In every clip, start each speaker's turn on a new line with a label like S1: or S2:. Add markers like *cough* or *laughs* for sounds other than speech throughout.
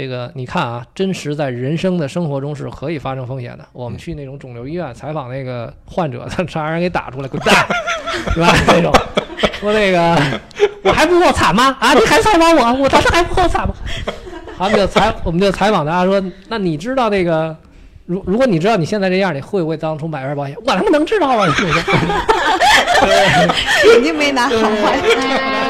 S1: 这个你看啊，真实在人生的生活中是可以发生风险的。我们去那种肿瘤医院采访那个患者，他让人给打出来，滚蛋，对吧？ *laughs* 那种说那个我还不够惨吗？啊，你还采访我，我当时还不够惨吗？他们就采，我们就采访他说，那你知道那个，如如果你知道你现在这样，你会不会当初买份保险？我他妈能知道啊！你说
S2: 肯定没拿好。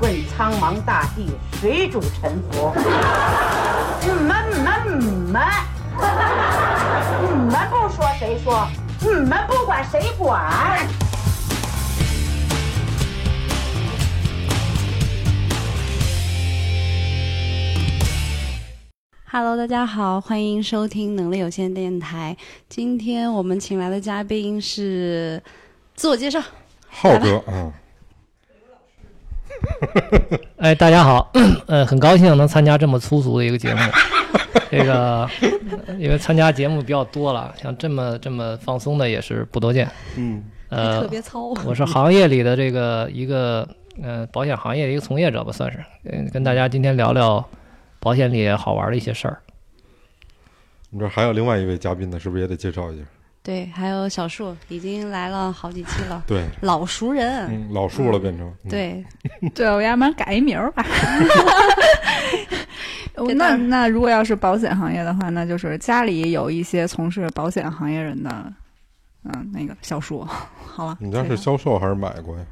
S3: 问苍茫大地，谁主沉浮？嗯们们们，你们嗯不说谁说？你们不管谁管？
S4: *laughs* Hello，大家好，欢迎收听能力有限电台。今天我们请来的嘉宾是自我介绍，
S5: 浩哥啊，
S1: 哎，大家好， *clears throat* 呃，很高兴能参加这么粗俗的一个节
S5: *laughs*
S1: 目。这个，呃因为参加节目比较多了，像这么这么放松的也是不多见。
S5: 嗯，
S1: 呃，
S4: 别糙。
S1: 我是行业里的这个一个呃保险行业的一个从业者吧，算是，嗯、跟大家今天聊聊保险里好玩的一些事儿。
S5: 我们这儿还有另外一位嘉宾呢，是不是也得介绍一下？
S4: 对，还有小树已经来了好几期
S1: 嗯
S4: 了，
S5: 对，
S4: 老熟人。
S5: 嗯，老树了变成，嗯，
S4: 对，
S6: 对，我要不然改一名儿吧。哦那那如果要是保险行业的话，那就是家里有一些从事保险行业人的，嗯，那个小叔，好吧。
S5: 你家
S6: 对
S5: 是
S6: 吧
S5: 销售还是买过呀？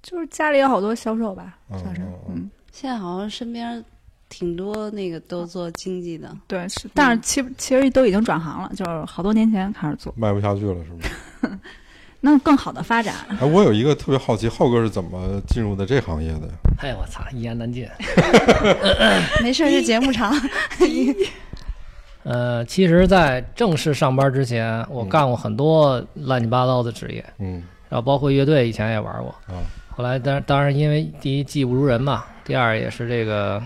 S6: 就是家里有好多销售吧，
S5: 嗯
S6: 算是
S5: 嗯嗯
S6: 嗯，
S4: 现在好像身边挺多那个都做经济的，
S6: 对，是，但是其其实都已经转行了，就是好多年前开始做。
S5: 卖不下去了是不是？ *laughs*
S6: 那更好的发展，
S5: 哎，我有一个特别好奇，浩哥是怎么进入的这行业的呀？
S1: 哎，我操，一言难尽。
S4: 没事儿，这节目长。
S1: 呃，其实，在正式上班之前，我
S5: 嗯
S1: 干过很多乱七八糟的职业，
S5: 嗯
S1: 然后包括乐队以前也玩过。
S5: 啊，
S1: 后来当当然因为第一技不如人嘛，第二也是这个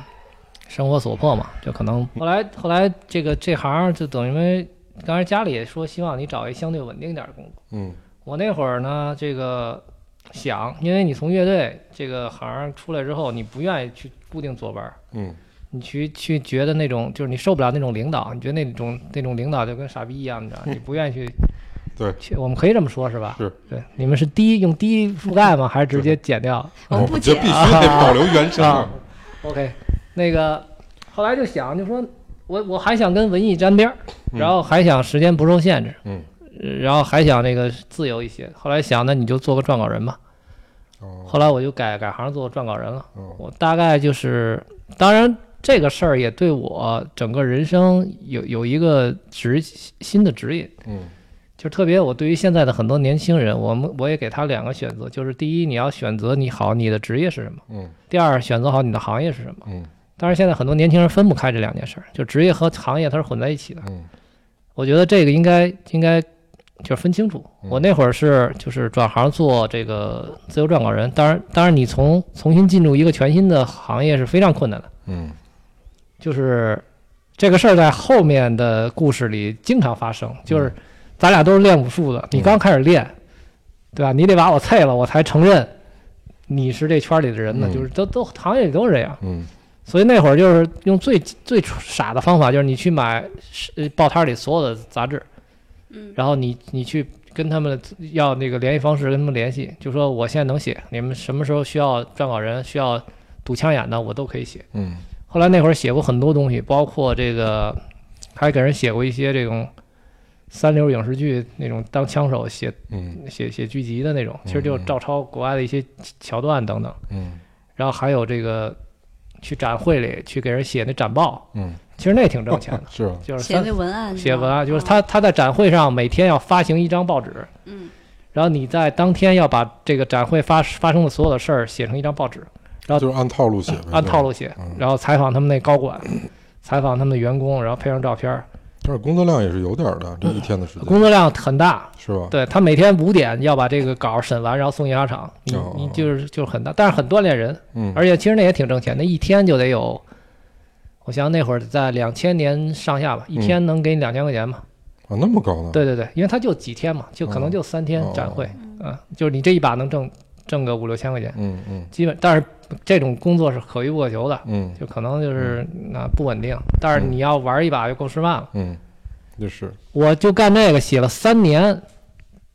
S1: 生活所迫嘛，就可能后来后来这个这行就等于当时家里也说希望你找一相对稳定点的工作。
S5: 嗯
S1: 我那会儿呢，这个想，因为你从乐队这个行出来之后，你不愿意去固定坐班儿。
S5: 嗯
S1: 你去去觉得那种就是你受不了那种领导，你觉得那种那种领导就跟傻逼一样，你知道，
S5: *laughs*
S1: 你不愿意去。
S5: 对
S1: 去我们可以这么说，是吧？
S5: 是。
S1: 对，你们是低用低覆盖吗？还是直接剪掉？
S4: 我们不
S5: 哦觉
S4: 解
S5: 得必须得保留原声。
S1: 啊 OK，那个后来就想，就说我我还想跟文艺沾边儿，
S5: 嗯
S1: 然后还想时间不受限制，
S5: 嗯
S1: 呃，然后还想那个自由一些。后来想，那你就做个撰稿人吧。
S5: 哦
S1: 后来我就改改行做撰稿人了。
S5: 哦
S1: 我大概就是，当然这个事儿也对我整个人生有有一个职新的职业，
S5: 嗯
S1: 就特别我对于现在的很多年轻人，我们我也给他两个选择，就是第一，你要选择你好你的职业是什么；
S5: 嗯
S1: 第二，选择好你的行业是什么。
S5: 嗯
S1: 但是现在很多年轻人分不开这两件事儿，就职业和行业它是混在一起的。
S5: 嗯
S1: 我觉得这个应该应该就是分清楚。
S5: 嗯
S1: 我那会儿是就是转行做这个自由撰稿人，当然当然你从重新进入一个全新的行业是非常困难的。
S5: 嗯
S1: 就是这个事儿在后面的故事里经常发生，
S5: 嗯
S1: 就是咱俩都是练武术的，你刚开始练，对吧？你得把我菜了，我才承认你是这圈里的人呢。
S5: 嗯
S1: 就是都都行业里都是这样，
S5: 嗯
S1: 所以那会儿就是用最最傻的方法，就是你去买呃报摊里所有的杂志，
S4: 嗯，
S1: 然后你你去。跟他们要那个联系方式，跟他们联系，就说我现在能写，你们什么时候需要撰稿人，需要堵枪眼的，我都可以写。
S5: 嗯
S1: 后来那会儿写过很多东西，包括这个，还给人写过一些这种三流影视剧那种当枪手写
S5: 嗯
S1: 写写剧集的那种，其实就是照抄国外的一些桥段等等。
S5: 嗯
S1: 然后还有这个去展会里去给人写那展报，
S5: 嗯，，
S1: 其实那挺挣钱的
S4: *laughs*
S5: 是啊吧？
S1: 就是
S4: 写
S1: 三
S4: 那文案，
S1: 写文案，就是，他他在展会上每天要发行一张报纸，
S4: 嗯，
S1: 然后你在当天要把这个展会发发生的所有的事儿写成一张报纸，然后
S5: 就是按套路写呗，
S1: 按套路写
S5: 嗯，
S1: 然后采访他们那高管，采访他们的员工，然后配上照片儿，
S5: 就是，但是工作量也是有点儿的，这一天的时间
S1: 工作量很大。
S5: 是吧？
S1: 对他每天五点要把这个稿审完，然后送印刷厂，你
S5: 哦
S1: 你就是就是很大，但是很锻炼人，
S5: 嗯，
S1: 而且其实那也挺挣钱的，一天就得有，我想那会儿在两千年上下
S5: 嗯
S1: 吧，一天能给你两千块钱嘛？
S5: 啊那么高呢？
S1: 对对对，因为他就几天嘛，就可能就三天
S5: 哦
S1: 展会，啊，就是你这一把能挣挣个五六千块钱，
S5: 嗯嗯
S1: 基本，但是这种工作是可遇不可求的，
S5: 嗯
S1: 就可能就是那不稳定。但是你要玩一把就够吃饭了。
S5: 嗯，就是
S1: 我就干这个写了三年，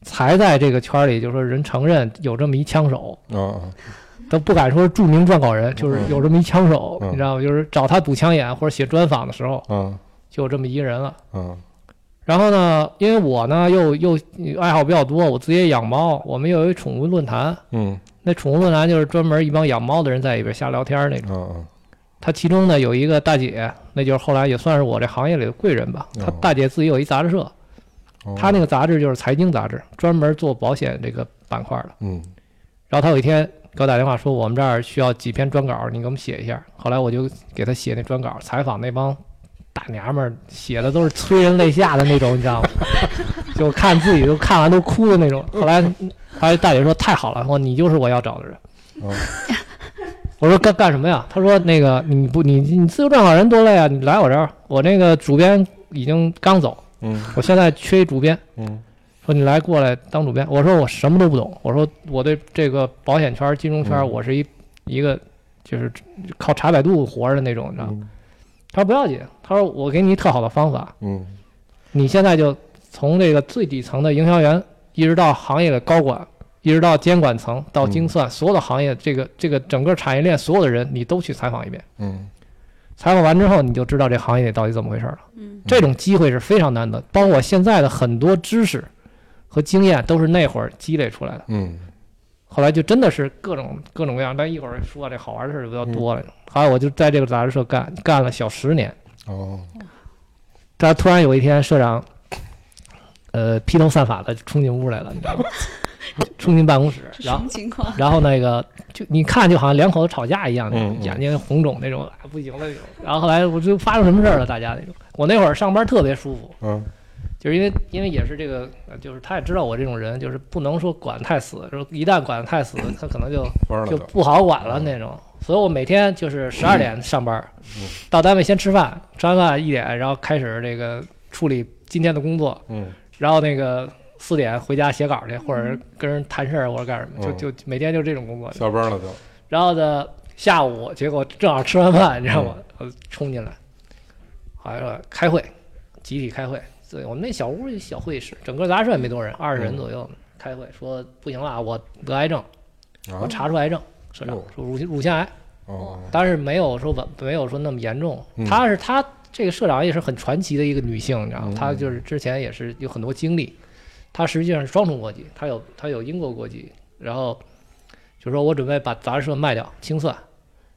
S1: 才在这个圈儿里就说人承认有这么一枪手，
S5: 啊啊，
S1: 都不敢说著名撰稿人，就是有这么一枪手，
S5: 嗯
S1: 你知道吗？就是找他补枪眼或者写专访的时候，
S5: 啊
S1: 就有这么一人了。
S5: 啊
S1: 然后呢，因为我呢又又爱好比较多，我自己也养猫，我们又有一宠物论坛，
S5: 嗯
S1: 那宠物论坛就是专门一帮养猫的人在里边瞎聊天儿那种。
S5: 啊啊
S1: 他其中呢有一个大姐，那就是后来也算是我这行业里的贵人吧。
S5: 哦
S1: 她大姐自己有一杂志社，
S5: 哦
S1: 她那个杂志就是财经杂志，专门做保险这个板块的。
S5: 嗯
S1: 然后她有一天给我打电话说，我们这儿需要几篇专稿，你给我们写一下。后来我就给她写那专稿，采访那帮大娘们儿，写的都是催人泪下的那种，你知道吗？就看自己都看完都哭的那种。后来，后来大姐说太好了，说你就是我要找的人。
S5: 哦
S1: 我说干干什么呀？他说那个你不你你自由撰稿人多累啊，你来我这儿，我那个主编已经刚走，
S5: 嗯
S1: 我现在缺一主编，
S5: 嗯
S1: 说你来过来当主编。我说我什么都不懂，我说我对这个保险圈、金融圈，
S5: 嗯
S1: 我是一一个就是靠查百度活着的那种，你知道吗？
S5: 嗯
S1: 他说不要紧，他说我给你特好的方法，
S5: 嗯
S1: 你现在就从这个最底层的营销员，一直到行业的高管，一直到监管层，到
S5: 嗯
S1: 精算，所有的行业这个这个整个产业链所有的人，你都去采访一遍。
S5: 嗯
S1: 采访完之后，你就知道这行业里到底怎么回事了。
S4: 嗯
S1: 这种机会是非常难得，包括我现在的很多知识和经验都是那会儿积累出来的。
S5: 嗯
S1: 后来就真的是各种各种各样，但一会儿说到这好玩的事儿就比较多
S5: 嗯
S1: 了。后来我就在这个杂志社干干了小十年，
S5: 哦
S1: 但突然有一天，社长，呃，披头散发的冲进屋来了，你知
S5: *laughs*
S1: 道吗？冲进办公室，
S4: 是什
S1: 然后
S4: 么情况？
S1: 然后那个就你看就好像两口子吵架一样，那种
S5: 嗯嗯
S1: 眼睛红肿那种，啊不行了那种。然后后来我就发生什么事儿了，大家那种。我那会儿上班特别舒服，
S5: 啊
S1: 就是因为因为也是这个，呃就是他也知道我这种人，就是不能说管太死，就是一旦管得太死，他可能就
S5: 玩了
S1: 就
S5: 都
S1: 不好管了那种。所以我每天就是十二点上班
S5: 嗯，
S1: 到单位先吃饭，吃完饭一点，然后开始这个处理今天的工作，
S5: 嗯
S1: 然后那个四点回家写稿去，或者跟人谈事儿或者干什么，就就每天就这种工作。
S5: 下班了就
S1: 然后呢，下午结果正好吃完饭，你知道吗？我冲进来，好像说开会，集体开会。对，我们那小屋一小会议室，整个杂志社也没多人，二十人左右，开会说不行了，我得癌症，
S5: 啊
S1: 我查出癌症，社长
S5: 哟
S1: 说乳乳腺癌，
S5: 哦
S1: 但是没有说稳，没有说那么严重
S5: 嗯。
S1: 她是她这个社长也是很传奇的一个女性，你知道吗
S5: 嗯？
S1: 她就是之前也是有很多经历，她实际上是双重国籍，她有她有英国国籍，然后就说我准备把杂志社卖掉清算，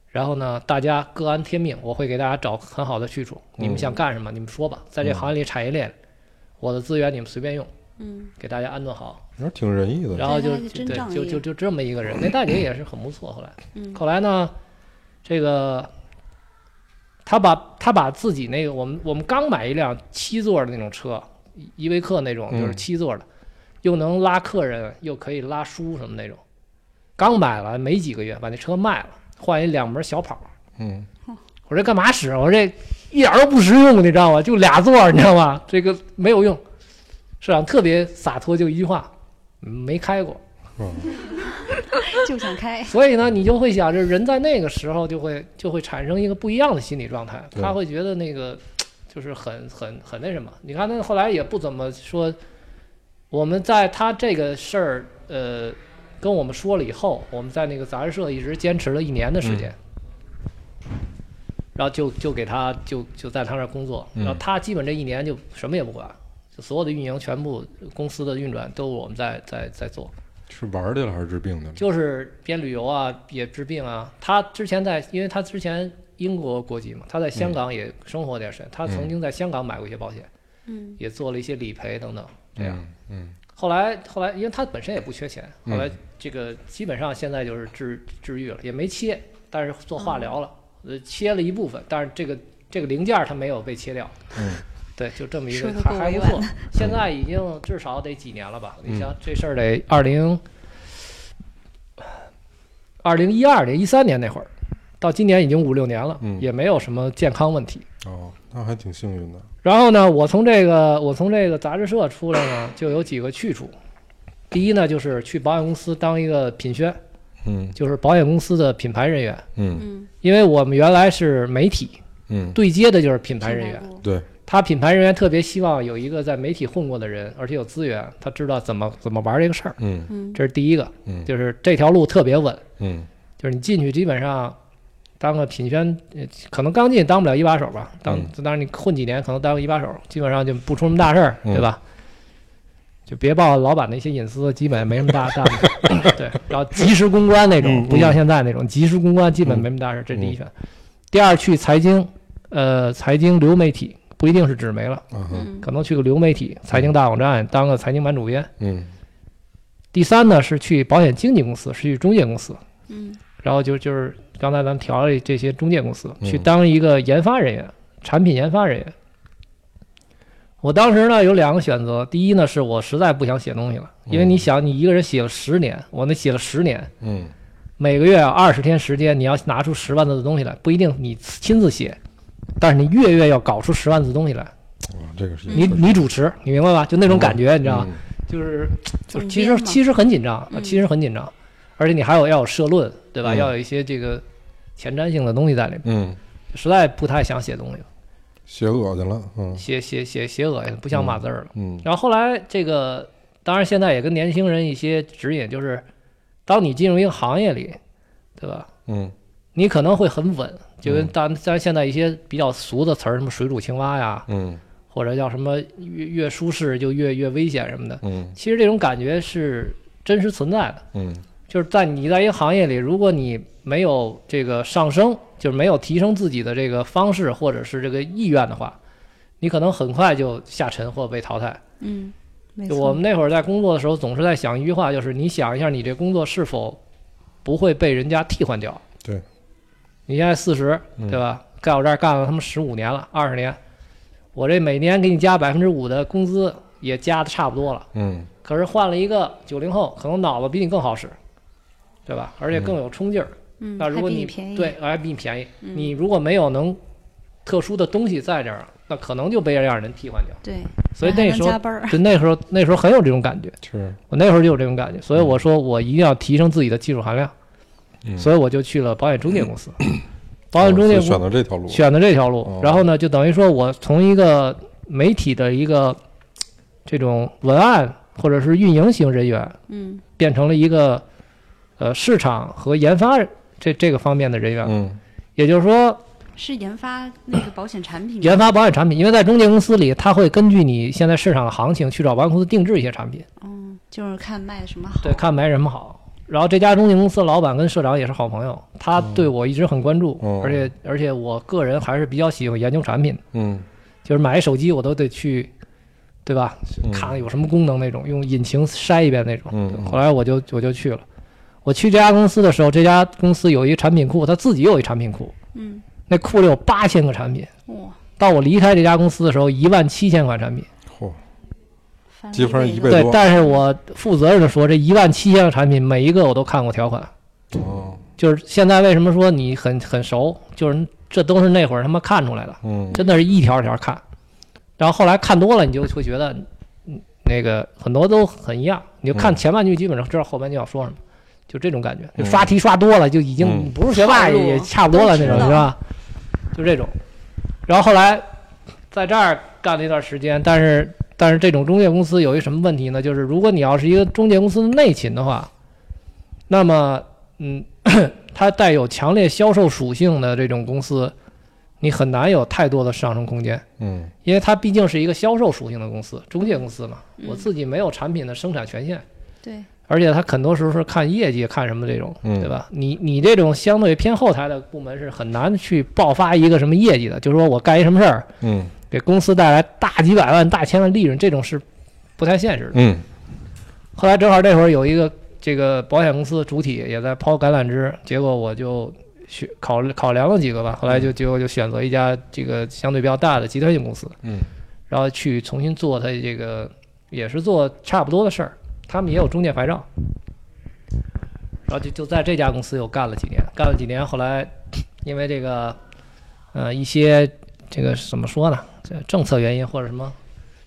S1: 然后呢，大家各安天命，我会给大家找很好的去处。你
S5: 嗯
S1: 们想干什么，你们说吧，在这行业里产业链，我的资源你们随便用，
S4: 嗯，
S1: 给大家安顿好。
S5: 你说挺仁义的
S1: 然后就
S4: 对她是
S1: 就
S4: 真仗
S1: 对，就
S4: 义
S1: 就就这么一个人。那大姐也是很不错，后来。
S4: 嗯
S1: 后来呢，这个他把他把自己那个我们我们刚买一辆七座的那种车，依依维柯那种
S5: 嗯
S1: 就是七座的，又能拉客人，又可以拉书什么那种。刚买了没几个月，把那车卖了，换一两门小跑。
S5: 嗯
S1: 我这干嘛使？啊我这一点儿都不实用，你知道吗？就俩座儿，你知道吗？这个没有用。社长特别洒脱，就一句话：没开过。
S4: 就想开，
S1: 所以呢，你就会想，这人在那个时候就会就会产生一个不一样的心理状态，
S5: 对
S1: 他会觉得那个就是很很很那什么。你看他后来也不怎么说，我们在他这个事儿呃跟我们说了以后，我们在那个杂志社一直坚持了一年的时间。
S5: 嗯
S1: 然后就就给他就就在他那儿工作，
S5: 嗯
S1: 然后他基本这一年就什么也不管，就所有的运营全部公司的运转都我们在在在做。
S5: 是玩去了还是治病去了？
S1: 就是边旅游啊，也治病啊。他之前在，因为他之前英国国籍嘛，他在香港也生活点时间，他曾经在香港买过一些保险，
S4: 嗯
S1: 也做了一些理赔等等。这样，
S5: 嗯嗯
S1: 后来后来，因为他本身也不缺钱，
S5: 嗯
S1: 后来这个基本上现在就是治治愈了，也没切，但是做化疗了，
S5: 嗯
S1: 呃，切了一部分，但是这个这个零件儿它没有被切掉。
S5: 嗯
S1: 对，就这么一个
S4: 说得
S1: 还
S4: 够
S1: 还
S4: 委
S1: 不
S4: 婉
S1: 错。现在已经至少得几年了吧？
S5: 嗯
S1: 你像这事儿得二零二零一二年、一三年那会儿，到今年已经五六年了
S5: 嗯，
S1: 也没有什么健康问题。
S5: 哦，那还挺幸运的。
S1: 然后呢，我从这个我从这个杂志社出来呢，就有几个去处。第一呢，就是去保险公司当一个品宣，
S5: 嗯
S1: 就是保险公司的品牌人员，
S5: 嗯
S4: 嗯，
S1: 因为我们原来是媒体
S5: 嗯，
S1: 对接的就是品牌人员，
S4: 部
S5: 对，
S1: 他品牌人员特别希望有一个在媒体混过的人，而且有资源，他知道怎么怎么玩这个事儿，
S5: 嗯
S4: 嗯
S1: 这是第一个，
S5: 嗯
S1: 就是这条路特别稳，
S5: 嗯
S1: 就是你进去基本上当个品宣，呃可能刚进当不了一把手吧，当
S5: 嗯
S1: 当然你混几年可能当个一把手，基本上就不出什么大事儿，
S5: 嗯
S1: 对吧？就别报老板那些隐私，基本没什么
S5: *laughs*
S1: 大大问题对，然后及时公关那种，
S5: 嗯
S1: 不像现在那种及时公关，基本没什么大事儿，这是第一选。第二，去财经，呃，财经流媒体不一定是纸媒了，
S5: 啊哈
S4: 嗯
S1: 可能去个流媒体、财经大网站当个财经版主编。
S5: 嗯
S1: 第三呢，是去保险经纪公司，是去中介公司。
S4: 嗯
S1: 然后就就是刚才咱们调了这些中介公司，
S5: 嗯
S1: 去当一个研发人员，产品研发人员。我当时呢有两个选择，第一呢是我实在不想写东西了，因为
S5: 嗯
S1: 你想你一个人写了十年，我那写了十年，
S5: 嗯
S1: 每个月二十天时间，你要拿出十万字的东西来，不一定你亲自写，但是你月月要搞出十万字东西来，
S5: 哇，这个是
S1: 你你主持，你明白吧？就那种感觉，你
S5: 你
S1: 知道吗？就是就是
S4: 总
S1: 其实
S4: 编嘛
S1: 其实很紧张，啊
S4: 嗯
S1: 其实很紧张，而且你还有要有社论，对吧？
S5: 嗯
S1: 要有一些这个前瞻性的东西在里面，
S5: 嗯，
S1: 实在不太想写东西了，
S5: 写恶心了，嗯
S1: 写写写写恶心，不想码字儿了。
S5: 嗯
S1: 然后后来这个，当然现在也跟年轻人一些指引，就是当你进入一个行业里，对吧？
S5: 嗯
S1: 你可能会很稳，就跟
S5: 嗯
S1: 当当然现在一些比较俗的词儿，什么水煮青蛙呀，
S5: 嗯
S1: 或者叫什么越越舒适就越越危险什么的。
S5: 嗯
S1: 其实这种感觉是真实存在的，
S5: 嗯
S1: 就是在你在一个行业里，如果你没有这个上升，就是没有提升自己的这个方式或者是这个意愿的话，你可能很快就下沉或被淘汰。
S4: 嗯，没
S1: 就
S4: 错，
S1: 我们那会儿在工作的时候，总是在想一句话，就是你想一下，你这工作是否不会被人家替换掉？
S5: 对，
S1: 你现在四十，
S5: 嗯
S1: 对吧？在我这儿干了他妈十五年了，二十年，我这每年给你加百分之五的工资也加的差不多了。
S5: 嗯
S1: 可是换了一个九零后，可能脑子比你更好使，对吧？而且更有冲劲儿。
S4: 嗯，
S1: 那
S4: 还
S1: 如果
S4: 比
S1: 你
S4: 便宜，
S1: 对，而且比你便宜，
S4: 嗯
S1: 你如果没有能特殊的东西在这儿，那可能就被这样人替换掉。
S4: 对，
S1: 所以
S4: 还
S1: 那
S4: 能
S1: 时候
S4: 啊加，班儿，
S1: 就那时候，那时候很有这种感觉。
S5: 是，
S1: 我那时候就有这种感觉，所以
S5: 嗯
S1: 我说我一定要提升自己的技术含量，所以我就去了保险中介公司。
S5: 嗯
S1: 保险中介
S5: 就
S1: 公司
S5: 哦选择这条路，
S1: 选的这条路
S5: 哦，
S1: 然后呢，就等于说我从一个媒体的一个这种文案或者是运营型人员，
S4: 嗯
S1: 变成了一个呃市场和研发这这个方面的人员。
S5: 嗯
S1: 也就是说，
S4: 是研发那个保险产品吗，
S1: 研发保险产品，因为在中介公司里，他会根据你现在市场的行情去找保险公司定制一些产品，
S4: 嗯，就是看卖什么好，
S1: 对，看买什么好。然后这家中介公司老板跟社长也是好朋友，他对我一直很关注，
S5: 哦
S1: 而且而且我个人还是比较喜欢研究产品的，
S5: 嗯
S1: 就是买手机我都得去，对吧？
S5: 嗯
S1: 看看有什么功能那种，用引擎筛一遍那种。
S5: 嗯嗯
S1: 后来我就我就去了。我去这家公司的时候，这家公司有一个产品库，它自己有一产品库，
S4: 嗯，
S1: 那库里有八千个产品。
S4: 哇，
S1: 到我离开这家公司的时候，一万七千款产品。
S5: 嚯，
S4: 翻了
S5: 积分
S4: 一
S5: 一
S4: 倍
S5: 倍
S4: 了
S1: 对
S5: 多，
S1: 但是我负责任的说，这一万七千个产品每一个我都看过条款。
S5: 哦
S1: 就是现在为什么说你很很熟，就是这都是那会儿他妈看出来的，
S5: 嗯
S1: 真的是一条一条看。然后后来看多了，你就会觉得，嗯，那个很多都很一样。你就看
S5: 嗯
S1: 前半句，基本上知道后半句要说什么，就这种感觉。就刷题刷多了，就已经
S5: 嗯
S1: 不是学霸
S4: 套路啊
S1: 也差不多了那种，
S4: 都
S1: 是
S4: 知
S1: 吧？就这种。然后后来在这儿干了一段时间，但是但是这种中介公司有一什么问题呢？就是如果你要是一个中介公司的内勤的话，那么嗯， *coughs* 它带有强烈销售属性的这种公司，你很难有太多的上升空间。
S5: 嗯
S1: 因为它毕竟是一个销售属性的公司，中介公司嘛，
S4: 嗯
S1: 我自己没有产品的生产权限，
S4: 对，
S1: 而且它很多时候是看业绩、看什么这种，
S5: 嗯
S1: 对吧？你你这种相对偏后台的部门是很难去爆发一个什么业绩的，就是说我干一什么事儿，
S5: 嗯
S1: 给公司带来大几百万、大千万利润，这种是不太现实的。
S5: 嗯
S1: 后来正好这会儿有一个这个保险公司主体也在抛橄榄枝，结果我就选考考量了几个吧，后来
S5: 嗯
S1: 就结果就选择一家这个相对比较大的集团性公司，
S5: 嗯，
S1: 然后去重新做它这个也是做差不多的事儿，他们也有中介牌照，然后就就在这家公司又干了几年，干了几年，后来 *coughs* 因为这个呃一些这个怎么说呢，这政策原因或者什么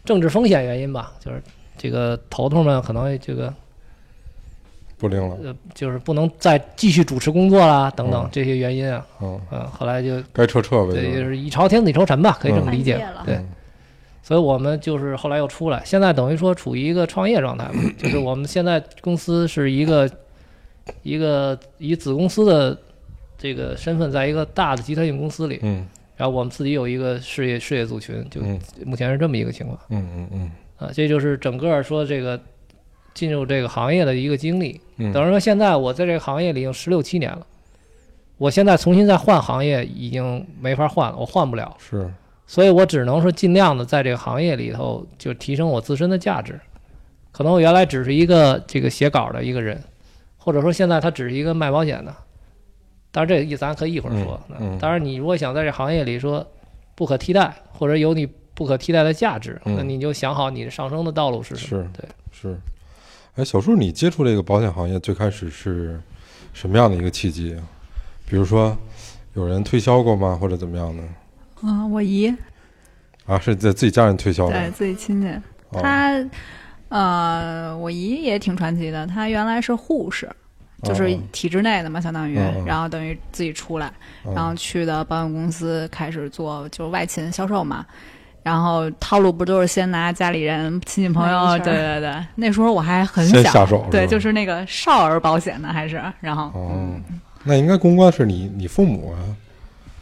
S1: 政治风险原因吧，就是这个头头们可能这个
S5: 不灵了，
S1: 呃，就是不能再继续主持工作啦，等等
S5: 嗯
S1: 这些原因啊，
S5: 嗯，
S1: 嗯，后来就
S5: 该撤撤呗，
S1: 对，
S5: 就
S1: 就是是一朝天子一朝臣吧，可以这么理解
S4: 嗯半夜了，
S1: 对。
S5: 嗯
S1: 所以我们就是后来又出来，现在等于说处于一个创业状
S5: *clears throat*
S1: 态嘛，就是我们现在公司是一个一个以子公司的这个身份，在一个大的集团性公司里，
S5: 嗯
S1: 然后我们自己有一个事业事业组群，就
S5: 嗯
S1: 目前是这么一个情况
S5: 嗯嗯嗯
S1: 啊，这就是整个说这个进入这个行业的一个经历。
S5: 嗯，
S1: 等于说现在我在这个行业里已经十六七年了，我现在重新再换行业已经没法换了，我换不了了。
S5: 是，
S1: 所以我只能说尽量的在这个行业里头就提升我自身的价值。可能我原来只是一个这个写稿的一个人，或者说现在他只是一个卖保险的。当然，这一咱可以一会儿说。
S5: 嗯嗯
S1: 当然，你如果想在这行业里说不可替代，或者有你不可替代的价值，
S5: 嗯
S1: 那你就想好你的上升的道路是什么。
S5: 是
S1: 对，
S5: 是。哎，小树，你接触这个保险行业最开始是什么样的一个契机啊？比如说有人推销过吗，或者怎么样的？
S6: *laughs* 嗯，我姨
S5: 啊，是在自己家人推销
S6: 对
S5: 的。
S6: 自己亲戚，
S5: 哦
S6: 她呃，我姨也挺传奇的，她原来是护士。就是
S5: 哦
S6: 体制内的嘛，相当于
S5: 嗯嗯，
S6: 然后等于自己出来，
S5: 嗯
S6: 然后去的保险公司开始做就是外勤销售嘛。然后套路不都是先拿家里人、亲戚朋
S4: 买
S6: 友
S4: 一？圈
S6: 对对对，那时候我还很
S5: 先
S6: 小，
S5: 下手
S6: 对，
S5: 吧
S6: 就是那个少儿保险呢，还是然后、
S5: 哦，那应该公关是你你父母啊， *coughs*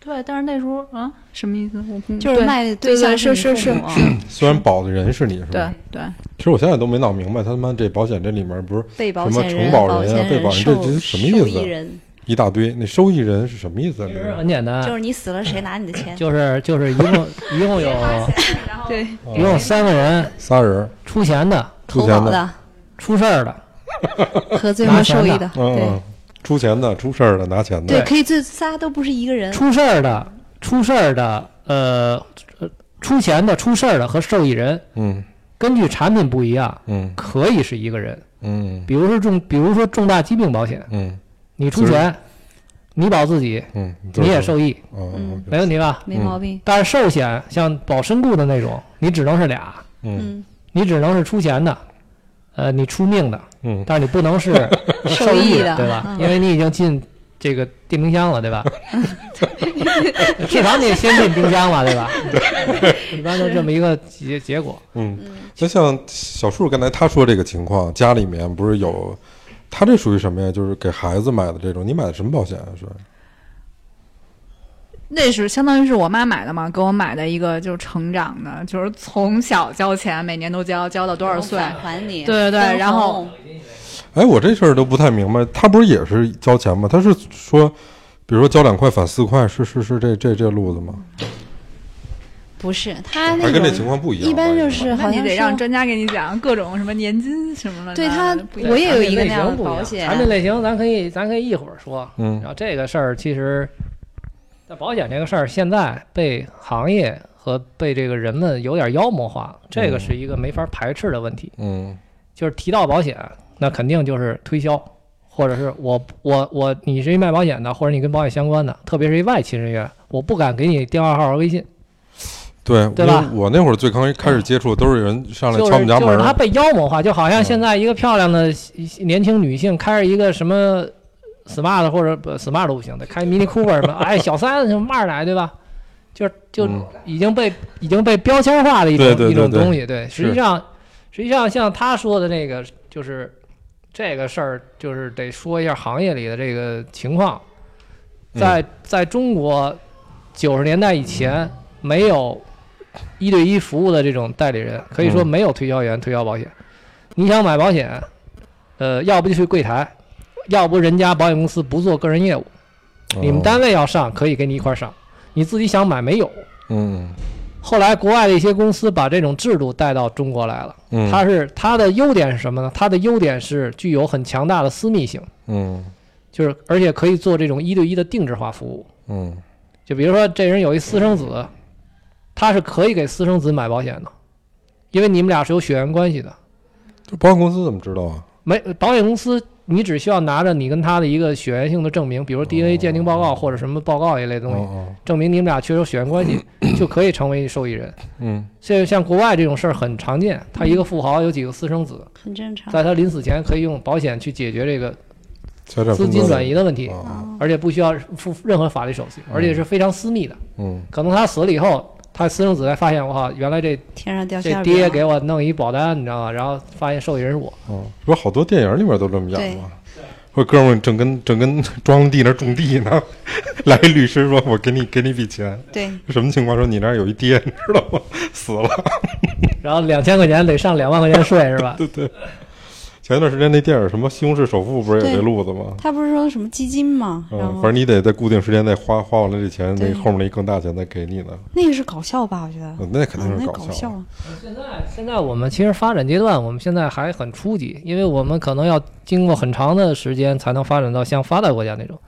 S6: 对，但是那时候啊，什么意思？我不
S4: 就是
S6: 对
S4: 卖
S6: 对
S4: 象
S6: 对是是
S4: 是
S6: 是
S4: 你父母啊
S5: 虽然保的人是你是吧？
S6: 对对，
S5: 其实我现在都没闹明白，他他妈这保险这里面不是
S4: 被保
S5: 什么
S4: 险
S5: 承
S4: 人、
S5: 保
S4: 保
S5: 人啊
S4: 险
S5: 被保人这
S4: 受
S5: 这什么意
S4: 受
S5: 思
S4: 益
S5: 啊
S4: 人
S5: 一大堆，那收益人是什么意思啊？
S1: 其
S5: 这
S1: 实
S5: 是
S1: 很简单，
S4: 就是你死了谁拿你的
S1: 嗯
S4: 钱？
S1: 就是就是一共一共
S4: *laughs*
S1: 有
S6: 对
S1: 一共有三个人
S5: 仨人，
S1: 出钱的、
S4: 投
S5: 出
S4: 保
S5: 钱的，
S1: 出事儿的，
S5: *laughs*
S4: 和最后受益的，
S5: 嗯，
S4: 对
S5: 嗯出钱的，出事儿的，拿钱的，
S4: 对，可以这仨都不是一个人，
S1: 出事儿的、呃出事儿的、呃，呃出钱的、出事儿的和受益人，
S5: 嗯
S1: 根据产品不一样，
S5: 嗯
S1: 可以是一个人。
S5: 嗯
S1: 比如说重，比如说重大疾病保险，
S5: 嗯
S1: 你出钱，你保自己，
S5: 嗯，
S1: 你也受益，
S5: 哦，
S4: 嗯
S1: 没问题吧？
S4: 没毛病。
S1: 但是寿险像保身故的那种，你只能是俩，
S5: 嗯
S4: 嗯，
S1: 你只能是出钱的，呃，你出命的，
S5: 嗯
S1: 但是你不能
S4: *laughs*
S1: 是受
S4: 受益
S1: 的，
S4: 的
S1: 对吧？
S4: 嗯
S1: 因为你已经进这个电冰箱了，对
S4: *laughs*
S1: 吧？退房你也先进冰箱嘛，对吧？一般都这么一个结结果。
S5: 嗯，那像小树刚才他说这个情况，家里面不是有，他这属于什么呀？就是给孩子买的这种，你买的什么保险啊？是
S6: 那是相当于是我妈买的嘛，给我买的一个就是成长的，就是从小交钱，每年都交，交到多少岁？
S4: 返还你？
S6: 对对对
S4: 分红
S6: 然后
S5: 哎，我这事儿都不太明白，他不是也是交钱吗？他是说，比如说交两块返四块，是是是这这这路子吗？
S4: 不是他那
S5: 还跟这情
S4: 种，
S5: 况不一样吧？
S4: 一般就是
S6: 那
S4: 好
S6: 你
S4: 像
S6: 得让
S4: 是
S6: 专家给你讲各种什么年金什么的。
S4: 对
S6: 那
S4: 他
S6: 不一，样
S4: 我也有一
S1: 产品
S4: 个
S1: 类
S4: 那样
S1: 型
S4: 的
S1: 不一
S4: 保
S1: 样
S4: 险，
S1: 产品类型咱可以咱可以一会儿说。
S5: 嗯
S1: 然后这个事儿其实，在保险这个事儿，现在被行业和被这个人们有点妖魔化了，这个是一个没法排斥的问题。
S5: 嗯
S1: 就是提到保险，那肯定就是推销，或者是我我我你是一卖保险的，或者你跟保险相关的，特别是一外勤人员，我不敢给你电话号和微信，
S5: 对
S1: 对吧嗯
S5: 因为我那会儿最刚开始接触，都是有人上来
S1: 就
S5: 敲我
S1: 是
S5: 们家
S1: 就
S5: 门
S1: 是他
S5: 儿，
S1: 被妖魔化，就好像
S5: 嗯
S1: 现在一个漂亮的西西年轻女性开着一个什么 smart 或者不 smart 都不行，得开 mini cooper 什么，哎小三什么二奶对吧？就就
S5: 嗯
S1: 已经被、已经被标签化的一种
S5: 对对对
S1: 一种
S5: 对
S1: 东西，对，实际
S5: 是
S1: 上实际上像他说的那个就是这个事儿就是得说一下行业里的这个情况，
S5: 嗯
S1: 在在中国九十年代以
S5: 嗯
S1: 前，没有一对一服务的这种代理人，可以说
S5: 嗯
S1: 没有推销员推销保险。你想买保险，呃，要不就去柜台，要不人家保险公司不做个人业务，你们
S5: 哦
S1: 单位要上可以给你一块儿上，你自己想买没有。
S5: 嗯
S1: 后来国外的一些公司把这种制度带到中国来了，
S5: 嗯，
S1: 它是它的优点是什么呢？它的优点是具有很强大的私密性。
S5: 嗯
S1: 就是而且可以做这种一对一的定制化服务。
S5: 嗯
S1: 就比如说，这人有一私生子，他是可以给私生子买保险的，因为你们俩是有血缘关系的。
S5: 这保险公司怎么知道啊？
S1: 没保险公司你只需要拿着你跟他的一个血缘性的证明，比如 DNA
S5: 哦
S1: 鉴定报告或者什么报告一类的东西，
S5: 哦
S1: 证明你们俩确实有血缘关系，就可以成为受益人。
S5: 哦，嗯，
S1: 现在像国外这种事儿很常见，他一个富豪有几个私生子，
S4: 很正常。
S1: 在他临死前可以用保险去解决这个
S5: 财产
S1: 资
S5: 分
S1: 金
S5: 割
S1: 转移的问题，
S5: 哦，
S1: 而且不需要付任何法律手续，而且是非常私密的。
S5: 嗯
S1: 可能他死了以后，他私生子才发现，哇，原来这
S4: 天上掉馅
S1: 这
S4: 儿饼
S1: 爹
S4: 了
S1: 给我弄一保单，你知道吗？然后发现受益人是我。
S5: 哦，不是好多电影里面都这么
S4: 对
S5: 演吗？说哥们儿正跟正跟庄地那儿种地呢， *laughs* 来一律师说：“我给你给你笔钱。
S4: 对”
S5: 什么情况？说你那儿有一爹，你知道吗？ *laughs* 死了。
S1: 然后两千块钱得上两万块钱税是吧？
S5: 前段时间那电影什么《西红柿首富》不是也
S4: 对
S5: 这路子吗？
S4: 他不是说什么基金嘛，然
S5: 嗯，
S4: 后
S5: 反正你得在固定时间内花花完了这钱，那
S4: 对
S5: 后面那更大钱再给你呢。
S4: 那个是搞笑吧？我觉得
S5: 嗯那肯
S4: 啊
S5: 定，是
S4: 那
S5: 搞笑
S4: 笑
S5: 的。
S4: 啊，
S1: 现在现在我们其实发展阶段，我们现在还很初级，因为我们可能要经过很长的时间才能发展到像发达国家那种。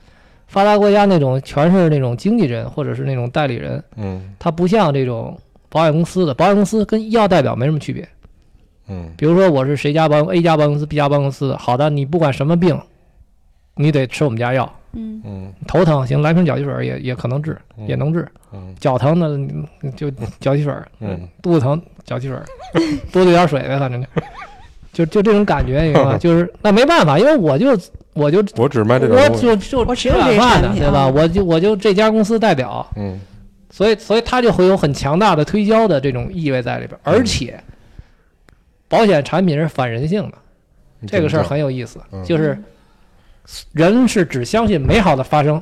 S1: 发达国家那种全是那种经纪人或者是那种代理人，
S5: 嗯
S1: 它不像这种保险公司的，保险公司跟医药代表没什么区别。
S5: 嗯
S1: 比如说我是谁家保险 A 家保险公司 B 家保险公司的，好的，你不管什么病，你得吃我们家药。
S4: 嗯，
S5: 嗯
S1: 头疼行，来瓶搅剂水儿也也可能治，也能治。
S5: 嗯
S1: 脚疼呢你就搅剂水儿，
S5: 嗯
S1: 肚子疼搅剂水儿， *laughs* 多兑点水呗，反正就就就这种感觉，你知道
S5: *laughs*
S1: 吗？就是那没办法，因为我就我就
S5: 我只卖这种
S1: 我
S5: 东西。
S1: 就就
S4: 我只
S1: 吃
S4: 有这
S1: 软
S4: 个
S1: 饭
S4: 产
S1: 的，
S4: 品
S1: 对吧？
S4: 啊
S6: 嗯
S1: 我就我就这家公司代表，
S5: 嗯
S1: 所以所以他就会有很强大的推销的这种意味在里边儿，
S5: 嗯
S1: 而且保险产品是反人性的，这个事儿很有意思，
S5: 嗯
S1: 就是人是只相信美好的发生，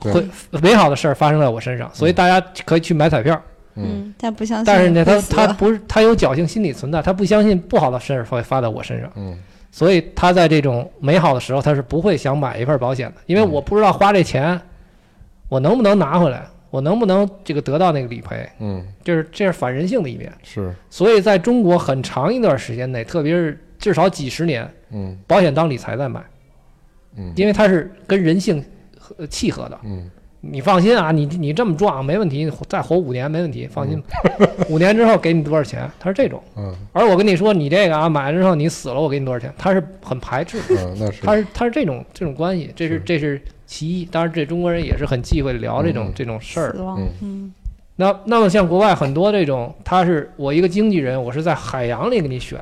S5: 对
S1: 会美好的事儿发生在我身上，所以大家可以去买彩票。
S5: 嗯
S4: 嗯，但不相信
S1: 但是呢，
S4: 会
S1: 他
S4: 死
S1: 他不是他有侥幸心理存在，他不相信不好的事儿会发到我身上，
S5: 嗯
S1: 所以他在这种美好的时候，他是不会想买一份保险的，因为
S5: 嗯
S1: 我不知道花这钱我能不能拿回来，我能不能这个得到那个理赔，
S5: 嗯
S1: 这是这是反人性的一面。
S5: 是
S1: 所以在中国很长一段时间内，特别是至少几十年，
S5: 嗯
S1: 保险当理财在买，
S5: 嗯
S1: 因为它是跟人性呃契合的。
S5: 嗯
S1: 你放心啊，你你这么壮没问题，再活五年没问题，放心。 *laughs* 五年之后给你多少钱？他是这种。
S5: 嗯
S1: 而我跟你说，你这个啊，买了之后你死了，我给你多少钱？他是很排斥，
S5: 嗯，那是
S1: 他是他是这种这种关系，这是
S5: 是
S1: 这是其一。当然，这中国人也是很忌讳聊这种、
S5: 嗯
S1: 这种事儿
S4: 死。亡，嗯，
S1: 那那么像国外很多这种，他是我一个经纪人，我是在海洋里给你选，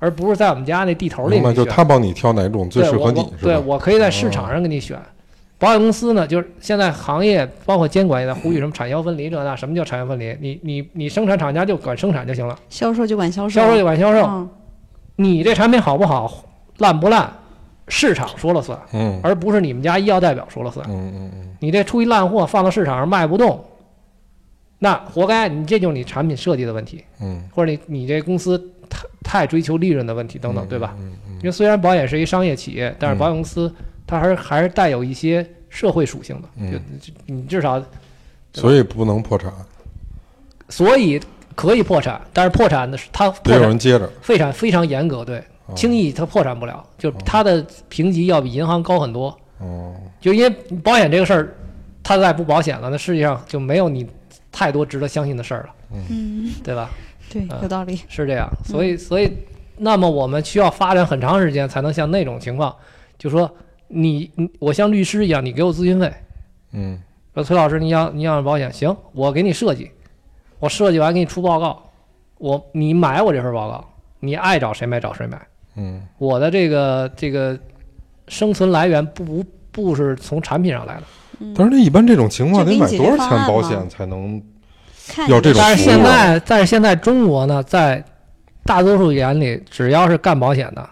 S1: 而不是在我们家那地头里
S5: 明
S1: 给
S5: 白，
S1: 你
S5: 就
S1: 选。
S5: 他帮你挑哪种最
S1: 对
S5: 适
S1: 我
S5: 合你
S1: 我，
S5: 是
S1: 对
S5: 吧？哦
S1: 我可以在市场上给你选。保险公司呢，就是现在行业包括监管也在呼吁什么产销分离这那，什么叫产销分离？你你你生产厂家就管生产就行了，
S4: 销售就管销售，
S1: 销售就管销售。
S4: 嗯
S1: 你这产品好不好，烂不烂，市场说了算，
S5: 嗯
S1: 而不是你们家医药代表说了算。
S5: 嗯嗯嗯
S1: 你这出一烂货放到市场上卖不动，那活该，你这就是你产品设计的问题，
S5: 嗯，
S1: 或者你你这公司太太追求利润的问题等等，
S5: 嗯
S1: 对吧？？
S5: 嗯嗯
S1: 因为虽然保险是一商业企业，但是
S5: 嗯
S1: 保险公司它还是还是带有一些社会属性的，
S5: 嗯
S1: 就就你至少，
S5: 所以不能破产，
S1: 所以可以破产，但是破产的是它
S5: 得
S1: 破
S5: 有
S1: 产
S5: 人接着，
S1: 非常非常严格，对，
S5: 哦
S1: 轻易它破产不了，就它的评级要比银行高很多。
S5: 哦，
S1: 就因为保险这个事儿，它再不保险了，那世界上就没有你太多值得相信的事儿了，
S4: 嗯，
S1: 对吧？
S4: 对，
S1: 啊
S4: 有道理，
S1: 是这样，所以所以，那么我们需要发展很长时间才能像那种情况，就说你你我像律师一样，你给我咨询费，
S5: 嗯
S1: 说崔老师你要你要保险，行，我给你设计，我设计完给你出报告，我你买我这份报告，你爱找谁买找谁买。
S5: 嗯
S1: 我的这个这个生存来源不不不是从产品上来的，
S4: 嗯
S5: 但是那一般这种情况
S4: 就给
S5: 得
S4: 你
S5: 买
S4: 解
S5: 多
S4: 决
S5: 少
S4: 方
S5: 钱
S4: 案
S5: 保
S4: 嘛
S5: 险才能？
S4: 看
S5: 有这种
S1: 但是
S5: 服务啊
S1: 现在但是现在中国呢，在大多数眼里，只要是干保险的，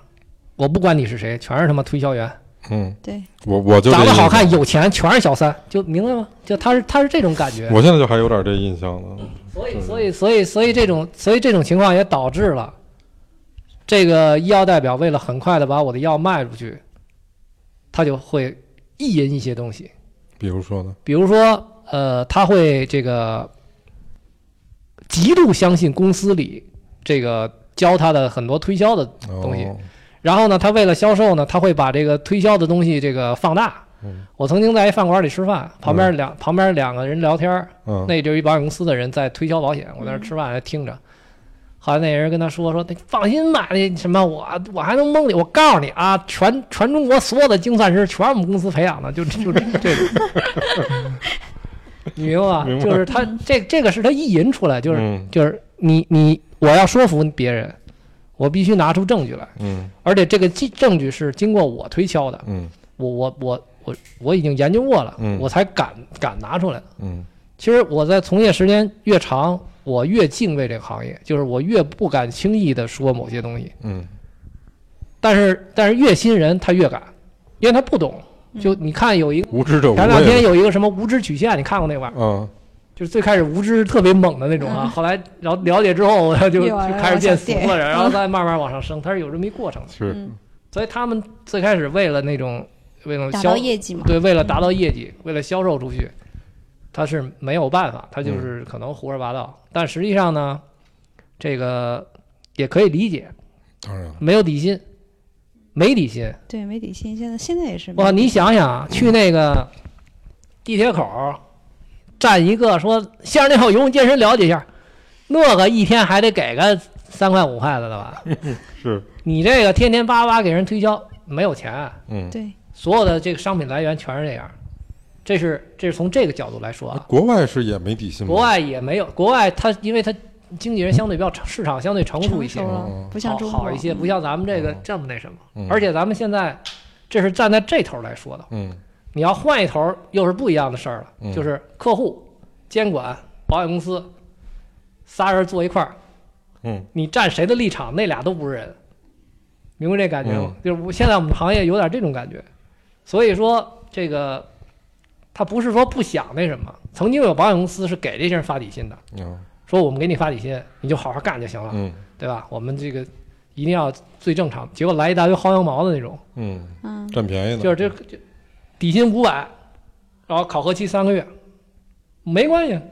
S1: 我不管你是谁，全是他妈推销员，
S5: 嗯，
S4: 对，
S5: 我我就
S1: 长
S5: 这
S1: 得
S5: 意
S1: 好
S5: 思
S1: 看有钱全是小三，就明白吗？就他是他是这种感觉，
S5: 我现在就还有点这印象呢。
S1: 所以所以所以所以这种所以这种情况也导致了。这个医药代表为了很快的把我的药卖出去，他就会意淫一些东西，
S5: 比如说呢，
S1: 比如说，呃，他会这个极度相信公司里这个教他的很多推销的，
S5: 哦
S1: 东西然后呢，他为了销售呢，他会把这个推销的东西这个放大
S5: 嗯。
S1: 我曾经在一饭馆里吃饭，旁边两旁边两个人聊天儿，
S5: 嗯，
S1: 那就是一保险公司的人在推销保险，我在那儿吃饭还听着。后来那人跟他说说，那放心吧，那什么我我还能蒙你，我告诉你啊，全全中国所有的精算师全是我们公司培养的，就 *laughs* 就
S5: *laughs*
S1: 这这种。你明白吗？
S5: 明白
S1: 就是他这这个是他意淫出来，就是、
S5: 嗯
S1: 就是你你我要说服别人，我必须拿出证据来，
S5: 嗯
S1: 而且这个证证据是经过我推敲的，
S5: 嗯
S1: 我我我我我已经研究过了，
S5: 嗯
S1: 我才敢敢拿出来。
S5: 嗯
S1: 其实我在从业时间越长，我越敬畏这个行业，就是我越不敢轻易的说某些东西。
S5: 嗯
S1: 但是但是越新人他越敢，因为他不懂。就你看有一个
S5: 无知者无
S1: 前两天
S5: 畏。
S1: 有一个什么无知曲线，你看过那玩意儿？
S5: 嗯，
S1: 就是最开始无知特别猛的那种啊，后来然后了解之后，然后就
S6: 越
S1: 就
S6: 玩越
S1: 开始
S6: 往
S1: 变
S6: 下
S1: 俗
S6: 跌
S1: 了，然后再慢慢往上升，它是有这么一过程的。
S5: 是
S4: 嗯，
S1: 所以他们最开始为了那种为了
S4: 达
S1: 销
S4: 到业绩嘛，
S1: 对，为了达到业绩，为了销售出去，他是没有办法，他就是可能胡说八道。但实际上呢，这个也可以理解，
S5: 当然了，
S1: 没有底薪，没底薪。
S4: 对，没底薪，现在现在也是没
S1: 哇，
S4: 底薪。
S1: 你想想啊，去那个地铁口儿站一个说先生你好，游泳健身了解一下，那个一天还得给个三块五块的了吧？
S5: 是
S1: 你这个天天叭叭给人推销，没有钱，
S5: 嗯。
S4: 对，
S1: 所有的这个商品来源全是这样。这是这是从这个角度来说啊，
S5: 国外是也没底薪吗？
S1: 国外也没有，国外它因为它经纪人相对比较成市场相对成熟一
S4: 成
S1: 些
S4: 熟，
S5: 嗯
S4: 了，不像
S1: 好
S4: 中国
S1: 好一些，不像咱们这个
S5: 嗯
S1: 这么那什么。
S5: 嗯
S1: 而且咱们现在这是站在这头来说的，
S5: 嗯
S1: 你要换一头又是不一样的事儿了，
S5: 嗯
S1: 就是客户、监管、保险公司仨人坐一块儿，
S5: 嗯
S1: 你站谁的立场，那俩都不是人，明白这感觉吗？就是我现在我们行业有点这种感觉，所以说这个他不是说不想那什么，曾经有保险公司是给这些人发底薪的，
S5: 嗯
S1: 说我们给你发底薪，你就好好干就行了，
S5: 嗯
S1: 对吧？我们这个一定要最正常，结果来一大堆薅羊毛的那种，
S5: 嗯，
S4: 嗯，
S5: 占便宜的
S1: 就是这这底薪五百，然后考核期三个月，没关系，啊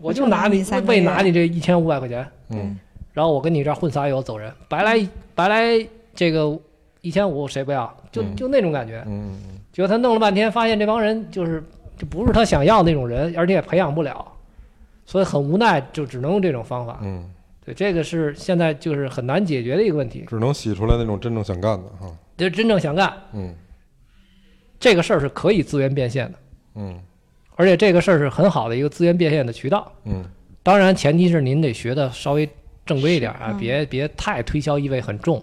S1: 我就拿
S4: 我就拿
S1: 你
S4: 你三个
S1: 为
S4: 月
S1: 拿你这一千五百块钱。
S5: 嗯
S1: 然后我跟你这儿混撒油走人，白来白来这个一千五谁不要？就
S5: 嗯
S1: 就那种感觉，
S5: 嗯
S1: 结果他弄了半天，发现这帮人就是就不是他想要那种人，而且也培养不了，所以很无奈，就只能用这种方法。
S5: 嗯，
S1: 对，这个是现在就是很难解决的一个问题。
S5: 只能洗出来那种真正想干的哈。
S1: 就真正想干
S5: 嗯
S1: 这个事儿是可以资源变现的，
S5: 嗯
S1: 而且这个事儿是很好的一个资源变现的渠道。
S5: 嗯
S1: 当然，前提是您得学的稍微正规一点啊，
S4: 是嗯
S1: 别别太推销意味很重，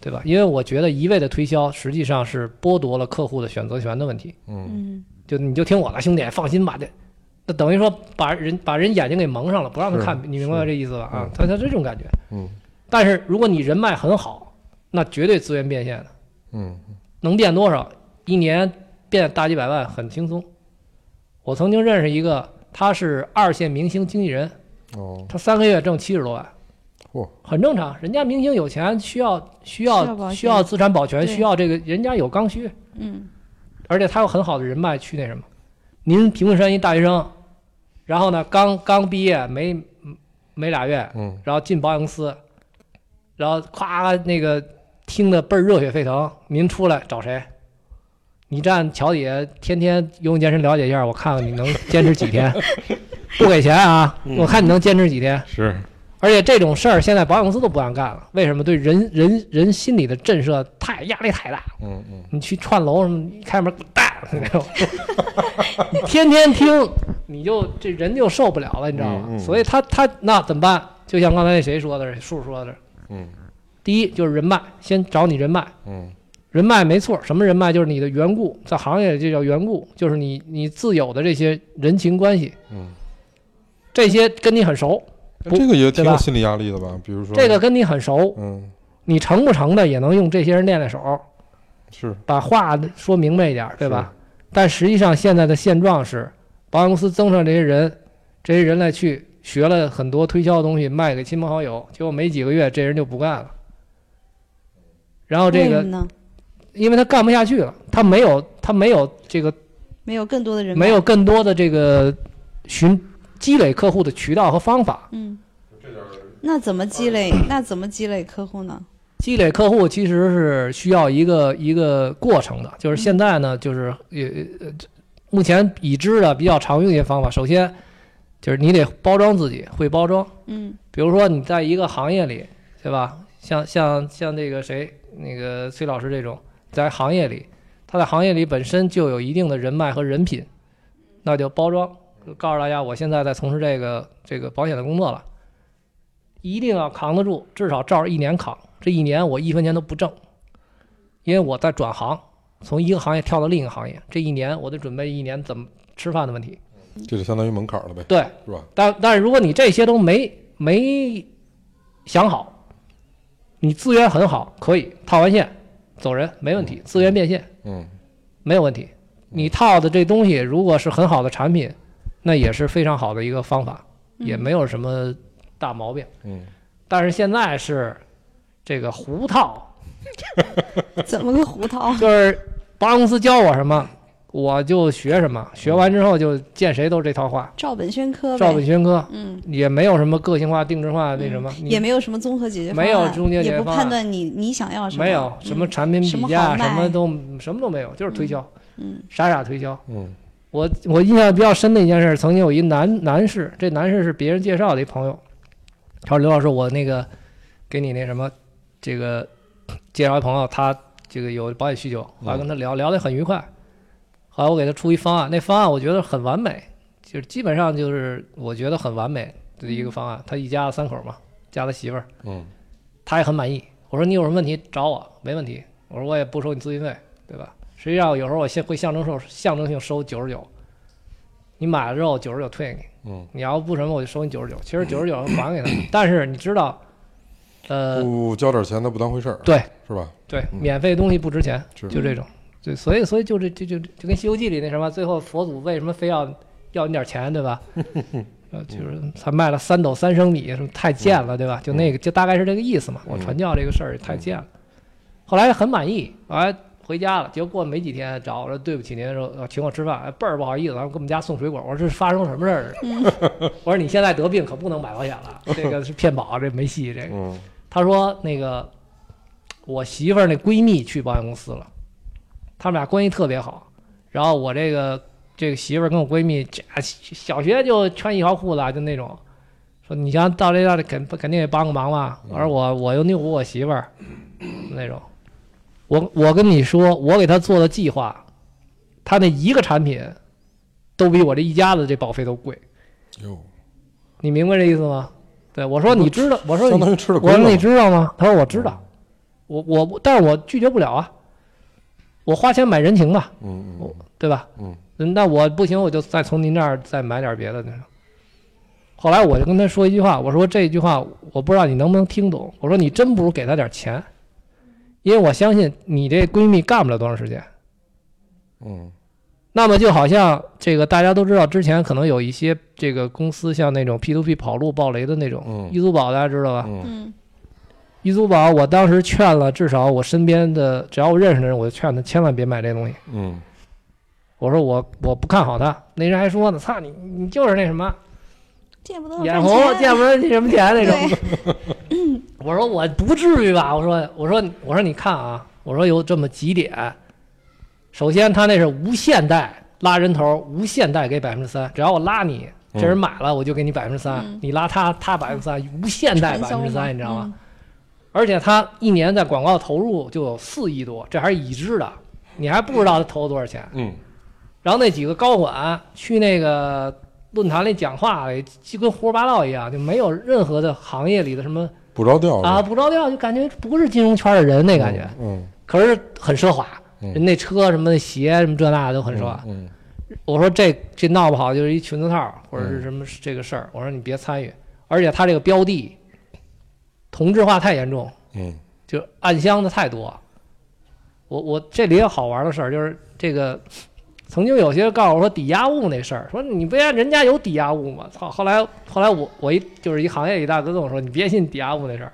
S1: 对吧？因为我觉得一味的推销实际上是剥夺了客户的选择权的问题。
S5: 嗯
S4: 嗯，
S1: 就你就听我的，兄弟，放心吧，这那等于说把人把人眼睛给蒙上了，不让他
S5: 是
S1: 看，你明白
S5: 是
S1: 这意思吧？啊
S5: 嗯，
S1: 他他这种感觉。
S5: 嗯
S1: 但是如果你人脉很好，那绝对资源变现的，
S5: 嗯
S1: 能变多少？一年变大几百万很轻松。我曾经认识一个，他是二线明星经纪人，
S5: 哦，
S1: 他三个月挣七十多万，
S5: 嚯
S1: 很正常。人家明星有钱，需要需
S4: 需要保
S1: 要
S4: 全
S1: 需要资产保全，
S4: 对
S1: 需要这个人家有刚需，
S4: 嗯，
S1: 而且他有很好的人脉去那什么。您贫困山一大学生，然后呢刚刚毕业没没俩月，
S5: 嗯
S1: 然后进保险公司，然后咵那个听得倍儿热血沸腾。您出来找谁？你站桥底下，天天游泳健身了解一下，我看看你能坚持几天。不给钱啊，我看你能坚持几天。
S5: 是
S1: 而且这种事儿现在保险公司都不让干了，为什么？对人人人心理的震慑太压力太大。
S5: 嗯嗯
S1: 你去串楼什么，一开门滚蛋
S5: *laughs*
S1: 那种，你天天听，你就这人就受不了了，你知道吗？
S5: 嗯嗯
S1: 所以他他那怎么办？就像刚才那谁说的，叔叔说的，
S5: 嗯
S1: 第一就是人脉，先找你人脉。
S5: 嗯
S1: 人脉没错，什么人脉？就是你的缘故，在行业里这叫缘故，就是你你自有的这些人情关系，
S5: 嗯，
S1: 这些跟你很熟，
S5: 这个也挺有心理压力的吧？比如说
S1: 这个跟你很熟，
S5: 嗯
S1: 你成不成的也能用这些人练练手，
S5: 是
S1: 把话说明白一点，对吧？但实际上现在的现状是，保险公司增上这些人，这些人来去学了很多推销的东西，卖给亲朋好友，结果没几个月，这人就不干了。然后哦这
S4: 为什
S1: 个
S4: 么，呢？
S1: 因为他干不下去了，他没有他没有这个
S4: 没有更多的人脉
S1: 没有，更多的这个寻积累客户的渠道和方法。
S4: 嗯，那怎么积累？那怎么积累客户呢？
S1: 积累客户其实是需要一个一个过程的，就是呃现在呢，就是也呃，目前已知的比较常用一些方法，首先就是你得包装自己，会包装。
S4: 嗯
S1: 比如说你在一个行业里，对吧？像像像这个谁，那个崔老师这种，在行业里，他在行业里本身就有一定的人脉和人品，那就包装，就告诉大家我现在在从事这个这个保险的工作了，一定要扛得住，至少照着一年扛。这一年我一分钱都不挣，因为我在转行，从一个行业跳到另一个行业，这一年我得准备一年怎么吃饭的问题。
S5: 这就相当于门槛了呗，
S1: 对，
S5: 是吧？
S1: 但但是如果你这些都没没想好，你资源很好，可以套完线走人没问题，资源变现
S5: 嗯，
S1: 没有问题。你套的这东西如果是很好的产品，那也是非常好的一个方法，也没有什么大毛病。
S5: 嗯，
S1: 但是现在是这个胡套，
S4: 怎么个胡
S1: *laughs*
S4: 套？
S1: 就是保险公司教我什么我就学什么，学完之后就见谁都这套话，
S4: 照本宣科呗。
S1: 照本宣科，
S4: 嗯，
S1: 也没有什么个性化、定制化那什么，你
S4: 也没有什么综合解决方
S1: 没
S4: 案，
S1: 有中间解决
S4: 也不
S1: 方案
S4: 判断你你想啊要什么。嗯
S1: 没有什么产品
S4: 什
S1: 比
S4: 么
S1: 价，
S4: 好
S1: 什么
S4: 卖
S1: 都什么都没有，就是推销，
S4: 嗯
S1: 傻傻推销。
S5: 嗯，
S1: 我我印象比较深的一件事，曾经有一男男士，这男士是别人介绍的一朋友，他说刘老师，我那个给你那什么，这个介绍一朋友，他这个有保险需求，后来跟他聊、聊得很愉快，后来我给他出一方案，那方案我觉得很完美，就是基本上就是我觉得很完美的一个
S4: 嗯
S1: 方案。他一家三口嘛，加他媳妇儿，
S5: 嗯，
S1: 他也很满意。我说你有什么问题找我，没问题。我说我也不收你咨询费，对吧？实际上有时候我现会象征收象征性收九十九，你买了之后九十九退你，
S5: 嗯，
S1: 你要不什么我就收你九十九，其实九十九还给他，但是你知道，呃，
S5: 不交点钱他不当回事儿，
S1: 对
S5: 是吧？
S1: 对，
S5: 嗯
S1: 免费的东西不值钱，
S5: 是
S1: 就这种，对，所以所以就这就就就跟《西游记》里那什么，最后佛祖为什么非要要你点钱，
S5: *laughs*
S1: 对吧？呃，就是他卖了三斗三升米，什么太贱
S5: 嗯
S1: 了，对吧？就那个就大概是这个意思嘛。我传教这个事儿也太贱了，后来很满意，完回家了，结果过没几天找我说对不起您，说呃请我吃饭，哎倍儿不好意思，咱们给我们家送水果。我说这是发生什么事儿？我说你现在得病可不能买保险
S5: *laughs*
S1: 了，这个是骗保，这没戏，这个。
S5: 嗯，
S1: 他说那个我媳妇儿那闺蜜去保险公司了，他们俩关系特别好。然后我这个这个媳妇儿跟我闺蜜，这小学就穿一条裤子啊就那种。说你想到这到这肯肯定得帮个忙吧？我说我我又拗不过我媳妇儿那种。我我跟你说，我给她做的计划，她那一个产品都比我这一家子这保费都贵，
S5: 哟，
S1: 你明白这意思吗？对，我说你知道，我说你
S5: 相当于吃了
S1: 我
S5: 亏
S1: 说你
S5: 了，
S1: 知道吗？他说我知道，
S5: 嗯
S1: 我我我但是我拒绝不了啊，我花钱买人情吧，
S5: 嗯嗯
S1: 对吧？
S5: 嗯
S1: 嗯，那我不行，我就再从您这儿再买点别的那种。后来我就跟他说一句话，我说这句话我不知道你能不能听懂，我说你真不如给他点钱，因为我相信你这闺蜜干不了多长时间。
S5: 嗯
S1: 那么就好像这个大家都知道，之前可能有一些这个公司像那种 P to P 跑路暴雷的那种，
S5: 嗯
S1: 易租宝大家知道吧？
S5: 嗯
S4: 嗯
S1: 易租宝，我当时劝了，至少我身边的只要我认识的人，我就劝他千万别买这东西。
S5: 嗯
S1: 我说我我不看好它。那人还说呢，操你你就是那什么
S4: 见不得我
S1: 眼
S4: 哦赚
S1: 红
S4: 钱，啊
S1: 见不得你什么钱那种。
S4: 对，
S1: 我说我不至于吧，我说我说我说你看啊，我说有这么几点，首先他那是无限贷拉人头，无限贷给百分之三，只要我拉你，
S5: 嗯
S1: 这人买了我就给你百分之三
S4: 嗯，
S1: 你拉他他百分之三，无限贷百
S4: 传销嗯
S1: 分之
S4: 嘛
S1: 三，你知道吗？？而且他一年在广告投入就有四亿多，这还是已知的，你还不知道他投了多少钱。
S5: 嗯
S1: 然后那几个高管去那个论坛里讲话，就跟胡说八道一样，就没有任何的行业里的什么
S5: 嗯，不着
S1: 啊
S5: 调是吧
S1: 不着调，就感觉不是金融圈的人那感觉。
S5: 嗯
S1: 可是很奢华，
S5: 嗯
S1: 人那车什么的鞋什么这那的都很奢华。
S5: 嗯嗯
S1: 我说这这闹不好就是一裙子套或者是什么这个事儿，我说你别参与。而且他这个标的同质化太严重，
S5: 嗯
S1: 就暗箱的太多。我我这里有好玩的事儿，就是这个曾经有些人告诉我说抵押物那事儿，说你不然人家有抵押物吗？操！后来后来我我一就是一行业一大哥跟我说，你别信抵押物那事儿，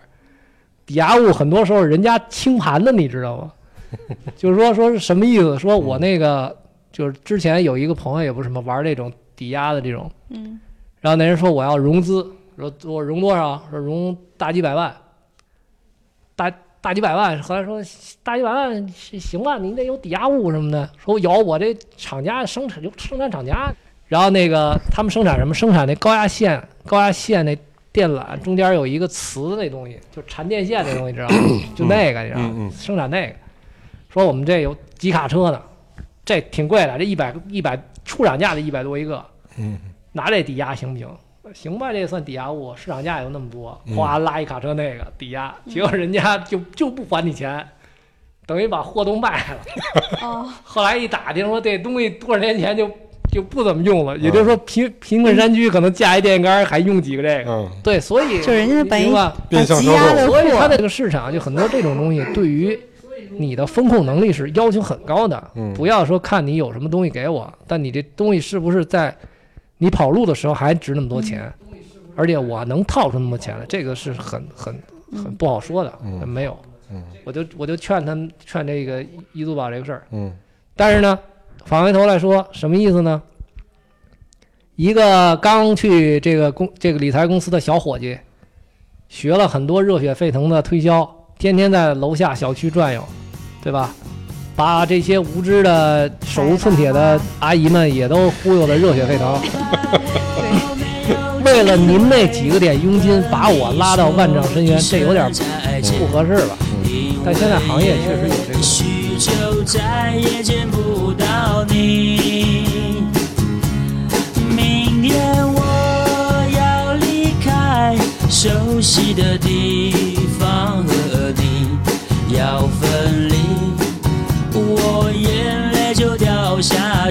S1: 抵押物很多时候人家清盘的，你知道吗？ *laughs* 就是说说是什么意思？说我那个就是之前有一个朋友也不是什么玩这种抵押的这种，
S4: 嗯
S1: 然后那人说我要融资，说我融多少？说融大几百万，大大几百万。后来说大几百万是行吧，你得有抵押物什么的。说有，我这厂家生产有生产厂家。然后那个他们生产什么？生产那高压线，高压线那电缆中间有一个磁那东西，就缠电线那东西，
S5: *coughs*
S1: 知道吗？就那个，你知道吗？
S5: 嗯嗯
S1: 生产那个，说我们这有几卡车呢，这挺贵的，这一百一百出厂价得一百多一个，
S5: 嗯，
S1: 拿这抵押行不行？行吧，这也算抵押物，市场价也就那么多
S5: 嗯，
S1: 哗拉一卡车那个抵押，
S4: 嗯
S1: 结果人家就就不还你钱，等于把货都卖了。
S4: *laughs* 哦，
S1: 后来一打听说这东西多少年前就就不怎么用
S5: 嗯
S1: 了，也就是说贫贫困山区可能架一电线杆儿还用几个这个。
S5: 嗯，
S1: 对，所以
S4: 就人家本
S1: 明白
S5: 变相销售
S1: 所以它这个市场就很多这种东西，对于你的风控能力是要求很高的。
S5: 嗯
S1: 不要说看你有什么东西给我，但你这东西是不是在你跑路的时候还值那么多钱？而且我能套出那么多钱来，这个是很很很不好说的。
S5: 嗯
S1: 没有，
S5: 嗯
S1: 我就我就劝他们劝这个一租宝这个事儿。
S5: 嗯
S1: 但是呢，反回头来说，什么意思呢？一个刚去这个公这个理财公司的小伙计，学了很多热血沸腾的推销，天天在楼下小区转悠，对吧？把这些无知的手无寸铁的阿姨们也都忽悠得热血沸腾。为了您那几个点佣金，把我拉到万丈深渊，这有点不合适吧？但现在行业确实有这个。
S2: 许久再也见不到你。明天我要离开熟悉的地方，和你要分离，我眼泪就掉下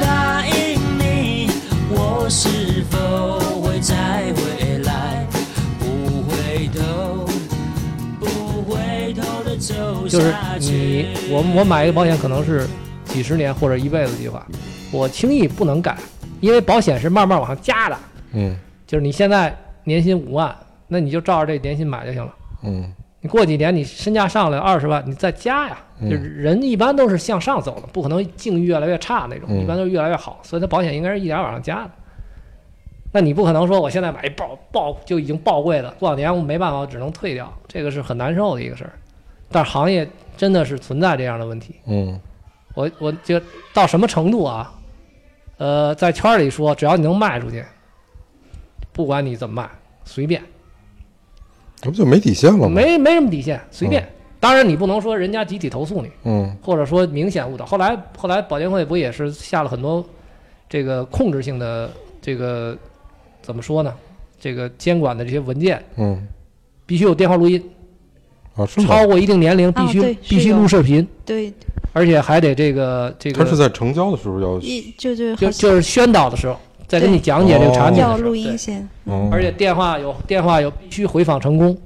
S2: 答应你，我是否会再回来？不回头，不回头的走下
S1: 就是
S2: 去。
S1: 你我我买一个保险可能是几十年或者一辈子计划，我轻易不能改，因为保险是慢慢往上加的。
S5: 嗯
S1: 就是你现在年薪五万，那你就照着这年薪买就行了。
S5: 嗯
S1: 你过几年你身价上来二十万，你再加呀。
S5: 嗯
S1: 就是人一般都是向上走的，不可能境遇越来越差那种，
S5: 嗯
S1: 一般都是越来越好，所以它保险应该是一点往上加的。那你不可能说我现在买一爆爆就已经爆贵了，过两年我没办法，我只能退掉，这个是很难受的一个事儿。但是行业真的是存在这样的问题，
S5: 嗯
S1: 我我就到什么程度啊？呃，在圈儿里说，只要你能卖出去，不管你怎么卖，随便。
S5: 这不嗯就没底线了吗？
S1: 没没什么底线，随便。当然，你不能说人家集体投诉你，
S5: 嗯
S1: 或者说明显误导。后来后来，保监会不也是下了很多这个控制性的这个怎么说呢？这个监管的这些文件
S5: 嗯
S1: 必须有电话录音，
S5: 啊，是吗
S1: 超？过一定年龄
S4: 哦
S1: 必须、
S4: 对
S1: 必
S4: 是
S1: 须
S4: 有
S1: 录视频，
S4: 对，
S1: 而且还得这个这
S5: 他是
S1: 个
S5: 在成交的时候要
S4: 一就就
S1: 就就是宣导的时候再给
S4: 对
S1: 你讲解这个产品
S4: 要
S1: 的时候
S4: 录，
S1: 对
S4: 音先，
S5: 哦
S1: 而且电话有电话有必须回访成功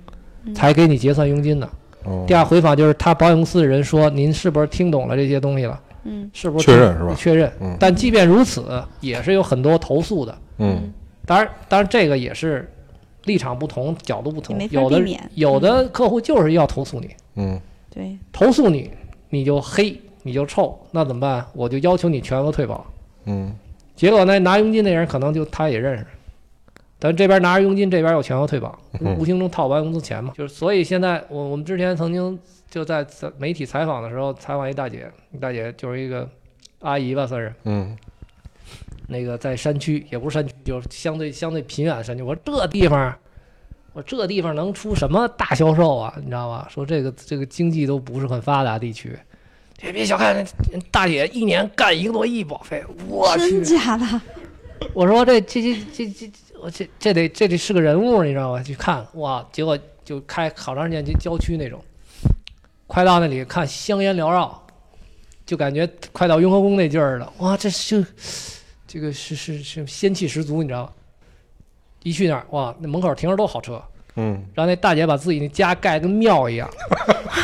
S4: 嗯
S1: 才给你结算佣金的。
S5: 哦
S1: 第二回访就是他保险公司的人说您是不是听懂了这些东西了？
S4: 嗯
S1: 是不是
S5: 确认是吧
S1: 确认。
S5: 嗯
S1: 但即便如此，也是有很多投诉的。
S5: 嗯
S1: 当然，当然这个也是立场不同，角度不同
S4: 你没，法
S1: 有的
S4: 避免嗯
S1: 有的客户就是要投诉你，
S5: 嗯
S4: 对，
S1: 投诉你你就黑，你就臭，那怎么办？我就要求你全额退保。
S5: 嗯
S1: 结果呢，拿佣金那人可能就他也认识，咱这边拿着佣金，这边又全额退保，
S5: 嗯
S1: 无形中套保险公司钱嘛。就是所以现在我我们之前曾经就在在媒体采访的时候采访一大姐，大姐就是一个阿姨吧，算是
S5: 嗯
S1: 那个在山区，也不是山区，就是相对相对偏远的山区。我说这地方，我说这地方能出什么大销售啊？你知道吗？说这个这个经济都不是很发达地区。别别小看人大姐，一年干一个多亿保费，我去
S4: 真，假的？
S1: 我说这这这这这，我这这得这得是个人物，你知道吗？去看哇，结果就开好长时间，就郊区那种，快到那里看香烟缭绕，就感觉快到雍和宫那劲儿了。哇，这是这个是是是仙气十足，你知道吗？一去那儿哇，那门口停着都好车，
S5: 嗯
S1: 然后那大姐把自己那家盖得跟庙一样， *laughs*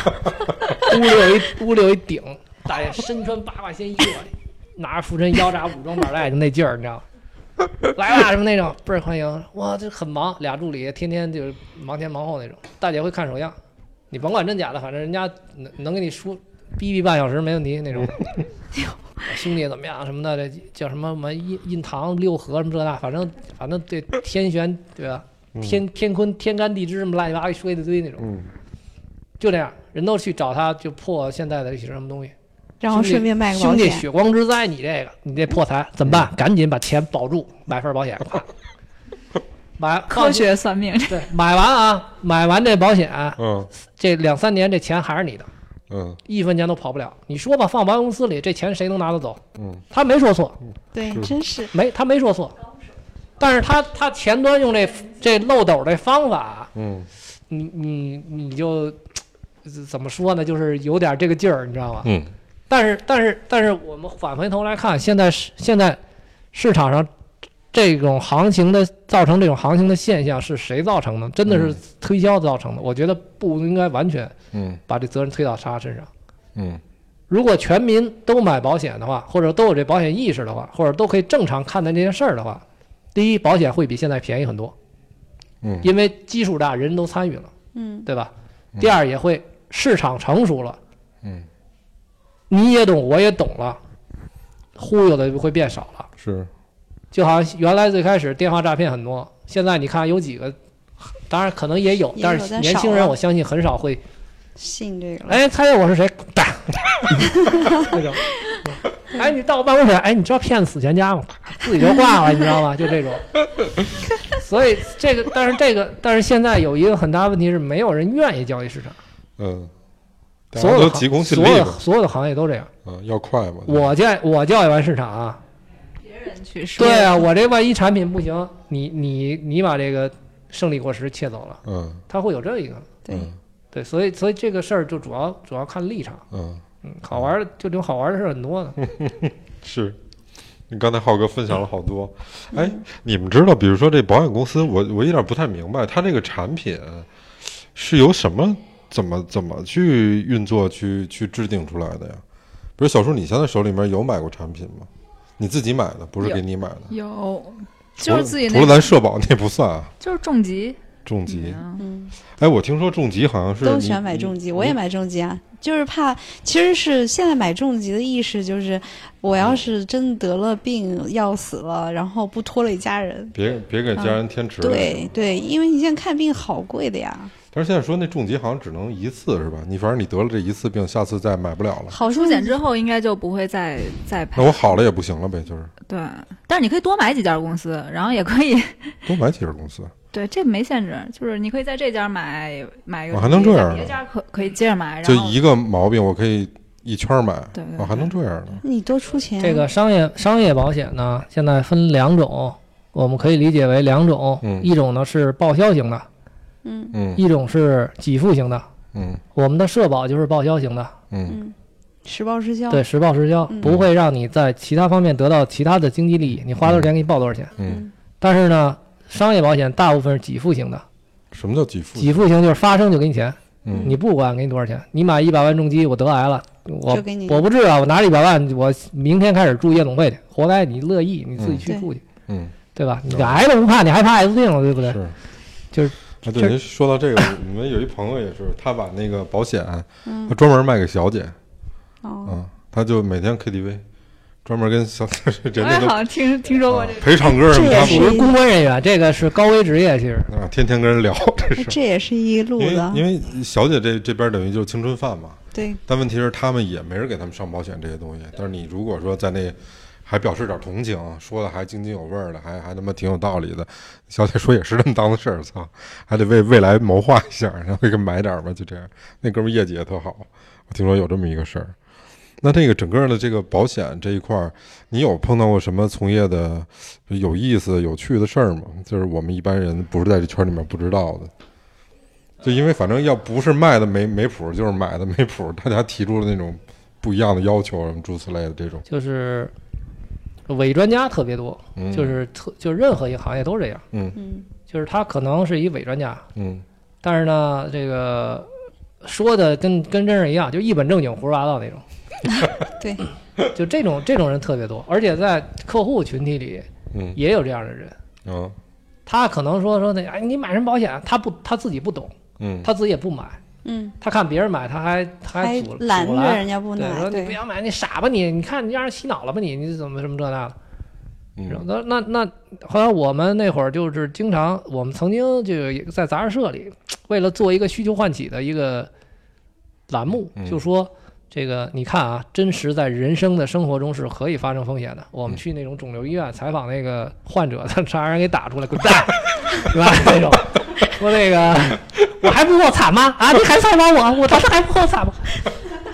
S1: 屋里有一屋里有一顶，大姐身穿八卦仙衣服，拿着拂尘腰扎武装板带，就那劲儿，你知道吗？来啦什么那种倍儿欢迎，哇，这很忙，俩助理天天就是忙前忙后那种。大姐会看手相，你甭管真假的，反正人家能能给你说逼逼半小时没问题那种。兄弟怎么样什么的，这叫什么什么印印堂六合什么这那，反正反正对天旋对吧？
S5: 嗯
S1: 天天坤天干地支什么乱七八糟说一大堆那种，
S5: 嗯，
S1: 就这样，人都去找他就破现在的一些什么东西。
S7: 然后顺便卖个保
S1: 兄弟，
S7: 险。
S1: 血光之灾，你这个你这破财怎么办？赶紧把钱保住，买份保
S5: *laughs*
S1: 险，快买
S6: 科学算 *laughs* 命，
S1: 对，买完啊，买完这保险，
S5: 嗯
S1: 这两三年这钱还是你的，
S5: 嗯
S1: 一分钱都跑不了。你说吧，放保险公司里这钱谁能拿得走？
S5: 嗯，
S1: 他没说错，
S7: 对，
S5: 是
S7: 真是
S1: 没他没说错，但是他他前端用这这漏斗这方法，啊
S5: 嗯
S1: 你你你就怎么说呢？就是有点这个劲儿，你知道吗？
S5: 嗯
S1: 但是但是但是我们返回头来看，现在市现在市场上这种行情的造成这种行情的现象是谁造成的？真的是
S5: 嗯
S1: 推销造成的。我觉得不应该完全
S5: 嗯
S1: 把这责任推到他身上。
S5: 嗯
S1: 如果全民都买保险的话，或者都有这保险意识的话，或者都可以正常看待这件事儿的话，第一，保险会比现在便宜很多，
S5: 嗯
S1: 因为基数大，人都参与了，
S4: 嗯，
S1: 对吧？
S5: 嗯
S1: 第二，也会市场成熟了，
S5: 嗯，
S1: 你也懂，我也懂了，忽悠的会变少了。
S5: 是，
S1: 就好像原来最开始电话诈骗很多，现在你看有几个，当然可能也有，
S4: 也有
S1: 但是
S4: 但
S1: 年
S4: 少
S1: 轻人
S4: 了
S1: 我相信很少会，
S4: 信这个了。
S1: 哎，猜猜我是谁？ *laughs* 滚蛋！那种。哎，你到我办公室来，哎，你知道骗子死全家吗？自己就挂了，你知道吗？就这种。所以这个，但是这个，但是现在有一个很大问题是，没有人愿意交易市场，
S5: 嗯，大
S1: 所
S5: 家
S1: 有的
S5: 都
S1: 行
S5: 急功近
S1: 所
S5: 利
S1: 有的
S5: 嘛，
S1: 所有的行业都这样。
S5: 嗯，要快嘛，
S1: 我教我教育完市场啊，
S6: 去说
S1: 对啊，我这万一产品不行，你你你把这个胜利果实窃走了。
S5: 嗯
S1: 它会有这一个，
S4: 对，
S5: 嗯
S1: 对，所以所以这个事儿就主要主要看立场，
S5: 嗯
S1: 嗯，好玩儿的就这种好玩儿的事儿很多呢。
S5: 是。你刚才浩哥分享了好多，哎，你们知道，比如说这保险公司，我我有点不太明白，它这个产品是由什么怎么怎么去运作、去去制定出来的呀？比如小叔，你现在手里面有买过产品吗？你自己买的，不是
S6: 有
S5: 给你买的，
S6: 有，
S5: 除
S6: 就
S5: 了
S6: 是自己
S5: 除
S6: 那
S5: 了咱社保那不算啊，
S6: 就是重疾，
S5: 重疾。
S4: 嗯，
S5: 哎，我听说重疾好像是
S4: 都
S5: 你
S4: 喜欢买
S5: 你
S4: 重疾，
S5: 你
S4: 我也买重疾啊，就是怕，其实是现在买重疾的意识就是，我
S1: 嗯
S4: 要是真得了病要死了，然后不拖累家人。
S5: 别别给家人添池、
S4: 嗯对，对，因为你现在看病好贵的呀，
S5: 但是现在说那重疾好像只能一次是吧？你反正你得了这一次病，下次再买不了了。
S4: 好
S6: 出
S4: 处
S6: 险之后应该就不会再再
S5: 那
S6: 赔。
S5: 我好了也不行了呗，就是
S6: 对，但是你可以多买几家公司，然后也可以 *laughs*
S5: 多买几家公司。
S6: 对，这没限制，就是你可以在这家买买一个，
S5: 我还能这样呢
S6: 别家可可以接着买，然
S5: 就
S6: 后
S5: 一个毛病，我可以一圈儿买，
S6: 对对
S5: 我、还能这样呢。
S4: 你多出钱，
S1: 这个商业商业保险呢，现在分两种，我们可以理解为两种，
S5: 嗯
S1: 一种呢是报销型的，
S4: 嗯
S5: 嗯
S1: 一种是给付型的。
S5: 嗯
S1: 我们的社保就是报销型的，
S5: 嗯
S4: 嗯，实报实销，
S1: 对，实报实销，
S4: 嗯
S1: 不会让你在其他方面得到其他的经济利益，你花多少钱给你报多少钱。
S5: 嗯，
S1: 但是呢，商业保险大部分是给付型的，
S5: 什么叫给付？
S1: 给付型就是发生就给你钱，
S5: 嗯
S1: 你不管给你多少钱，你买一百万重疾，我得癌了，我
S4: 就给你
S1: 我不治啊，我拿着一百万，我明天开始住夜总会去，活该你乐意，你自己去
S4: 嗯
S1: 住去，
S5: 嗯
S1: 对吧？你
S5: 对
S1: 癌都不怕，你还怕艾滋病了，对不对？
S5: 是，
S1: 就是
S5: 啊，对，
S1: 这
S5: 您说到这个，我们有一朋友也是，他把那个保险，
S6: 嗯
S5: 他专门卖给小姐，
S4: 哦，
S5: 嗯，他就每天 KTV，专门跟小 *laughs* 人
S6: 我也
S5: 家都
S6: 好像哎听听说过
S5: 啊
S6: 这个。
S5: 陪唱歌什么
S4: 这
S5: 的
S4: 也
S1: 属于公关人员，这个是高危职业，其实
S5: 啊，天天跟人聊这
S4: 哎
S5: 是。
S4: 这也是一路
S5: 因为
S4: 子，
S5: 因为小姐这这边等于就是青春饭嘛，
S4: 对，
S5: 但问题是他们也没人给他们上保险这些东西。但是你如果说在那还表示点同情，说的还津津有味儿的，还还他妈挺有道理的，小姐说也是这么当回事儿，操，还得为未来谋划一下，然后给买点儿吧，就这样。那哥们儿业绩也特好，我听说有这么一个事儿。那这个整个的这个保险这一块儿，你有碰到过什么从业的有意思、有趣的事儿吗？就是我们一般人不是在这圈里面不知道的，就因为反正要不是卖的没没谱，就是买的没谱，大家提出了那种不一样的要求，什么诸此类的这种，
S1: 就是伪专家特别多，
S5: 嗯，
S1: 就是特就任何一个行业都这样，
S4: 嗯，
S1: 就是他可能是一伪专家，
S5: 嗯
S1: 但是呢，这个说的跟跟真人一样，就一本正经胡说八道那
S5: *laughs*
S1: 种。
S4: 对，
S1: 就这种这种人特别多，而且在客户群体里
S5: 嗯
S1: 也有这样的人。
S5: 嗯
S1: 啊他可能说说那哎，你买什么保险？他不他自己不懂，
S5: 嗯
S1: 他自己也不买，
S4: 嗯，
S1: 他看别人买，他还他
S4: 还
S1: 阻阻
S4: 拦着
S1: 拦
S4: 人家不
S1: 啊对，
S4: 买，
S1: 说你不
S4: 对，
S1: 要买，你傻吧你？你看你让人洗脑了吧你？你怎么什么这那的？然后
S5: 嗯，
S1: 那那那后来我们那会儿就是经常，我们曾经就有一个在杂志社里，为了做一个需求唤起的一个栏目
S5: 嗯，
S1: 就说这个你看啊，真实在人生的生活中是可以发生风险的。我们
S5: 嗯
S1: 去那种肿瘤医院采访那个患者，他让人给打出来，滚蛋，对吧？那种说那个我还不够惨吗？啊，你还采访我，我当时还不够惨吗？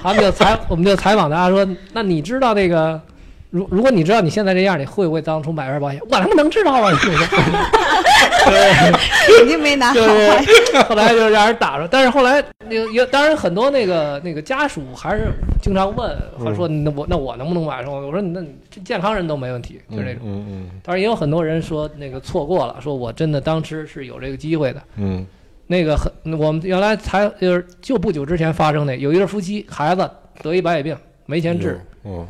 S1: 他们就采，我们就采访他说，那你知道那个？如如果你知道你现在这样，你会不会当初买份保险？我他妈能知道啊！ *laughs* 就是
S4: 肯定没拿好
S1: 就
S4: 坏。
S1: 是后来就让人打着，但是后来那个也当然很多那个那个家属还是经常问，还说那我那我能不能买？我说那你这健康人都没问题，就这种。
S5: 嗯嗯
S1: 当然也有很多人说那个错过了，说我真的当时是有这个机会的。
S5: 嗯
S1: 那个很，我们原来才就是就不久之前发生的，有一对夫妻孩子得一白血病，没钱治，，
S5: 嗯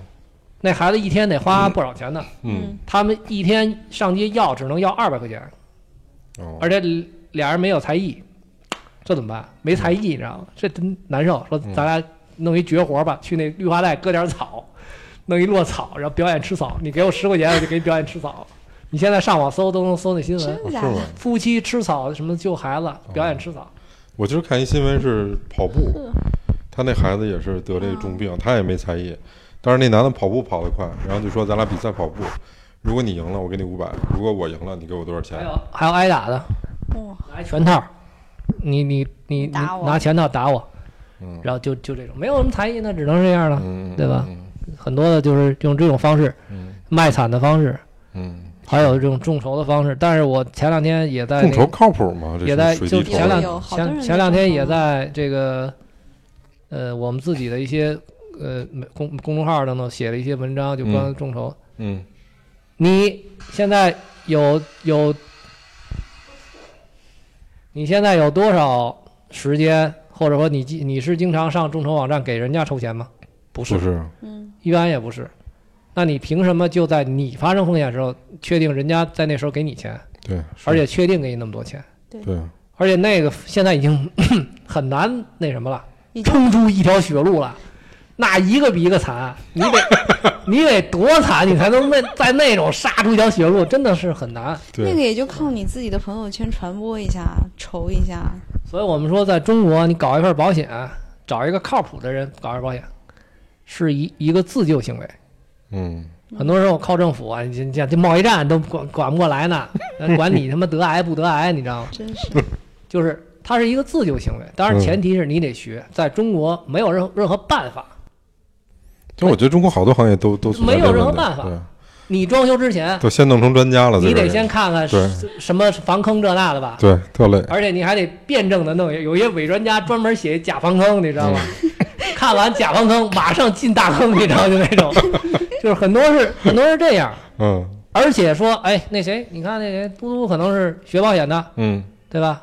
S1: 那孩子一天得花不少钱呢。
S5: 嗯
S1: 他们一天上街要只能要二百块钱，
S5: 哦，
S1: 而且俩人没有才艺，这怎么办？没才艺，你知道吗？这真难受。说
S5: 嗯
S1: 咱俩弄一绝活吧，去那绿化带割点草，弄一落草，然后表演吃草。你给我十块钱，我就给你表演吃草。你现在上网搜都能搜那新闻，
S4: 真
S5: 是
S4: 假的
S5: 吗？
S1: 夫妻吃草什么救孩子，表演吃草。
S5: 我今儿看一新闻是跑步，他那孩子也是得这重
S1: 哦
S5: 病，他也没才艺，但是那男的跑步跑得快，然后就说咱俩比赛跑步，如果你赢了我给你五百，如果我赢了你给我多少
S1: 还
S5: 钱？
S1: 有还有挨打的，
S4: 哇，
S1: 拿拳套，你你你你
S4: 打我
S1: 拿拳套打我，
S5: 嗯
S1: 然后就就这种，没有什么才艺，那只能这样了。
S5: 嗯，
S1: 对吧
S5: 嗯
S1: 很多的就是用这种方式
S5: 嗯
S1: 卖惨的方式，
S5: 嗯，
S1: 还有这种众筹的方式。但是我前两天也在、那
S5: 众
S1: 个、
S5: 筹靠谱吗？这
S1: 也
S5: 是
S1: 在
S5: 水
S1: 就
S5: 滴筹嗯
S1: 前
S5: 的
S1: 两
S4: 有好多人
S1: 前
S4: 在
S1: 前两天
S4: 众筹
S1: 也在这个呃我们自己的一些呃公公众号当中写了一些文章，就关于众筹。
S5: 嗯
S1: 你现在有有你现在有多少时间，或者说你经你是经常上众筹网站给人家抽钱吗？不是
S5: 不，是
S4: 嗯，
S1: 一般也不是。那你凭什么就在你发生风险的时候，确定人家在那时候给你钱，
S5: 对，
S1: 而且确定给你那么多钱？
S5: 对
S1: 而且那个现在已经 *coughs* 很难那什么了，
S4: 已
S1: *laughs*
S4: 经
S1: 冲出一条血路了，那一个比一个惨，你得你得多惨，你才能那在那种杀出一条血路，真的是很难。
S4: 那个
S5: 对，
S4: 也就靠你自己的朋友圈传播一下，筹一下。
S1: 所以我们说，在中国，你搞一份保险，找一个靠谱的人搞一份保险，是一一个自救行为。
S5: 嗯
S1: 很多人我靠政府啊，你这这贸易战都管管不过来呢，管你他妈得癌不得癌，你知道吗？
S4: 真是，
S1: 就是它是一个自救行为，当然
S5: 嗯
S1: 前提是你得学。在中国，没有任任何办法。
S5: 但我觉得中国好多行业都都存在
S1: 没有
S5: 这个
S1: 任何
S5: 问题
S1: 办法
S5: 对
S1: 你装修之前，
S5: 都先弄成专家了，
S1: 你
S5: 自个儿
S1: 得
S5: 也
S1: 先看看
S5: 对
S1: 是什么防坑这那的吧，
S5: 对特累，
S1: 而且你还得辩证的弄，有一些伪专家专门写假防坑，你知道吗？看完假防坑，马上进大坑，你知道就那种，就是很多是很多是这样，
S5: 嗯
S1: 而且说，哎，那谁，你看那谁，嘟嘟可能是学保险的，
S5: 嗯
S1: 对吧？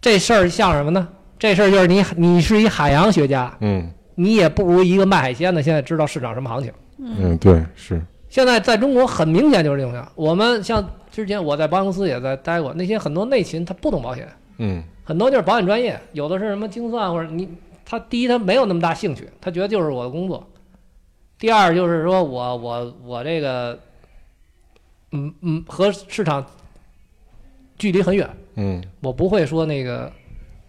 S1: 这事儿像什么呢？这事儿就是你你是一海洋学家，
S5: 嗯
S1: 你也不如一个卖海鲜的现在知道市场什么行情。
S5: 嗯，对是，
S1: 现在在中国很明显就是这种样。我们像之前我在保险公司也在待过，那些很多内勤他不懂保险，
S5: 嗯
S1: 很多就是保险专业，有的是什么精算或者你他第一他没有那么大兴趣，他觉得就是我的工作；第二就是说我我我这个嗯嗯和市场距离很远，
S5: 嗯
S1: 我不会说那个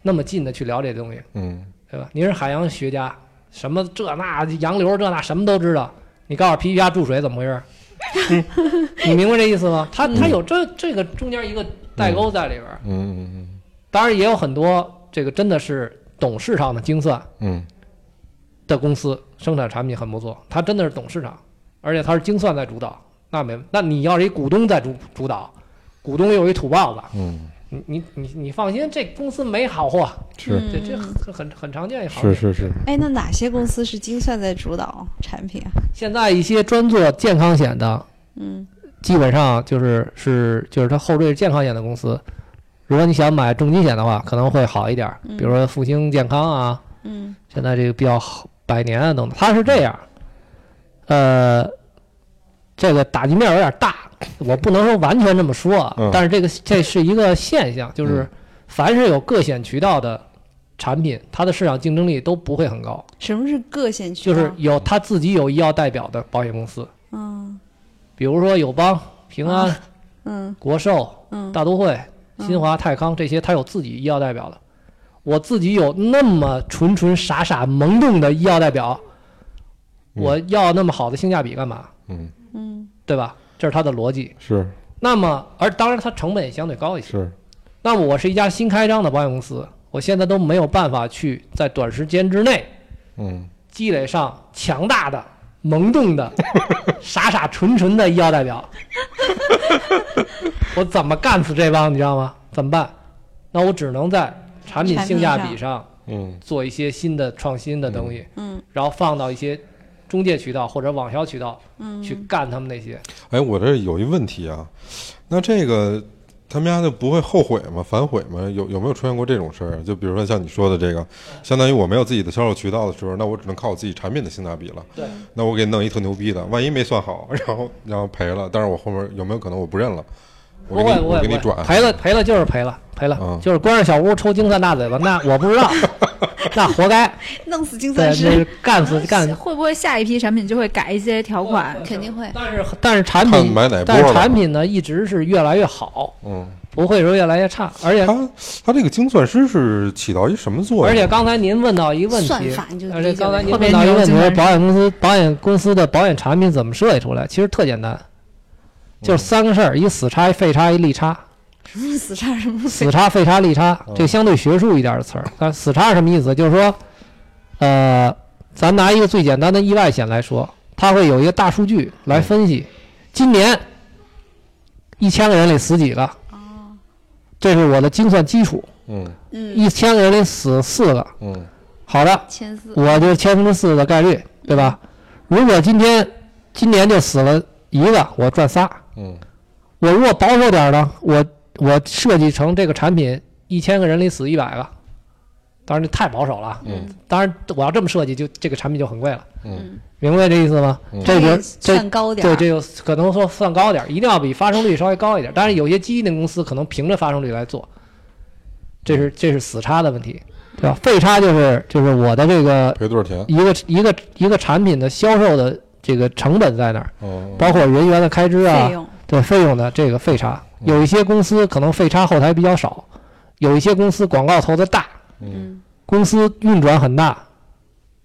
S1: 那么近的去聊这东西，
S5: 嗯
S1: 对吧？您是海洋学家，什么这那洋流这那什么都知道，你告诉我皮皮虾注水怎么回事儿？ *laughs* 你明白这意思吗？他他有这这个中间一个代沟在里边儿，
S5: 嗯嗯
S1: 当然也有很多这个真的是懂市场的精算
S5: 嗯嗯
S1: 的公司生产产品很不错，他真的是懂市场，而且他是精算在主导，那没那你要是一股东在主主导，股东又一土包子，
S5: 嗯
S1: 你你你你放心，这公司没好货。
S5: 是
S1: 这这
S4: 嗯
S1: 很很很常见一行
S5: 是
S1: 业。
S5: 是是，
S4: 哎，那哪些公司是精算在主导产品啊？
S1: 现在一些专做健康险的，
S4: 嗯，
S1: 基本上就是是就是它后缀是健康险的公司。如果你想买重疾险的话，可能会好一点儿，
S4: 嗯
S1: 比如说复兴健康啊，
S4: 嗯
S1: 现在这个比较好，百年啊等等。它是这样，呃，这个打击面有点大，我不能说完全这么说啊，
S5: 嗯
S1: 但是这个这是一个现象，就是
S5: 嗯
S1: 凡是有各险渠道的产品，它的市场竞争力都不会很高。
S4: 什么是各险渠
S1: 就
S4: 道？
S1: 是有他自己有医药代表的保险公司，
S4: 嗯
S1: 比如说友邦、平安、
S4: 嗯
S1: 国寿、
S4: 嗯
S1: 大都会、
S4: 嗯
S1: 新华、泰康这些，它有自己医药代表的。我自己有那么纯纯傻傻萌动的医药代表，
S5: 嗯
S1: 我要那么好的性价比干嘛？
S5: 嗯，
S4: 嗯
S1: 对吧？这是它的逻辑。
S5: 是
S1: 那么，而当然它成本也相对高一些。
S5: 是，
S1: 那么我是一家新开张的保险公司，我现在都没有办法去在短时间之内
S5: 嗯
S1: 积累上强大的、萌动
S4: *laughs*
S1: 的、傻傻纯纯的医药代表， *laughs* 我怎么干死这帮你知道吗？怎么办？那我只能在产品性价比上
S5: 嗯
S1: 做一些新的创新的东西，
S4: 嗯
S1: 然后放到一些中介渠道或者网销渠道
S4: 嗯，
S1: 去干他们那些。
S5: 哎，我这有一问题啊，那这个他们家就不会后悔吗？反悔吗？有有没有出现过这种事儿？就比如说像你说的这个，相当于我没有自己的销售渠道的时候，那我只能靠我自己产品的性价比了。
S1: 对，
S5: 那我给弄一特牛逼的，万一没算好，然后然后赔了，但是我后面有没有可能我不认了？
S1: 不
S5: 我
S1: 会
S5: 给你
S1: 不会
S5: 我
S1: 不
S5: 给你
S1: 会
S5: 转，
S1: 赔了赔了就是赔了赔了，
S5: 嗯
S1: 就是关着小屋抽金算大嘴巴，那我不知
S5: *laughs*
S1: 道，那活该，
S4: 弄死精
S1: 对，
S4: 算
S1: 那
S4: 师
S1: 是干死干死。
S6: 会不会下一批产品就会改一些条款？
S1: *laughs*
S4: 肯定会。
S1: 但是但是产
S5: 看
S1: 品
S5: 买哪波
S1: 但是
S5: 了
S1: 产品呢一直是越来越好，
S5: 嗯，
S1: 不会说越来越差，而且
S5: 他他这个精算师是起到一什么作用？啊
S1: 而且刚才您问到一个问
S4: 算
S1: 题
S4: 法你就，
S1: 而且
S4: 理解
S1: 刚才
S4: 为
S1: 您问
S6: 后边
S1: 到一个
S6: 牛
S1: 问题
S6: 津
S1: 是
S6: 还是
S1: 保险公司保险公司的保险产品怎么设计出来？其实特简单，就是三个事儿：一死差、一废差、一利差。
S4: 什么是死叉？什么是
S1: 死叉、废差、利差，这相对学术一点的词儿。但死叉是什么意思？就是说，呃，咱拿一个最简单的意外险来说，它会有一个大数据来分析，今年一千个人里死几个，这是我的精算基础。
S5: 嗯
S4: 嗯，
S1: 一千个人里死四个，
S5: 嗯
S1: 好的，
S4: 千四
S1: 我就千分之四的概率，对吧？如果今天今年就死了一个，我赚仨。
S5: 嗯
S1: 我如果保守点儿呢，我我设计成这个产品一千个人里死一百个，当然这太保守了。
S5: 嗯
S1: 当然我要这么设计就，这个产品就很贵了。
S5: 嗯
S1: 明白这意思吗？
S5: 嗯
S1: 这就这
S4: 算高点
S1: 对
S4: 儿，
S1: 这就可能说算高点儿，一定要比发生率稍微高一点儿。但是有些基因公司可能凭着发生率来做，这是这是死差的问题，对吧？废差就是就是我的这个
S5: 赔多少钱？
S1: 一个一个一个产品的销售的这个成本在哪儿，
S5: 哦，
S1: 包括人员的开支啊
S4: 费，用
S1: 对费用的这个费差，
S5: 嗯
S1: 有一些公司可能费差后台比较少，有一些公司广告投的大，
S5: 嗯
S1: 公司运转很大，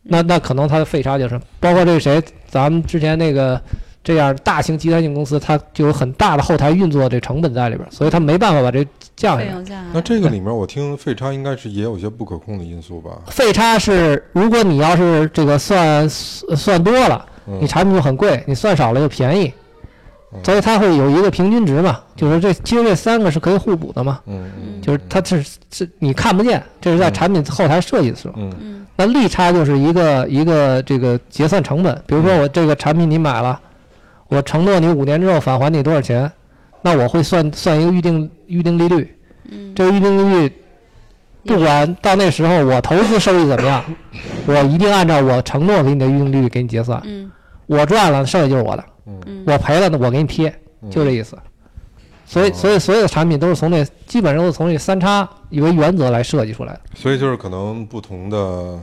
S1: 那
S4: 嗯
S1: 那可能它的费差就是，包括这谁，咱们之前那个这样大型集团性公司，它就有很大的后台运作这成本在里边儿，所以它没办法把哦这降下
S4: 费
S1: 来。
S4: 用降下
S5: 那
S4: 来。
S5: 这个里面我听废差应该是也有些不可控的因素吧？
S1: 费差是，如果你要是这个算算多了，
S5: 嗯
S1: 你产品就很贵，你算少了就便宜，
S5: 嗯
S1: 所以它会有一个平均值嘛，就是这其实这三个是可以互补的嘛。
S5: 嗯嗯，
S1: 就是它这是这你看不见，这是在产品后台设计的时候。
S5: 嗯
S4: 嗯
S1: 那利差就是一个一个这个结算成本，比如
S5: 嗯
S1: 说我这个产品你买了，我承诺你五年之后返还你多少钱，那我会算算一个预定预定利率，
S4: 嗯，
S1: 这个预定利率。不管到那时候我投资收益怎么样，
S4: *laughs*
S1: 我一定按照我承诺给你的预定利率给你结算。
S4: 嗯
S1: 我赚了，剩下就是我的；
S5: 嗯
S4: 嗯
S1: 我赔了，呢，我给你贴。就这意思。所以，
S5: 哦
S1: 所以所有的产品都是从这基本上都是从这三叉为原则来设计出来的。
S5: 所以就是可能不同的，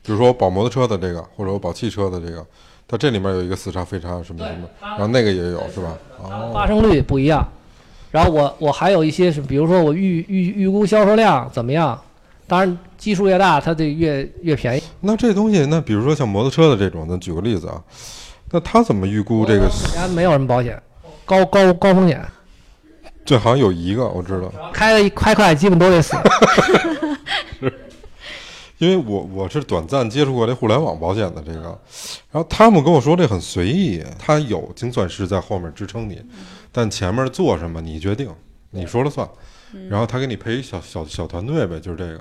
S5: 比如说我保摩托车的这个，或者我保汽车的这个，它这里面有一个四叉、非叉什么什么，然后那个也有是吧？
S1: 发
S5: 哦，
S1: 生率不一样。然后我我还有一些是，比如说我预预预估销售量怎么样，当然基数越大，它就越越便宜。
S5: 那这东西，那比如说像摩托车的这种，咱举个例子啊，那他怎么预估这个？
S1: 人家没有什么保险，高高高风险，
S5: 这好像有一个我知道，
S1: 开了一开快基本都得死。
S5: 因为我我是短暂接触过这互联网保险的这个，然后他们跟我说这很随意，他有精算师在后面支撑你，但前面做什么你决定，你说了算，然后他给你配一小小小团队呗，就是这个。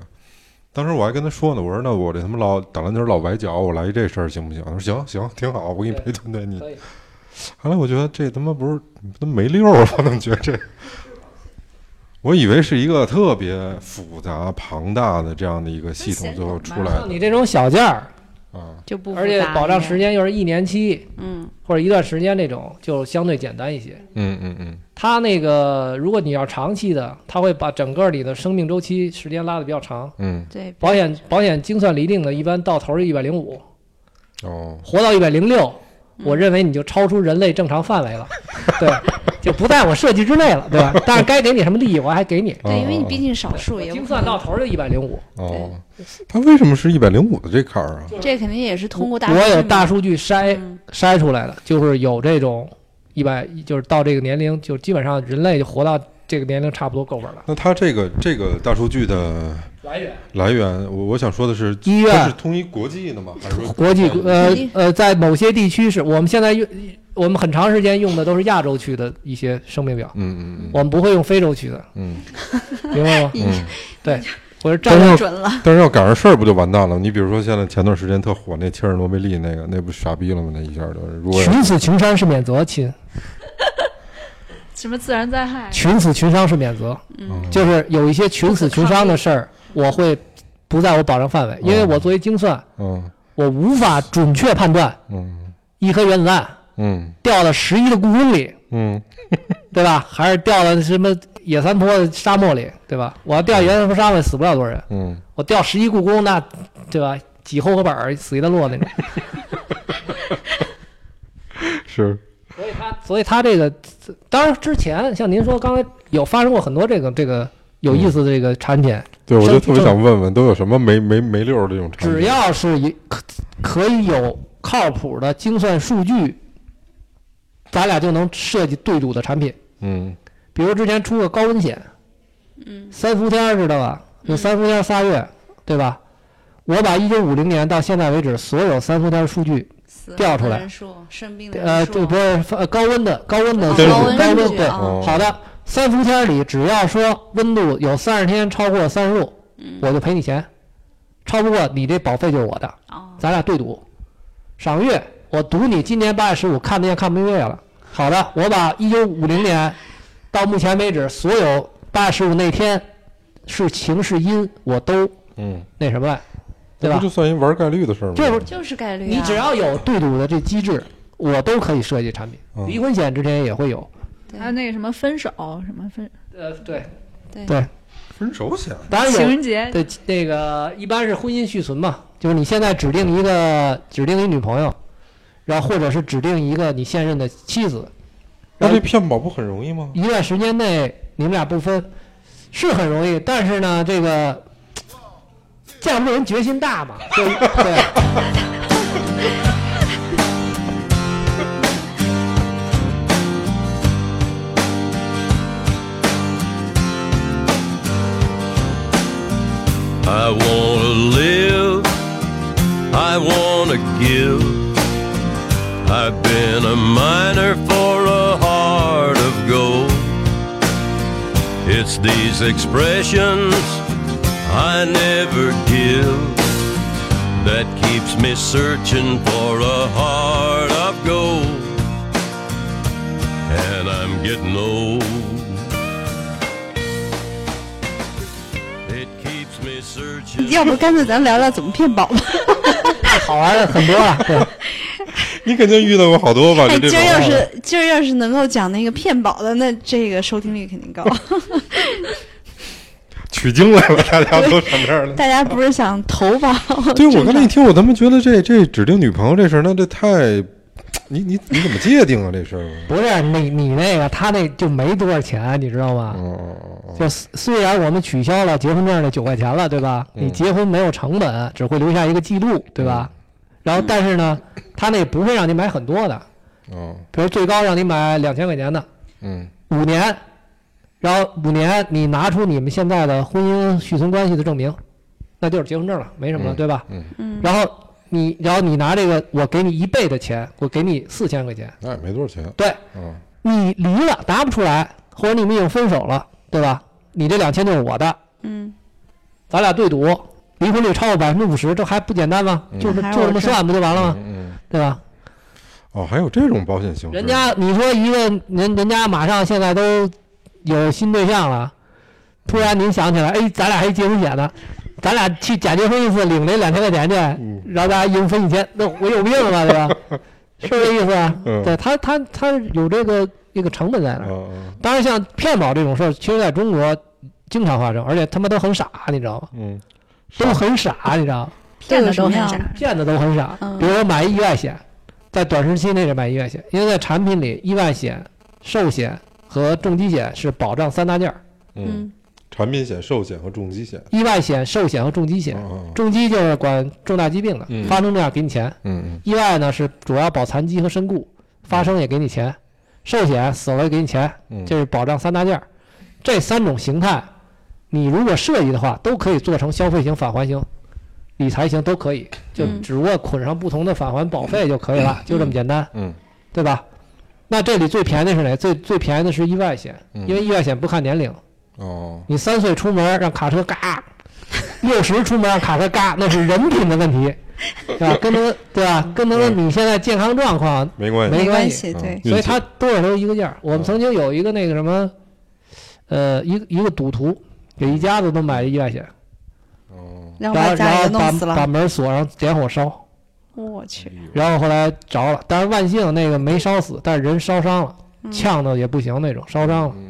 S5: 当时我还跟他说呢，我说那我这他妈老打篮球老崴脚，我来一这事儿行不行？他说行行挺好，我给你配团队你
S1: 可以。
S5: 后来我觉得这他妈不是他妈没溜儿，我怎么觉得这？我以为是一个特别复杂庞大的这样的一个系统，最后出来
S1: 像
S5: 的。
S1: 你这种小件儿，
S5: 啊，
S4: 就不复杂
S1: 而且保障
S4: 一点
S1: 时，间又是一年期
S4: 嗯
S1: 或者一段时间这种，就相对简单一些。
S5: 嗯嗯嗯，
S1: 它那个如果你要长期的，它会把整个你的生命周期时间拉的比较长。
S5: 嗯，
S4: 对，
S1: 保险保险精算厘定的，一般到头是一百零五，
S5: 哦，
S1: 活到一百零六，
S4: 嗯
S1: 我认为你就超出人类正常范围了， *laughs* 对，就不在我设计之内了，
S4: *laughs*
S1: 对吧？但是该给你什么利益，我还给你。
S4: 对，因为你
S5: 哦
S4: 毕竟少数，也不
S1: 精
S4: 可
S1: 算到
S4: 能，
S1: 头就一百零五，
S5: 哦，他为什么是一百零五的这坎儿啊？
S4: 这肯定也是通过大
S1: 我有
S4: 嘛
S1: 大数据筛
S4: 嗯
S1: 筛出来的，就是有这种一百，就是到这个年龄，就基本上人类就活到这个年龄差不多够本了。
S5: 那他这个这个大数据的
S1: 来源
S5: 来源，我我想说的是，
S1: 医
S5: 它是
S1: 院、
S5: 通一国际的吗？还是说
S1: 国际呃
S4: 国际
S1: 呃，在某些地区是我们现在用，我们很长时间用的都是亚洲区的一些生命表，
S5: 嗯嗯
S1: 我们不会用非洲区的，
S5: 嗯
S1: 明白
S4: *laughs*
S1: 吗？
S5: 嗯嗯。
S1: 或者战
S5: 但是
S1: 略
S5: 要
S4: 准了，
S5: 但是要赶上事儿不就完蛋了？你比如说现在前段时间特火那切尔诺贝利那个，那不傻逼了吗？那一下就是，如果
S1: 群死群伤是免责，亲，
S6: 什么自然灾害？
S1: 群死群伤是免责，
S5: 嗯
S1: 就是有一些群死群伤的事儿，我会不在我保障范围，因为我作为精算，
S5: 嗯
S1: 我无法准确判断
S5: 嗯
S1: 一颗原子弹
S5: 嗯
S1: 掉到十一的故宫里，
S5: 嗯
S1: 对吧？还是掉到什么野三坡的沙漠里，对吧？我要掉野三坡沙漠里死不了多少人，
S5: 嗯，
S1: 我掉十一故宫那，对吧？几后合板儿死一段落那种。
S5: 是，
S1: 所以他，所以他这个，当然之前像您说刚才有发生过很多这个这个有意思的这个产品，
S5: 对我就
S1: 生
S5: 特别想问问，都有什么没没没溜儿的这种产品？
S1: 只要是一可可以有靠谱的精算数据，咱俩就能设计对赌的产品。
S5: 嗯
S1: 比如之前出个高温险，
S4: 嗯
S1: 三伏天儿知道吧？有三伏天儿仨月，对吧？我把一九五零年到现在为止所有三伏天儿数据，
S4: 死
S1: 调
S4: 亡
S1: 出
S4: 的
S1: 来
S4: 人数、生病的
S1: 呃，
S4: 人数
S1: 这不是呃高温的高温的
S4: 嗯哦
S1: 数据
S5: 高
S4: 温
S1: 高
S4: 数
S1: 温
S4: 据
S1: 对，
S4: 啊
S5: 哦
S1: 好的，三伏天儿里只要说温度有三十天超过三十度，我就赔你钱，超不过你这保费就是我的，
S4: 哦，
S1: 咱俩对赌，赏月，我赌你今年八月十五看得见看不见月了。好的，我把一九五零年到目前为止所有八月十五那天是晴是阴，我都
S5: 嗯，
S1: 那什么了，对
S5: 那
S1: 吧
S5: 不就？算一玩概率的事儿吗？
S1: 这不
S4: 就是概率啊。
S1: 你只要有对赌的这机制，我都可以设计产品。
S5: 嗯
S1: 离婚险之前也会有，
S6: 还有那个什么分手，什么分
S1: 呃，对
S4: 对
S1: 对，
S5: 分手险，
S1: 当然有
S6: 情人节，
S1: 对，那个一般是婚姻续存嘛，就是你现在指定一个指定一女朋友，然后或者是指定一个你现任的妻子，
S5: 那
S1: 然后
S5: 这骗保不很容易吗？
S1: 一段时间内你们俩不分是很容易，但是呢，这 *laughs* 个见不得人决心大嘛，对对。
S7: I wanna live, I wanna give. I've been a miner for a heart of gold. It's these expressions I never give that keeps me searching for a heart of gold. And I'm getting old. It keeps me
S4: *laughs*
S7: searching.
S4: 要不干脆咱聊聊怎么骗保吧？
S1: 好玩的很多啊，对，
S5: 你肯定遇到过好多吧？
S4: 哎，
S5: 就这
S4: 今
S5: 种
S4: 儿
S5: 啊
S4: 要是今儿要是能够讲那个骗保的，那这个收听率肯定
S1: *laughs*
S4: 高。
S5: 取经来了，大家都上这
S4: *laughs*
S5: 儿了。
S4: 大家不是想投保？ *laughs*
S5: 对，我刚才
S4: 正
S5: 一听，我他妈觉得这这指定女朋友这事儿，那这太，你你你怎么界定啊这事儿？
S1: 不是你你那个他那就没多少钱，你知道吗？
S5: 哦哦哦，
S1: 就虽虽然我们取消了结婚证那九块钱了，对吧？你
S5: 嗯
S1: 结婚没有成本，只会留下一个记录，对吧？然后但是呢，他那不会让你买很多的，
S5: 哦，
S1: 比如最高让你买两千块钱的
S5: 嗯
S1: 五年，然后五年你拿出你们现在的婚姻续存关系的证明，那就是结婚证了，没什么了，
S5: 嗯
S1: 对吧？
S5: 嗯，
S4: 嗯
S1: 然后你然后你拿这个，我给你一倍的钱，我给你四千块钱，
S5: 那也没多少钱。
S1: 对
S5: 嗯
S1: 你离了拿不出来，或者你们已经分手了，对吧？你这两千就是我的。
S4: 嗯，
S1: 咱俩对赌，离婚率超过百分之五十，这还不简单吗？
S5: 嗯
S1: 就是
S4: 还有
S1: 就这么算不就完了吗？
S5: 嗯嗯，
S1: 对吧？
S5: 哦，还有这种保险形式？啊
S1: 人家你说一个人，人家马上现在都有新对象了，突
S5: 嗯
S1: 然您想起来，哎，咱俩还结婚险呢，咱俩去假结婚一次领那两千块钱去，让大家一人分一千，那我有病了吧，对
S5: *laughs*
S1: 吧？是这意思啊？
S5: 嗯
S1: 对他，他他有这个这个成本在那儿。
S5: 嗯
S1: 当然，像骗保这种事儿，其实在中国经常发生，而且他们都很傻，你知道吗？
S5: 嗯
S1: 都很傻，你知道吗？
S4: 对
S6: 骗的
S4: 什
S6: 都
S4: 么
S6: 很
S4: 样
S6: 傻。
S1: 骗子都很傻
S4: 嗯。
S1: 比如说买意外险，在短时期内是买意外险，因为在产品里，意外险、寿险和重疾险是保障三大件儿。
S5: 嗯，，产品险、寿险和重疾险。
S1: 意外险、寿险和重疾险。
S5: 嗯
S1: 重疾就是管重大疾病的，
S5: 嗯
S1: 发生这样给你钱；
S5: 嗯
S1: 意外呢是主要保残疾和身故，发生也给你钱；寿险死了也给你钱，
S5: 嗯，
S1: 这是保障三大件儿。这三种形态，你如果设计的话，都可以做成消费型、返还型、理财型都可以，就
S4: 嗯
S1: 只不过捆上不同的返还保费就可以了，就这么简单，
S5: 嗯
S1: 对吧？那这里最便宜的是哪？最最便宜的是意外险，
S5: 嗯
S1: 因为意外险不看年龄，
S5: 哦，
S1: 你三岁出门让卡车嘎，六十出门让卡车嘎，那是人品的问题，对吧？跟他对吧？跟他们
S4: 嗯
S1: 你现在健康状况
S5: 没关系，
S1: 没
S4: 没
S1: 关
S4: 关
S1: 系
S4: 系，对
S5: 嗯，运
S1: 所以
S5: 气
S1: 它多少都一个价儿。我们
S5: 嗯
S1: 曾经有一个那个什么，呃，一个一个赌徒给一家子都买了意外险，
S5: 哦，
S4: 然后
S1: 然后
S4: 把家里
S1: 然
S4: 给
S1: 后
S4: 弄死
S1: 把把嗯
S4: 了，
S1: 门锁上，点火烧，
S4: 我去，
S1: 然后后来着了，但是万幸那个没烧死，但是人烧伤了，呛的也不行那种，烧伤了。
S5: 嗯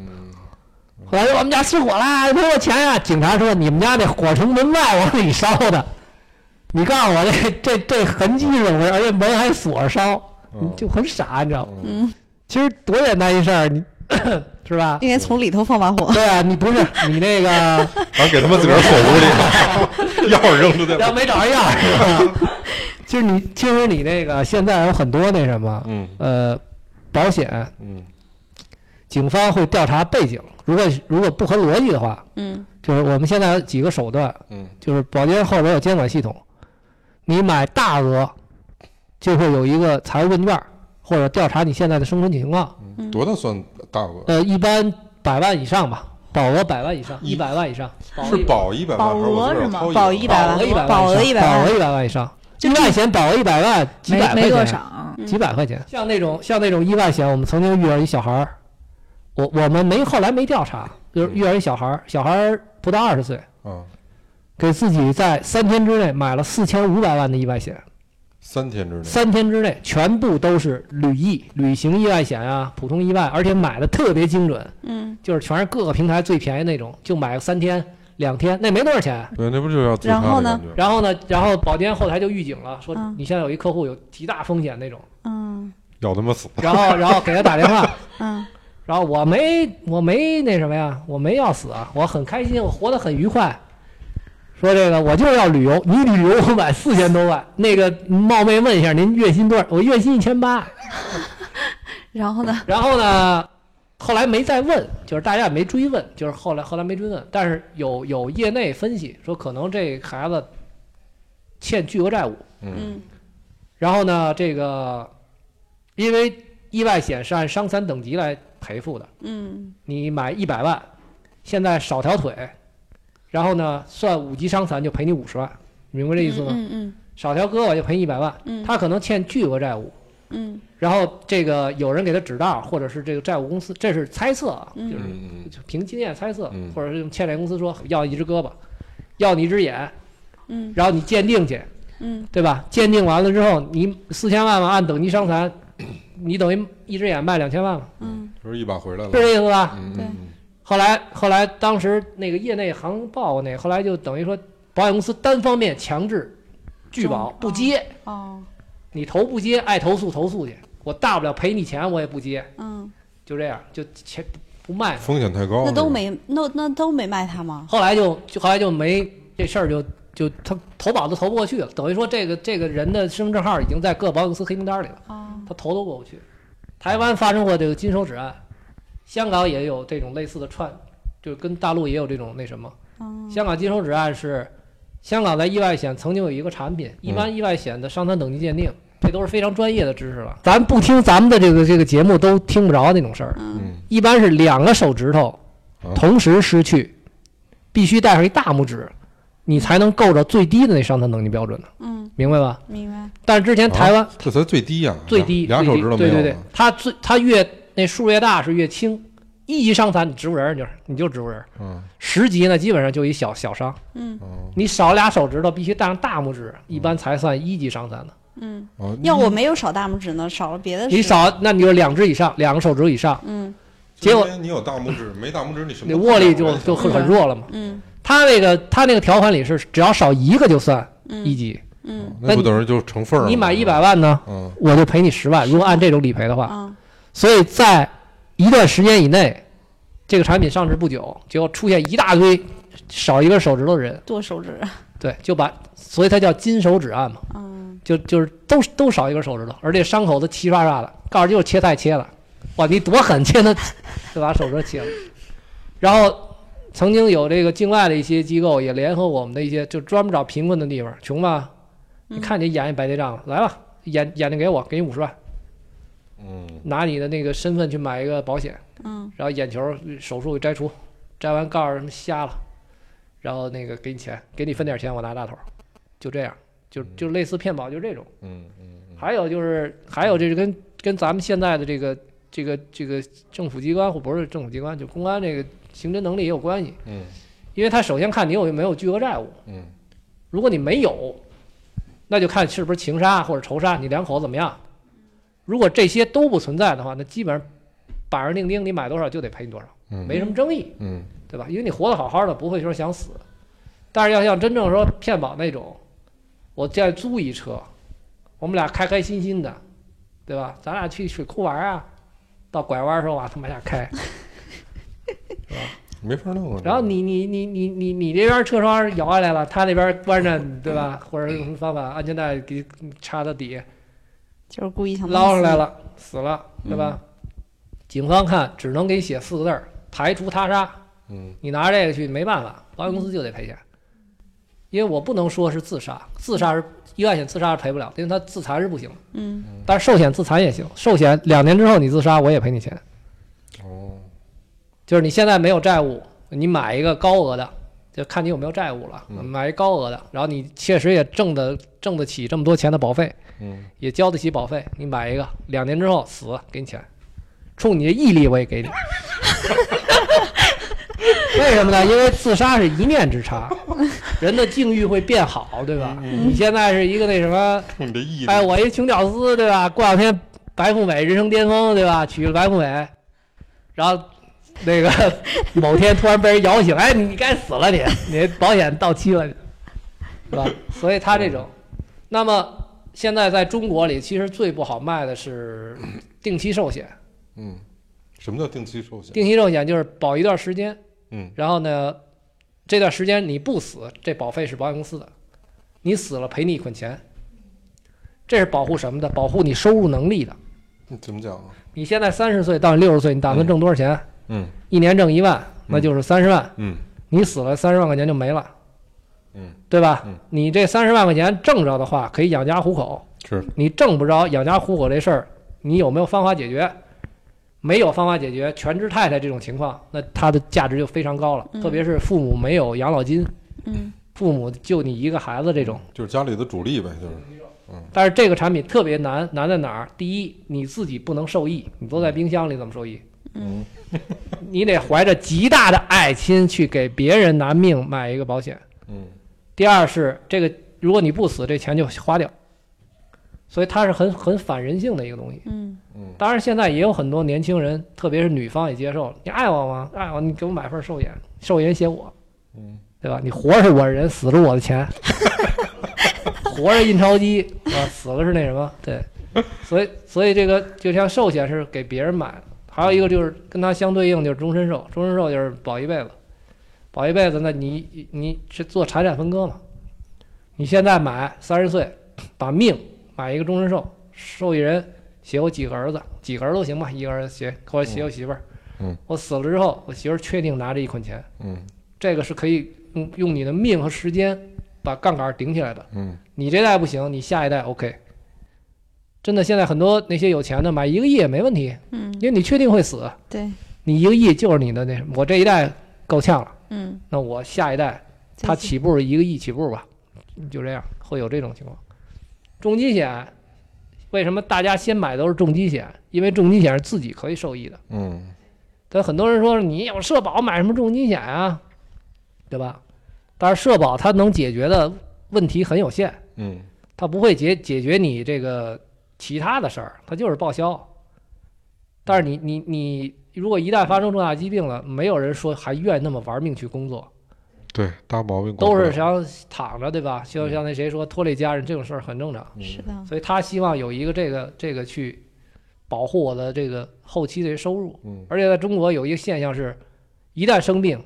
S1: 后来说我们家失火啦，赔我钱呀、警察说你们家那火从门外往里烧的，你告诉我这这这痕迹怎么回事？而且门还锁着烧，你
S5: 嗯
S1: 就很傻，你知道吗？
S4: 嗯，
S1: 其实多简单一事儿，你 *clears throat* 是吧？
S4: 应该从里头放把火，
S1: 对啊，你不是你那
S5: *laughs*
S1: 个，
S5: 咱给他们自个儿锁屋里，钥匙扔出去
S1: 然后
S5: 了。
S1: 没找着钥匙。 *laughs* 其实你，其实你那个现在有很多那什么，
S5: 嗯
S1: 呃，保险，
S5: 嗯
S1: 警方会调查背景。如果如果不合逻辑的话，
S4: 嗯，
S1: 就是我们现在有几个手段，
S5: 嗯
S1: 就是保监后边有监管系统，你买大额，就会有一个财务问卷儿或者调查你现在的生存情况。
S5: 嗯，多大算大额？
S1: 呃，一般百万以上吧，保额百万以上，
S5: 一
S1: 一百万以上，
S5: 是保一百万，
S6: 保
S5: 还是我自
S6: 额
S5: 个儿
S6: 是吗
S5: 掏
S4: 保
S5: 一
S4: 一
S5: 百
S4: 百
S1: 保
S4: 万
S1: 哦额一百万以上，
S4: 保额一百万
S1: 保额一百万以上。
S4: 就
S1: 意外险保额一百万，几百块
S6: 没没多
S1: 钱
S6: 少
S1: 啊，
S6: 啊，
S1: 几百块钱。像那种像那种意外险，我们曾经遇到一小孩儿，我我们没后来没调查，就是遇到一小孩儿，小孩儿不到二十岁，
S5: 啊？
S1: 给自己在三天之内买了四千五百万的意外险，
S5: 三天之内，
S1: 三天之内全部都是旅意、旅行意外险啊，普通意外，而且买的特别精准，
S4: 嗯，
S1: 就是全是各个平台最便宜那种，就买个三天两天，那没多少钱。
S5: 对，那不就要自杀
S4: 然后
S5: 的
S4: 呢
S5: 感觉？
S1: 然后呢，然后保监后台就预警了，说
S4: 嗯
S1: 你现在有一客户有极大风险那种，
S4: 嗯
S5: 要他妈死！
S1: 然后然后给他打电话，
S4: *laughs* 嗯
S1: 然后我没我没那什么呀，我没要死啊，我很开心，我活得很愉快。说这个我就是要旅游，你旅游我买四千多万，那个冒昧问一下，您月薪多少？我月薪一千八。
S4: *laughs* 然后呢？
S1: 然后呢，后来没再问，就是大家也没追问，就是后来后来没追问，但是有有业内分析说，可能这孩子欠巨额债务，
S5: 嗯
S4: 嗯
S1: 然后呢，这个因为意外险是按伤残等级来赔付的，
S4: 嗯
S1: 你买一百万，现在少条腿，然后呢算五级伤残就赔你五十万，你明白这意思吗？
S4: 嗯嗯
S1: 少条胳膊就赔你一百万，
S4: 嗯
S1: 他可能欠巨额债务，
S4: 嗯
S1: 然后这个有人给他指道，或者是这个债务公司，这是猜测啊，
S4: 嗯
S1: 就是
S5: 嗯嗯
S1: 就凭经验猜测
S5: 嗯，
S1: 或者是用欠债公司说要你一只胳膊，要你一只眼，
S4: 嗯
S1: 然后你鉴定去，
S4: 嗯
S1: 对吧？鉴定完了之后，你四千万嘛，按等级伤残，你等于一只眼卖两千万嘛，
S4: 嗯，
S5: 就是一把回来
S1: 是。
S5: 了
S1: 这意思吧？
S5: 嗯
S4: 对
S5: 嗯
S1: 后来后来当时那个业内行报那，后来就等于说保险公司单方面强制拒保
S4: 中嗯
S1: 不接，
S4: 哦，
S1: 你投不接，爱投诉投诉去，我大不了赔你钱，我也不接，
S4: 嗯，
S1: 就这样就钱不卖
S5: 嗯，。风险太高。
S4: 那都
S5: 是吧。
S4: 没那那都没卖他吗？
S1: 后来就就后来就没这事儿就就他投保都投不过去了，等于说这个这个人的身份证号已经在各保险公司黑名单里了，
S4: 哦，
S1: 他投都过不去。台湾发生过这个金手指案，香港也有这种类似的串，就是跟大陆也有这种那什么。
S4: 嗯
S1: 香港金手指案是香港在意外险曾经有一个产品，一般意外险的伤残等级鉴定，这都是非常专业的知识了。咱不听咱们的这个这个节目都听不着那种事儿，
S4: 嗯
S5: 嗯，
S1: 一般是两个手指头
S5: 啊
S1: 同时失去，必须带上一大拇指，你才能够着最低的那伤残等级标准的，
S4: 嗯，
S1: 明白吧？
S4: 明白。
S1: 但是之前台湾
S5: 啊这才最低呀，
S1: 最低，
S5: 俩
S1: 最
S5: 手
S1: 低
S5: 指头没
S1: 对
S5: 有啊
S1: 对对
S5: 了。，
S1: 它最它越那数越大是越轻，一级伤残你植物人儿，你就是你就植物人儿。
S5: 嗯
S1: 十级呢，基本上就一小小伤，
S4: 嗯
S5: 哦嗯
S1: 你少俩手指头，必须带上大拇指，一般才算一级伤残的。
S4: 嗯，
S5: 哦，
S4: 要我没有少大拇指呢，少了别的事。
S1: 你少，那你就两只以上，两个手指以上，
S4: 嗯
S1: 结果
S5: 就因为你有大拇指，没大拇指你什么
S1: 你
S5: 都
S1: 握力
S5: 不
S1: 就
S5: 了
S1: 就很很弱了嘛。
S4: 嗯
S1: 他那个他那个条款里是只要少一个就算一
S4: 嗯
S1: 级，
S4: 嗯
S5: 那不等于就成份儿了吗？
S1: 你买一百万呢，
S5: 嗯，
S1: 我就赔你十万。如果按这种理赔的话，
S4: 啊
S1: 所以在一段时间以内，这个产品上市不久，就出现一大堆少一根手指头的人，
S4: 剁手指，
S1: 对，就把所以它叫金手指案嘛，
S4: 嗯
S1: 就就是都都少一根手指头，而且伤口都齐刷刷的，啊告诉你就是切菜切了，哇，你多狠切的， *laughs* 就把手指头切了。然后曾经有这个境外的一些机构也联合我们的一些，就专门找贫困的地方，穷吧，你看你眼睛白内障了，来吧，眼眼睛给我，给你五十万，
S5: 嗯
S1: 拿你的那个身份去买一个保险。
S4: 嗯
S1: 然后眼球手术给摘除，摘完告诉什么瞎了，然后那个给你钱，给你分点钱，我拿大头，就这样，就就类似骗保，就这种。
S5: 嗯嗯
S1: 还有就是，还有这是跟跟咱们现在的这个这个这个政府机关或不是政府机关，就公安这个刑侦能力也有关系，
S5: 嗯
S1: 因为他首先看你有没有巨额债务，
S5: 嗯
S1: 如果你没有，那就看是不是情杀或者仇杀，你两口怎么样。如果这些都不存在的话，那基本上板上钉钉，你买多少就得赔你多少，
S5: 嗯，
S1: 没什么争议。
S5: 嗯
S1: 对吧？因为你活得好好的，不会说想死。但是要像真正说骗保那种，我再租一车，我们俩开开心心的，对吧？咱俩去水库玩啊，到拐弯的时候往他妈下开，
S5: 没法弄啊。
S1: 然后你你你你你你这边车窗摇下来了，他那边关着，对吧？或者用什么方法安全带给插到底，
S4: 就是故意想弄
S1: 捞上来
S4: 死
S1: 了，死了，对吧？警方看只能给你写四个字儿：排除他杀。
S5: 嗯
S1: 你拿着这个去没办法，保险公司就得赔钱，因为我不能说是自杀，自杀是意外险自杀是赔不了，因为他自残是不行的，
S4: 你。嗯
S1: 但是寿险自残也行，寿险两年之后你自杀我也赔你钱，
S5: 哦
S1: 就是你现在没有债务，你买一个高额的，就看你有没有债务了，
S5: 嗯
S1: 买一高额的，然后你确实也挣得挣得起这么多钱的保费，
S5: 嗯
S1: 也交得起保费，你买一个，两年之后死给你钱，冲你的毅力我也给你。为什么呢？因为自杀是一念之差，人的境遇会变好，对吧？你现在是一个那什么，
S5: 冲 *laughs* 你这毅力，
S1: 哎，我一穷屌丝，对吧？过两天白富美人生巅峰，对吧？娶了白富美，然后那个 *laughs* 某天突然被人摇醒，哎，你该死了你，你保险到期了，是吧？所以他这种，那么现在在中国里，其实最不好卖的是定期寿险。
S5: 嗯，什么叫定期寿险？
S1: 定期寿险就是保一段时间，
S5: 嗯
S1: 然后呢，这段时间你不死，这保费是保险公司的；你死了赔你一捆钱。这是保护什么的？保护你收入能力的。
S5: 怎么讲啊？
S1: 你现在三十岁到六十岁，你打算挣多少钱？
S5: 嗯
S1: 一年挣一万，那就是三十万。
S5: 嗯
S1: 你死了，三十万块钱就没了，
S5: 嗯，
S1: 对吧
S5: 嗯？
S1: 你这三十万块钱挣着的话，可以养家糊口。
S5: 是
S1: 你挣不着养家糊口这事儿，你有没有方法解决？没有方法解决，全职太太这种情况，那它的价值就非常高了。
S4: 嗯
S1: 特别是父母没有养老金，
S4: 嗯
S1: 父母就你一个孩子这种。
S5: 就是家里的主力呗，就是
S1: 但是这个产品特别难，难在哪儿？第一，你自己不能受益，你都在冰箱里怎么受益？
S5: 嗯，
S1: *laughs* 你得怀着极大的爱心去给别人拿命买一个保险。
S5: 嗯
S1: 第二是这个，如果你不死，这钱就花掉。所以它是很很反人性的一个东西。
S4: 嗯
S5: 嗯
S1: 当然，现在也有很多年轻人，特别是女方也接受了。你爱我吗？爱我，你给我买份寿险，寿险写我，
S5: 嗯，
S1: 对吧？你活着是我的人，死了我的钱， *laughs* 活着印钞机啊，死了是那什么？对，所以所以这个就像寿险是给别人买的，还有一个就是跟它相对应就是终身寿，终身寿就是保一辈子，保一辈子，那你你是做财产分割嘛？你现在买三十岁，把命买一个终身寿，受益人写我几个儿子，几个儿子都行吧，一个儿子写，或者写我媳妇儿。
S5: 嗯嗯
S1: 我死了之后，我媳妇儿确定拿着一捆钱，
S5: 嗯
S1: 这个是可以用用你的命和时间把杠杆顶起来的。
S5: 嗯
S1: 你这代不行，你下一代 OK。真的，现在很多那些有钱的买一个亿也没问题，
S4: 嗯，
S1: 因为你确定会死，
S4: 对，
S1: 你一个亿就是你的那什么。我这一代够呛了，
S4: 嗯，
S1: 那我下一代
S4: 再
S1: 它
S4: 见
S1: 起步一个亿起步吧，就这样会有这种情况。重疾险为什么大家先买都是重疾险？因为重疾险是自己可以受益的，
S5: 嗯
S1: 但很多人说你有社保买什么重疾险啊，对吧？但是社保它能解决的问题很有限，
S5: 嗯
S1: 它不会解解决你这个其他的事儿，它就是报销。但是你你你，如果一旦发生重大疾病了，没有人说还愿那么玩命去工作，
S5: 对，大毛病
S1: 都是
S5: 啥？
S1: 想躺着，对吧？就像那谁说拖累家人这种事儿很正常，
S5: 嗯
S4: 是的，
S1: 所以他希望有一个这个这个去保护我的这个后期的收入。
S5: 嗯
S1: 而且在中国有一个现象是，一旦生病，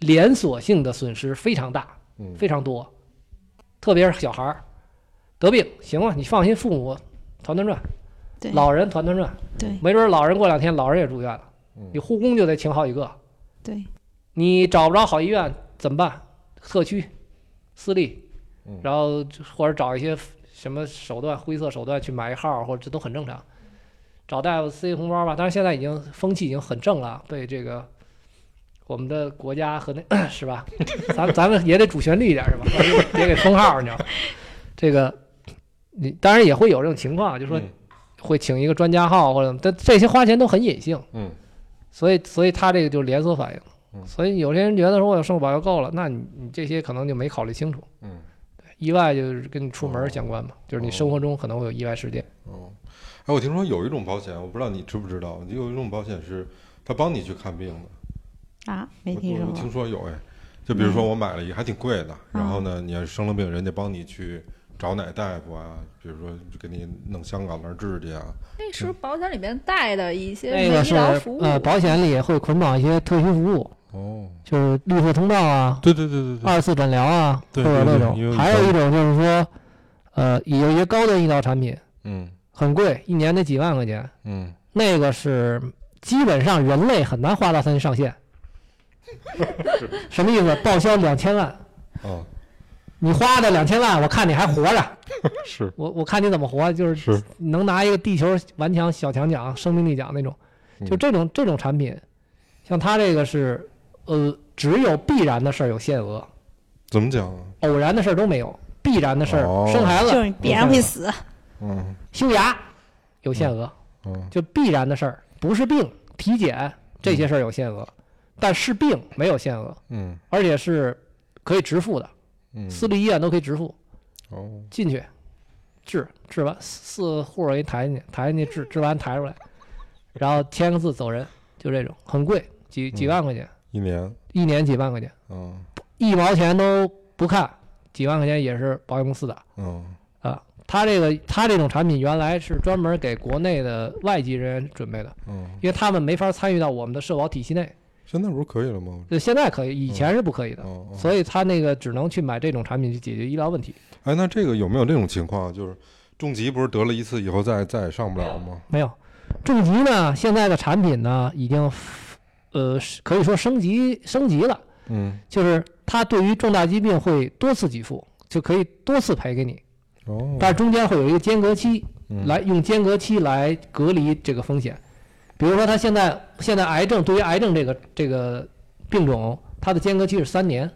S1: 连锁性的损失非常大。
S5: 嗯，
S1: 非常多，特别是小孩儿得病，行了，你放心，父母团团转，
S4: 对，
S1: 老人团团转，
S4: 对
S1: 没准儿老人过两天老人也住院了
S5: 嗯，
S1: 你护工就得请好几个，
S4: 对，
S1: 你找不着好医院怎么办？特区、私立
S5: 嗯，
S1: 然后或者找一些什么手段、灰色手段去买一号儿，或者这都很正常。找大夫塞红包吧，但是现在已经风气已经很正了，被这个我们的国家和那 *coughs* 是吧？咱咱们也得主旋律一点是吧？万一别给封号，你知道吗？这个你当然也会有这种情况，就说
S5: 嗯
S1: 会请一个专家号或者，但这些花钱都很隐性。
S5: 嗯
S1: 所以，所以他这个就是连锁反
S5: 嗯
S1: 应。所以有些人觉得说我有社保就够了，那你你这些可能就没考虑清楚。
S5: 嗯
S1: 意外就是跟你出门相关嘛，就是你生活中可能会有意外事件。
S5: 哦，哎，我听说有一种保险，我不知道你知不知道，有一种保险是它帮你去看病的。
S4: 啊，没
S5: 我
S4: 听说
S5: 我
S4: 过嗯
S5: 听，说有哎，就比如说我买了一个还挺贵的，然后呢，你要生了病，人家帮你去找哪大夫啊，比如说给你弄香港那儿治去啊。
S6: 那是不是保险里面带的一些
S1: 那个
S6: 医
S1: 是
S6: 疗服务？
S1: 呃，保险里也会捆绑一些特需服务，
S5: 哦，
S1: 就是绿色通道啊、
S5: 对对对对对，
S1: 二次诊疗啊，会
S5: 对
S1: 有
S5: 对
S1: 这
S5: 对
S1: 种
S5: 因为。
S1: 还有一种就是说，呃，有一些高端医疗产品
S5: 嗯
S1: 很贵，一年得几万块钱，
S5: 嗯，
S1: 那个是基本上人类很难花到它的上
S5: *laughs*
S1: 限。什么意思？报销两千万。
S5: 哦，
S1: 你花的两千万，我看你还活着，
S5: 是
S1: 我我看你怎么活，就是
S5: 是，
S1: 能拿一个地球顽强小强奖、生命力奖那种，就
S5: 嗯
S1: 这种这种产品，像它这个是，呃，只有必然的事儿有限额，
S5: 怎么讲啊？
S1: 偶然的事儿都没有，必然的事儿，
S5: 哦
S1: 生孩
S4: 就是
S1: 子、
S4: 你必然会死，
S5: 嗯
S1: 修牙有限额，
S5: 嗯
S1: 就必然的事儿，不是病、体检这些事儿有限额，但是病没有限额，
S5: 嗯
S1: 而且是可以直付的，
S5: 嗯，
S1: 私立医院都可以直付。
S5: 哦，
S1: 进去治治完四户儿给你抬进去，抬进去治治完抬出来，然后签个字走人，就这种，很贵，几
S5: 嗯
S1: 几万块钱，
S5: 一年，
S1: 一年几万块钱，
S5: 嗯
S1: 一毛钱都不看，几万块钱也是保险公司的
S5: 嗯
S1: 啊。他这个他这种产品原来是专门给国内的外籍人员准备的，
S5: 嗯，
S1: 因为他们没法参与到我们的社保体系内。
S5: 现在不是可以了吗？
S1: 就现在可以，以前是不可以的，
S5: 哦，以
S1: 所以他那个只能去买这种产品去解决医疗问题。
S5: 哎，那这个有没有这种情况？啊就是重疾不是得了一次以后再再也上不了吗？
S1: 没有，重疾呢，现在的产品呢已经，呃，是可以说升级升级了，
S5: 嗯，
S1: 就是它对于重大疾病会多次给付，就可以多次赔给你，
S5: 哦，
S1: 但是中间会有一个间隔期，
S5: 嗯
S1: 来用间隔期来隔离这个风险。比如说，它现在现在癌症对于癌症这个这个病种，它的间隔期是三年，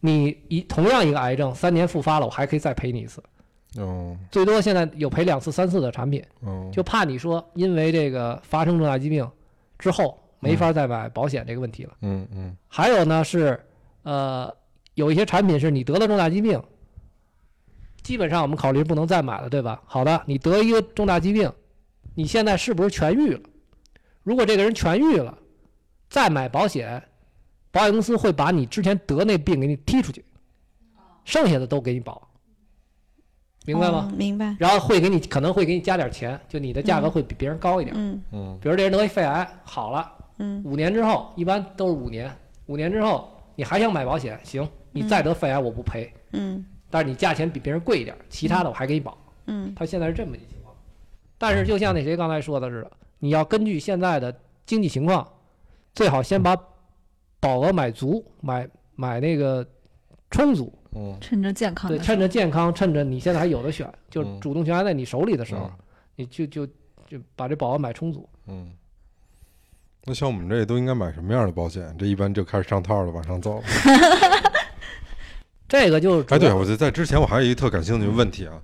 S1: 你一同样一个癌症三年复发了，我还可以再赔你一次，
S5: 哦
S1: 最多现在有赔两次三次的产品。
S5: 哦，
S1: 就怕你说因为这个发生重大疾病之后没法再买保险这个问题了。
S5: 嗯嗯
S1: 还有呢是，呃，有一些产品是你得了重大疾病，基本上我们考虑不能再买了，对吧？好的，你得一个重大疾病，你现在是不是痊愈了？如果这个人痊愈了，再买保险，保险公司会把你之前得那病给你踢出去，剩下的都给你保，明白吗？
S4: 哦明 *laughs* 白，
S1: 然后会给你可能会给你加点钱，就你的价格会比别人高一点。
S4: 嗯
S5: 嗯
S1: 比如这人得一肺癌好了，
S4: 嗯，
S1: 五年之后一般都是五年，五年之后你还想买保险，行，你再得肺癌我不赔，
S4: 嗯
S1: 但是你价钱比别人贵一点，其他的我还给你保。
S4: 嗯，
S1: 他现在是这么一情况，但是就像那谁刚才说的似的，你要根据现在的经济情况，最好先把保额买足，买买那个充足，
S5: 嗯
S6: 趁着健康
S1: 对，
S6: 的时候
S1: 趁着健康，趁着你现在还有的选，就是
S5: 嗯
S1: 主动权还在你手里的时候，
S5: 嗯
S1: 你就就就把这保额买充足。
S5: 嗯。那像我们这都应该买什么样的保险？这一般就开始上套了，往上走了。
S1: 这个就是主
S5: 哎，对，
S1: 要
S5: 我就在之前我还有一特感兴趣的问题啊，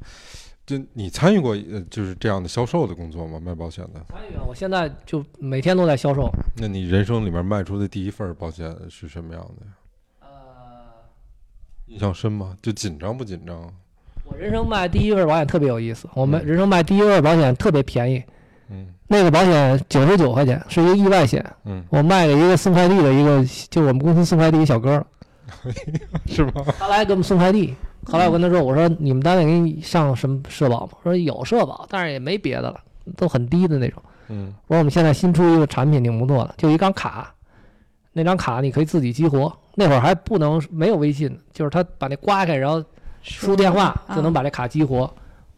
S5: 就你参与过呃就是这样的销售的工作吗？卖保险的？
S1: 参与啊！我现在就每天都在销售。
S5: 那你人生里面卖出的第一份保险是什么样的呀？
S1: 呃，
S5: 印象深吗？就紧张不紧张？啊
S1: 我人生卖第一份保险特别有意思，我们
S5: 嗯
S1: 人生卖第一份保险特别便宜，
S5: 嗯
S1: 那个保险九十九块钱，是一个意外险。
S5: 嗯，
S1: 我卖给一个送快递的一个，就我们公司送快递一小哥
S5: *laughs*
S1: 儿，
S5: *laughs* 是吗？
S1: 他来给我们送快递。后来我跟他说：“我说你们单位给你上什么社保吗？”说有社保，但是也没别的了，都很低的那种。
S5: 嗯
S1: 我说我们现在新出一个产品挺不错的，就一张卡，那张卡你可以自己激活。那会儿还不能没有微信，就是他把那刮开，然后输电话
S6: 啊
S1: 就能把这卡激活。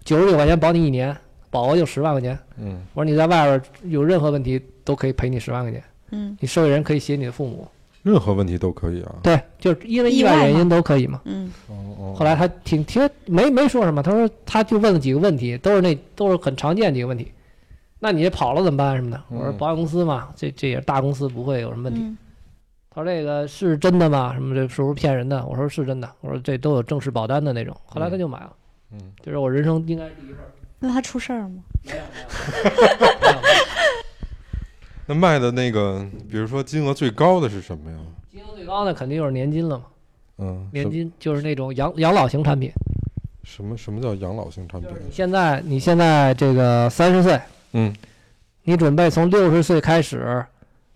S1: 九十九块钱保你一年，保额就十万块钱。
S5: 嗯
S1: 我说你在外边有任何问题都可以赔你十万块钱，
S4: 嗯
S1: 你受益人可以写你的父母，
S5: 任何问题都可以啊。
S1: 对，就是因为
S4: 意
S1: 意外
S4: 外
S1: 原
S4: 嘛
S1: 因都可以嘛。
S4: 嗯，
S5: 哦哦。
S1: 后来他挺挺没没说什么，他说他就问了几个问题，都是那都是很常见几个问题。那你跑了怎么办什么的？我说
S5: 嗯
S1: 保险公司嘛，这这也是大公司，不会有什么问题。
S4: 嗯
S1: 他说这个是真的吗？什么这是不是骗人的？我说是真的，我说这都有正式保单的那种。后来他就买了，
S5: 嗯，
S1: 就是我人生应该是第一份儿。
S4: 那他出事儿吗？
S5: 那卖的那个，比如说金额最高的是什么呀？
S1: 金额最高的肯定就是年金了嘛，
S5: 嗯，
S1: 年
S5: 什
S1: 金就是那种养养老型产品。
S5: 什么什么叫养老型产品？
S1: 你现在你现在这个三十岁，
S5: 嗯
S1: 你准备从六十岁开始，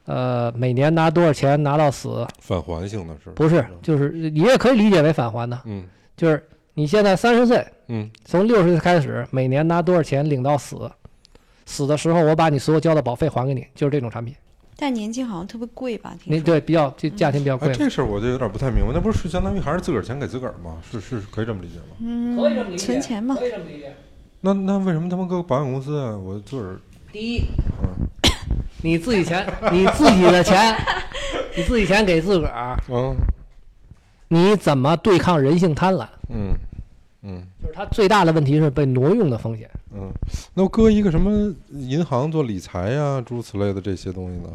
S1: 呃，每年拿多少钱拿到死？
S5: 返还性的是吧
S1: 不是，就是你也可以理解为返还的，
S5: 嗯
S1: 就是你现在三十岁，
S5: 嗯
S1: 从六十岁开始，每年拿多少钱领到死，死的时候我把你所有交的保费还给你，就是这种产品。
S4: 但年金好像特别贵吧？听
S1: 你
S4: 说
S1: 对比较这价钱比较贵
S5: 哎，
S1: 嘛，
S5: 这事儿我就有点不太明白，那不是相当于还是自个儿钱给自个儿吗？是是可以这么理解吗？
S1: 可以这么理解
S4: 存钱嘛。
S1: 可以这么理解。
S5: 那那为什么他们搁保险公司啊？我自个儿
S1: 第一
S5: 嗯，
S1: 你自己钱， *laughs* 你自己的钱，你自己钱给自个儿，
S5: 嗯
S1: 你怎么对抗人性贪婪？
S5: 嗯嗯
S1: 就是它最大的问题是被挪用的风险。
S5: 嗯，那我搁一个什么银行做理财呀、诸如此类的这些东西呢？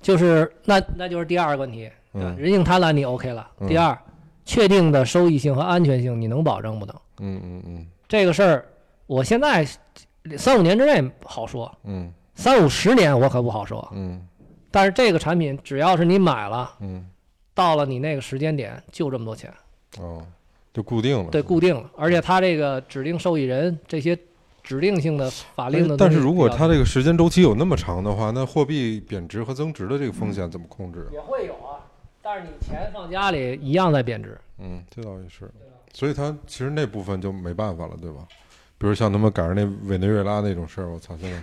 S1: 就是那那就是第二个问题，对吧
S5: 嗯
S1: 人性贪婪你 OK 了。
S5: 嗯
S1: 第二，确定的收益性和安全性你能保证不能？
S5: 嗯嗯嗯
S1: 这个事儿，我现在三五年之内好说，
S5: 嗯
S1: 三五十年我可不好说。
S5: 嗯
S1: 但是这个产品只要是你买了，
S5: 嗯，
S1: 到了你那个时间点就这么多钱，
S5: 哦，就固定了。
S1: 对，固定了。而且它这个指定受益人这些指定性的法
S5: 哎
S1: 令的东西比较，
S5: 但是如果它这个时间周期有那么长的话，那货币贬值和增值的这个风险怎么控制？
S1: 也会有啊，但是你钱放家里一样在贬值。
S5: 嗯，这倒也是。所以它其实那部分就没办法了，对吧？比如像他们赶上那委内瑞拉那种事儿，我操，现在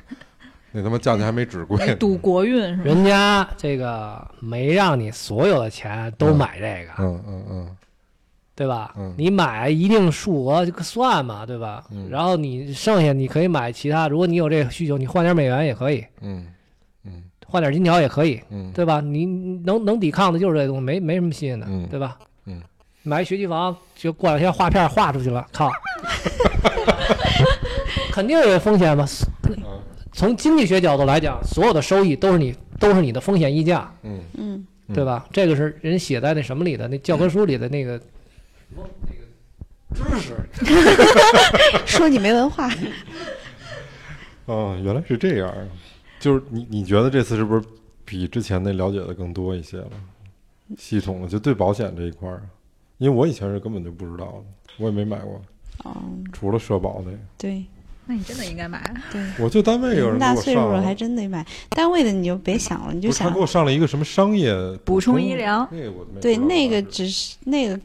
S5: 那他妈价钱还没纸贵呢。
S6: 赌国运是吧？
S1: 人家这个没让你所有的钱都买这个，
S5: 嗯嗯嗯
S1: 对吧？
S5: 嗯
S1: 你买一定数额就算嘛，对吧？
S5: 嗯
S1: 然后你剩下你可以买其他，如果你有这个需求，你换点美元也可以，
S5: 嗯嗯
S1: 换点金条也可以，
S5: 嗯，
S1: 对吧？你你能能抵抗的就是这东西，没没什么新鲜的，
S5: 嗯
S1: 对吧？
S5: 嗯，
S1: 买一学区房就过两天画片画出去了，靠， *laughs* 肯定有风险嘛。
S5: 嗯
S1: 从经济学角度来讲，所有的收益都是你都是你的风险溢价。
S5: 嗯
S4: 嗯，
S5: 嗯
S1: 对吧？这个是人写在那什么里的，那教科书里的那个
S4: 说你没
S1: *laughs*
S4: 文化，
S5: 哦，原来是这样啊！就是你你觉得这次是不是比之前那了解的更多一些了？系统的就对保险这一块儿啊，因为我以前是根本就不知道的，我也没买过，
S1: 哦
S4: 嗯，
S5: 除了社保那个，
S4: 对
S6: 那你真的应该买。
S4: 对。
S5: 我就单位有
S4: 这么
S5: 人给我
S6: 嗯
S4: 大岁数
S5: 上
S4: 了
S5: 了，
S4: 还真得买，单位的你就别想了，你就
S5: 啊不是他
S4: 想
S5: 给我上了一个什么商业
S6: 补充医疗
S5: 那个我都没
S4: 对
S5: 知道
S4: 那个
S5: 当时
S4: 只是那个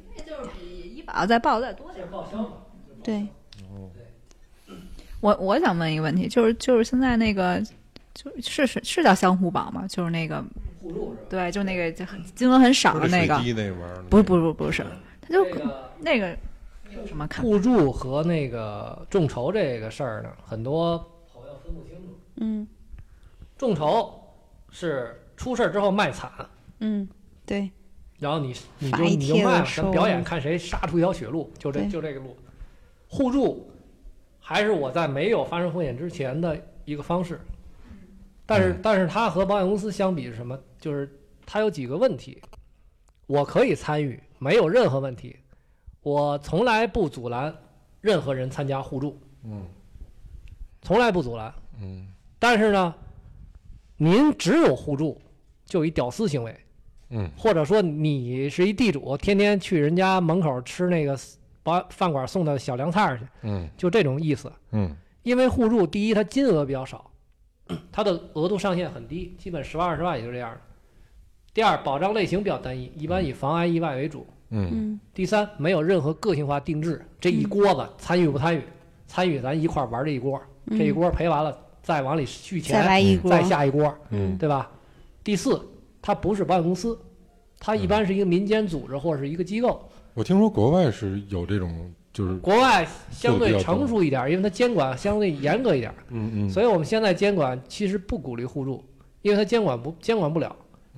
S6: 医保再报再多点。
S4: 对，
S6: 我我想问一个问题，就是就是现在那个就是是是叫相互保吗？就是那个对，就那个就很金额很少
S5: 不
S6: 的
S5: 是
S6: 那个
S5: 啊水，滴那玩意儿，
S6: 不是不是不是不是，他就那个有什么看？
S1: 互助和那个众筹这个事儿呢，很多朋友分不清楚。
S4: 嗯
S1: 众筹是出事儿之后卖惨，
S4: 嗯对，
S1: 然后你你就
S4: 发一
S1: 你就
S4: 帖子
S1: 卖了，
S4: 收啊
S1: 咱表演看谁杀出一条血路，就这
S4: 对
S1: 就这个路。互助还是我在没有发生风险之前的一个方式，但
S5: 嗯
S1: 是但是它和保险公司相比是什么？就是它有几个问题，我可以参与，没有任何问题，我从来不阻拦任何人参加互助。
S5: 嗯
S1: 从来不阻拦。
S5: 嗯
S1: 但是呢，您只有互助，就一屌丝行为，
S5: 嗯
S1: 或者说你是一地主，天天去人家门口吃那个把饭馆送的小凉菜儿去，
S5: 嗯
S1: 就这种意思。
S5: 嗯
S1: 因为互助，第一，它金额比较少，它的额度上限很低，基本十万二十万也就这样了。第二，保障类型比较单一，一般以防癌意外为主。
S5: 嗯
S4: 嗯
S1: 第三，没有任何个性化定制，这一锅子参与不参与？参与咱一块儿玩这一锅，
S4: 嗯
S1: 这一锅赔完了再往里续钱，
S4: 再来一锅，
S1: 再下一锅，
S5: 嗯
S1: 对吧？第四，它不是保险公司，它一般是一个民间组织或者是一个机构。
S5: 我听说国外是有这种，就是
S1: 国外相对成熟一点，因为它监管相对严格一点，
S5: 嗯嗯，
S1: 所以我们现在监管其实不鼓励互助，因为它监管不监管不了。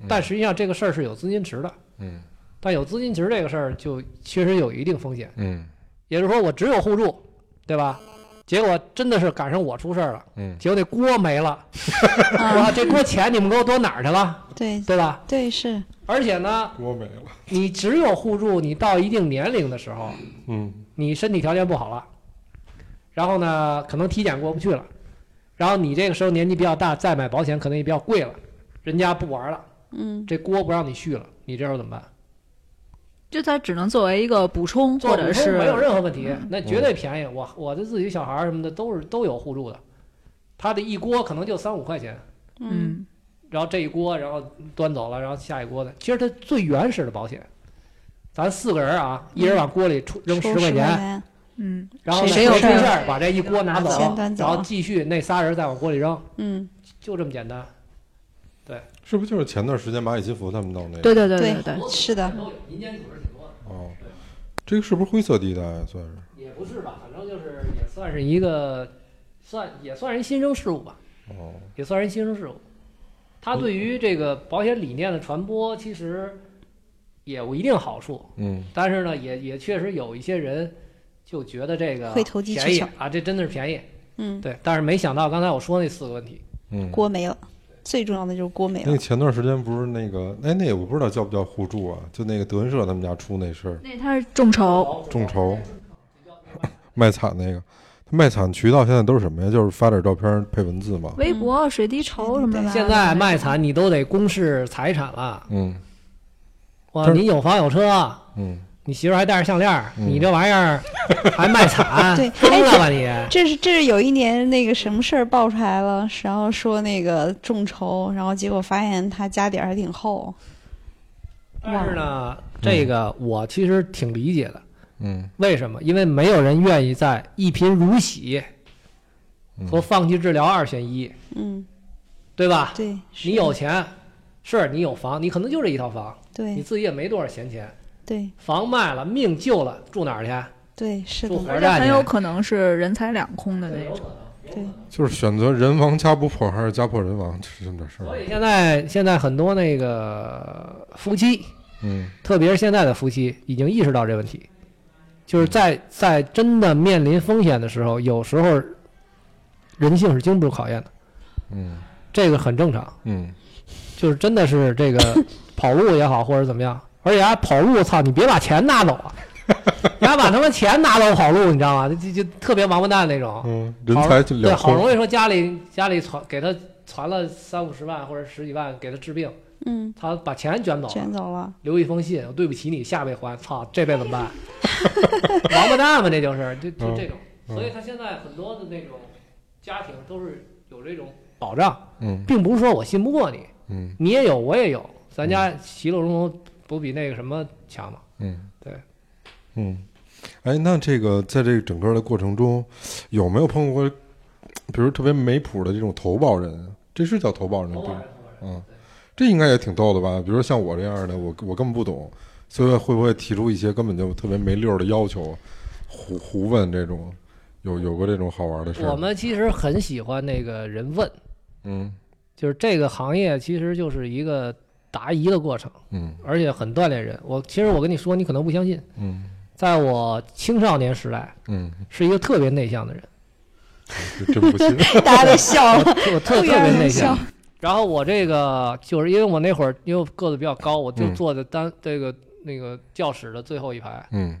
S1: 但实际上这个事儿是有资金池的，
S5: 嗯
S1: 但有资金池这个事儿就确实有一定风险。
S5: 嗯
S1: 也就是说，我只有互助，对吧？结果真的是赶上我出事儿了，
S5: 嗯
S1: 结果那锅没
S5: *laughs*
S1: 了，哇，这锅钱你们给我都哪儿去了，
S4: 对
S1: 对吧？
S4: 对是，
S1: 而且呢，
S5: 锅没了，
S1: 你只有互助，你到一定年龄的时候，
S5: 嗯
S1: 你身体条件不好了，然后呢，可能体检过不去了，然后你这个时候年纪比较大，再买保险可能也比较贵了，人家不玩了，
S4: 嗯
S1: 这锅不让你续了，你这时候怎么办？
S6: 就它只能作为一个补充，
S1: 做
S6: 或者
S1: 普通
S6: 是
S1: 没有任何问题，那绝对便宜。我我的自己小孩儿什么的都是都有互助的，他的一锅可能就三五块钱，
S4: 嗯
S6: 嗯
S1: 然后这一锅然后端走了，然后下一锅的。其实它最原始的保险，咱四个人啊，一人往锅里出扔
S4: 抽
S1: 十块
S4: 10
S1: 钱。
S4: 钱，
S6: 嗯
S1: 然后呢
S4: 谁
S1: 出
S4: 有事儿
S1: 事儿把这一锅拿走
S4: 把钱端，走
S1: 然后继续那仨人再往锅里扔，
S4: 嗯
S1: 就这么简单。
S5: 是不是就是前段时间马里基福他们弄那个？
S6: 对对对
S4: 对
S6: 对对，
S4: 是的，
S1: 民间组织挺多的，
S5: 哦，这个是不是灰色地带啊？算是
S1: 也不是吧，反正就是也算是一个，算也算是一新生事物吧，
S5: 哦，
S1: 也算是一新生事物。它对于这个保险理念的传播，其实也有一定好处，
S5: 嗯
S1: 但是呢，也也确实有一些人就觉得这个
S4: 会投机取
S1: 便宜
S4: 巧
S1: 啊，这真的是便宜。
S4: 嗯，啊
S1: 对，但是没想到刚才我说那四个问题，
S5: 嗯，
S4: 锅没了，最重要的就是锅没
S5: 那
S4: 了
S5: 个，前段时间不是那个，哎，那我不知道叫不叫互助啊？就那个德云社他们家出那事儿，
S6: 那它是众筹，
S5: 众筹 *laughs* 卖惨那个，他卖惨渠道现在都是什么呀？就是发点照片配文字嘛。
S6: 微博、水滴筹什么的。
S1: 现在卖惨你都得公示财产了，
S5: 嗯
S1: 哇，
S5: 但是
S1: 你有房有车，
S5: 嗯，
S1: 你媳妇儿还戴着项链儿，
S5: 嗯
S1: 你这玩意儿还卖惨，
S4: *laughs* 对
S1: 疯
S4: 哎
S1: 了
S4: 这
S1: 吧你？
S4: 这是这是有一年那个什么事儿爆出来了，然后说那个众筹，然后结果发现他家底儿还挺厚，
S1: 但是呢，这个我其实挺理解的，
S5: 嗯
S1: 为什么？因为没有人愿意在一贫如洗
S5: 嗯
S1: 和放弃治疗二选一，
S4: 嗯，
S1: 对吧？
S4: 对，是
S1: 你有钱，是你有房，你可能就这一套房，你
S4: 对
S1: 自己也没多少闲钱，
S4: 对
S1: 房卖了，命救了，住哪儿去？
S4: 对是
S1: 住
S4: 的，
S1: 火
S6: 而
S1: 车
S6: 且
S1: 站
S6: 很有
S1: 去？
S6: 可能是人财两空的那种。
S4: 对
S5: 就是选择人亡家不破还是家破人亡，就是这么点事
S1: 所以
S5: 儿。
S1: 现在现在很多那个夫妻，
S5: 嗯
S1: 特别是现在的夫妻已经意识到这问题，就是在在真的面临风险的时候，有时候人性是经不住考验的，
S5: 嗯
S1: 这个很正常。
S5: 嗯，
S1: 就是真的是这个
S5: *laughs*
S1: 跑路也好，或者怎么样，而且还跑路，操你别把钱拿走啊！
S5: *laughs*
S1: 你还把他妈钱拿走跑路，你知道吗？就就就特别王八蛋那种。
S5: 嗯，人
S1: 好
S5: 才就
S1: 对，
S5: 两
S1: 好
S5: 空。
S1: 容易说家里家里传给他传了三五十万或者十几万给他治病，
S4: 嗯，
S1: 他把钱卷走了，
S4: 卷走了，
S1: 留一封信，我对不起你，下辈还。操，这辈子怎么
S5: *laughs*
S1: 办？王八蛋嘛，这就是，就就这种。
S5: 嗯
S1: 所以他现在很多的那种家庭都是有这种保障，
S5: 嗯
S1: 并不是说我信不过你，
S5: 嗯
S1: 你也有，我也有，咱家其乐融融不比那个什么强吗？
S5: 嗯，
S1: 对，
S5: 嗯，哎，那这个在这整个的过程中，有没有碰过，比如特别没谱的这种投保人？这是叫投保人吗？嗯，这应该也挺逗的吧？比如像我这样的，我我根本不懂，所以会不会提出一些根本就特别没溜儿的要求，胡胡问这种？有有过这种好玩的事儿吗？
S1: 我们其实很喜欢那个人问，
S5: 嗯
S1: 就是这个行业其实就是一个答疑的过程，
S5: 嗯
S1: 而且很锻炼人。我其实我跟你说，你可能不相信，
S5: 嗯
S1: 在我青少年时代
S5: 嗯，
S1: 是一个特别内向的人，
S5: 这真不
S1: *laughs*
S5: 信。
S4: 大家都笑
S1: 我
S4: 了，
S1: 特我特特
S4: 有
S1: 别
S4: 点
S1: 内
S4: 能
S1: 向
S4: 笑。，
S1: 然后我这个就是因为我那会儿因为个子比较高，我就
S5: 嗯
S1: 坐在单这个那个教室的最后一排，
S5: 嗯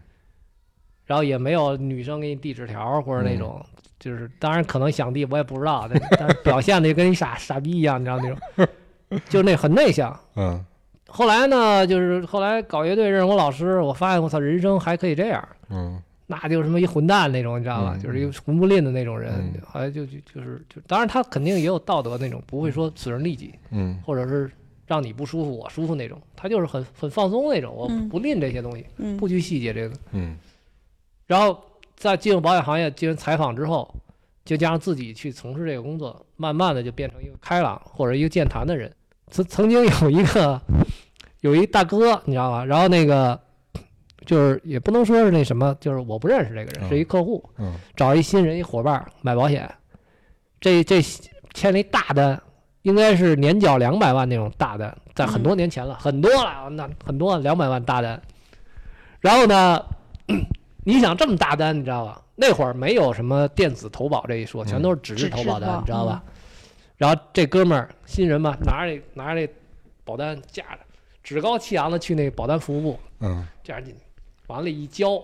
S1: 然后也没有女生给你递纸条或者那种，就是当然可能想弟我也不知道，但但是表现的就跟一傻傻逼一样，你知道那种， *laughs* 就那很内向。
S5: 嗯
S1: 后来呢，就是后来搞乐队认识我老师，我发现我操，人生还可以这样，
S5: 嗯
S1: 那就是什么一混蛋那种，你知道吧？
S5: 嗯
S1: 就是一个混不吝的那种人，
S5: 嗯
S1: 好像就就就是就，当然他肯定也有道德那种，不会说损人利己，
S5: 嗯
S1: 或者是让你不舒服我舒服那种，他就是很很放松那种，我
S4: 嗯
S1: 不吝这些东西，
S4: 嗯
S1: 不，拘细节这个。
S5: 嗯
S1: 然后在进入保险行业进行采访之后，就加上自己去从事这个工作，慢慢的就变成一个开朗或者一个健谈的人。曾曾经有一个有一大哥，你知道吧？然后那个就是也不能说是那什么，就是我不认识这个人，
S5: 嗯
S1: 是一客户，
S5: 嗯
S1: 找一新人一伙伴儿买保险，这这签了一大单，应该是年缴两百万那种大单，在很
S5: 嗯
S1: 多年前了，很多了，那很多两百万大单。然后呢，你想这么大单，你知道吧？那会儿没有什么电子投保这一说，
S5: 嗯
S1: 全都是纸质
S4: 纸
S1: 投保
S4: 质嗯
S1: 单，
S4: 保
S1: 你知道吧？然后这哥们儿新人嘛，拿着这拿着这保单架着，趾高气扬的去那保单服务部，
S5: 嗯
S1: 这样进去，完了，一交，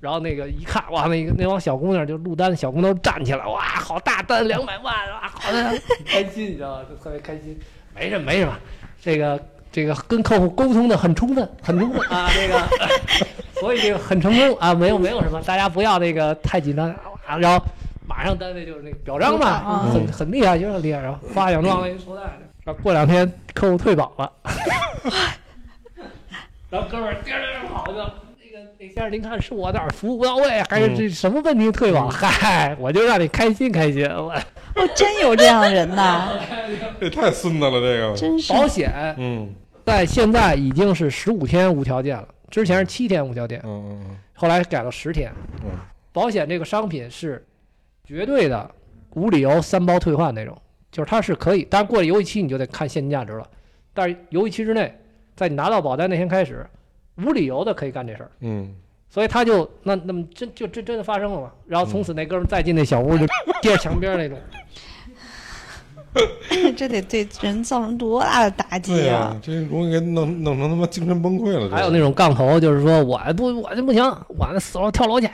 S1: 然后那个一看，哇，那个那帮小姑娘就录单，小姑娘站起来，哇，好大单，两百万，哇，好大单， *laughs* 开心，你知道吗？就特别开心，没什么，没什么，这个这个跟客户沟通的很充分，很充分啊，这个， *laughs* 所以这个很成功啊，没有没有什么，大家不要那个太紧张啊，然后马上单位就是那个表彰嘛，
S4: 嗯
S1: 很很厉害，就是很厉害，然后发奖状了，一说带着，然后过两天客户退保了。然后哥们儿颠颠颠跑去了。那个那先生，您看是我哪儿服务不到位，啊还
S5: 嗯
S1: 是这什么问题退网？嗨，我就让你开心开心。我
S4: 哦，真有这样的人呐，
S5: 这太孙子了，这个。
S4: 真是
S1: 保险
S5: 嗯
S1: 在现在已经是十五天无条件了，之前是七天无条件
S5: 嗯，嗯
S1: 后来改到十天。
S5: 嗯
S1: 保险这个商品是绝对的无理由三包退换那种，就是它是可以，但是过了游戏期你就得看现金价值了。但是游戏期之内，在你拿到保单那天开始，无理由的可以干这事儿。
S5: 嗯
S1: 所以他就那那么真就真真的发生了嘛。然后从此那哥们儿再进那小屋就贴着墙边儿那种，
S4: *laughs* 这得对人造成多大的打
S5: 对
S4: 击
S5: 呀、
S4: 啊！
S5: 这容易给弄弄成他妈精神崩溃了。这
S1: 还有那种杠头，就是说我不我就不行，我那死楼跳楼去，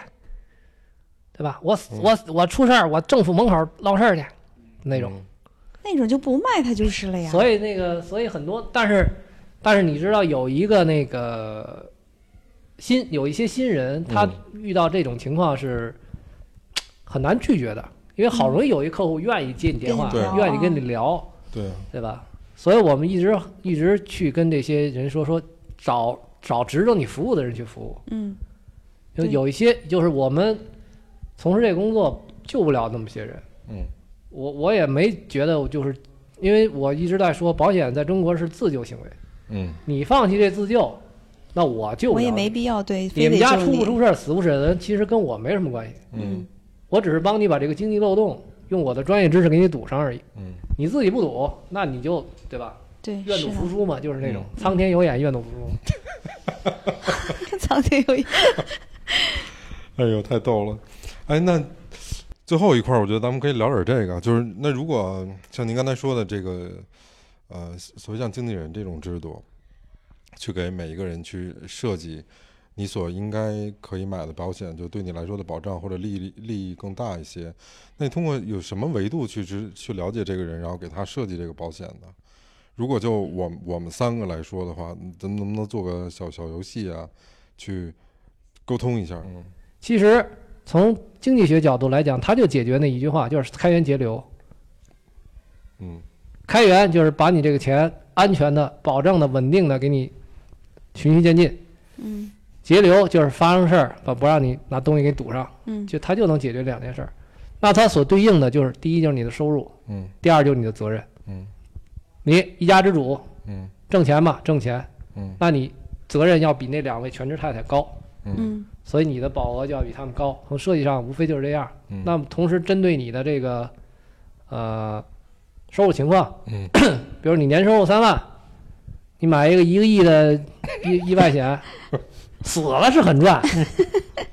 S1: 对吧？我死我我出事儿，我政府门口闹事儿去，那
S5: 嗯
S1: 种。
S4: 那种就不卖它就是了呀。
S1: 所以那个所以很多，但是但是你知道有一个那个新有一些新人，他
S5: 嗯
S1: 遇到这种情况是很难拒绝的，因为好容易有一客户愿意接你电话
S5: 跟你聊，
S1: 愿意跟你聊。
S5: 对啊，
S1: 对吧？所以我们一直一直去跟这些人说说，找找值得你服务的人去服务。
S4: 嗯，
S1: 就
S4: 对
S1: 有一些就是我们从事这个工作救不了那么些人。
S5: 嗯，
S1: 我我也没觉得，就是因为我一直在说，保险在中国是自救行为，
S5: 嗯
S1: 你放弃这自救，那我救不
S4: 我
S1: 了
S4: 也
S1: 你
S4: 没必要对，
S1: 你
S4: 非
S1: 们
S4: 得
S1: 家
S4: 救
S1: 出不
S4: 你。
S1: 出事儿、死不死人，其实跟我没什么关系。
S5: 嗯
S1: 我只是帮你把这个经济漏洞用我的专业知识给你堵上而已。
S5: 嗯
S1: 你自己不堵，那你就对吧？
S4: 对，
S1: 愿
S4: 是
S1: 赌
S4: 啊的
S1: 服，输嘛，就是那种苍天有眼，愿赌服输。
S4: *laughs* 苍天有眼。
S5: 哎呦，太逗了！哎，那最后一块儿，我觉得咱们可以聊点这个，啊就是那如果像您刚才说的这个，呃，所谓像经纪人这种制度，去给每一个人去设计你所应该可以买的保险，就对你来说的保障或者利益利益更大一些。那你通过有什么维度去知去了解这个人，然后给他设计这个保险呢？如果就我们我们三个来说的话，嗯咱们能不能做个小小游戏啊，去沟通一下？嗯
S1: 其实从经济学角度来讲，它就解决那一句话，就是开源节流。
S5: 嗯。
S1: 开源就是把你这个钱安全的、保证的、稳定的给你循序渐进；
S4: 嗯
S1: 节流就是发生事儿，把不让你拿东西给堵上，
S4: 嗯
S1: 就它就能解决这两件事儿。那它所对应的就是，第一就是你的收入，
S5: 嗯
S1: 第二就是你的责任。
S5: 嗯
S1: 你一家之主，
S5: 嗯
S1: 挣钱嘛，挣钱，
S5: 嗯
S1: 那你责任要比那两位全职太太高。
S4: 嗯
S1: 所以你的保额就要比他们高。从设计上无非就是这样。
S5: 嗯
S1: 那么同时针对你的这个呃收入情况，
S5: 嗯
S1: *clears throat* 比如你年收入三万，你买一个一个亿的
S5: *laughs*
S1: 意意外险，死了是很赚，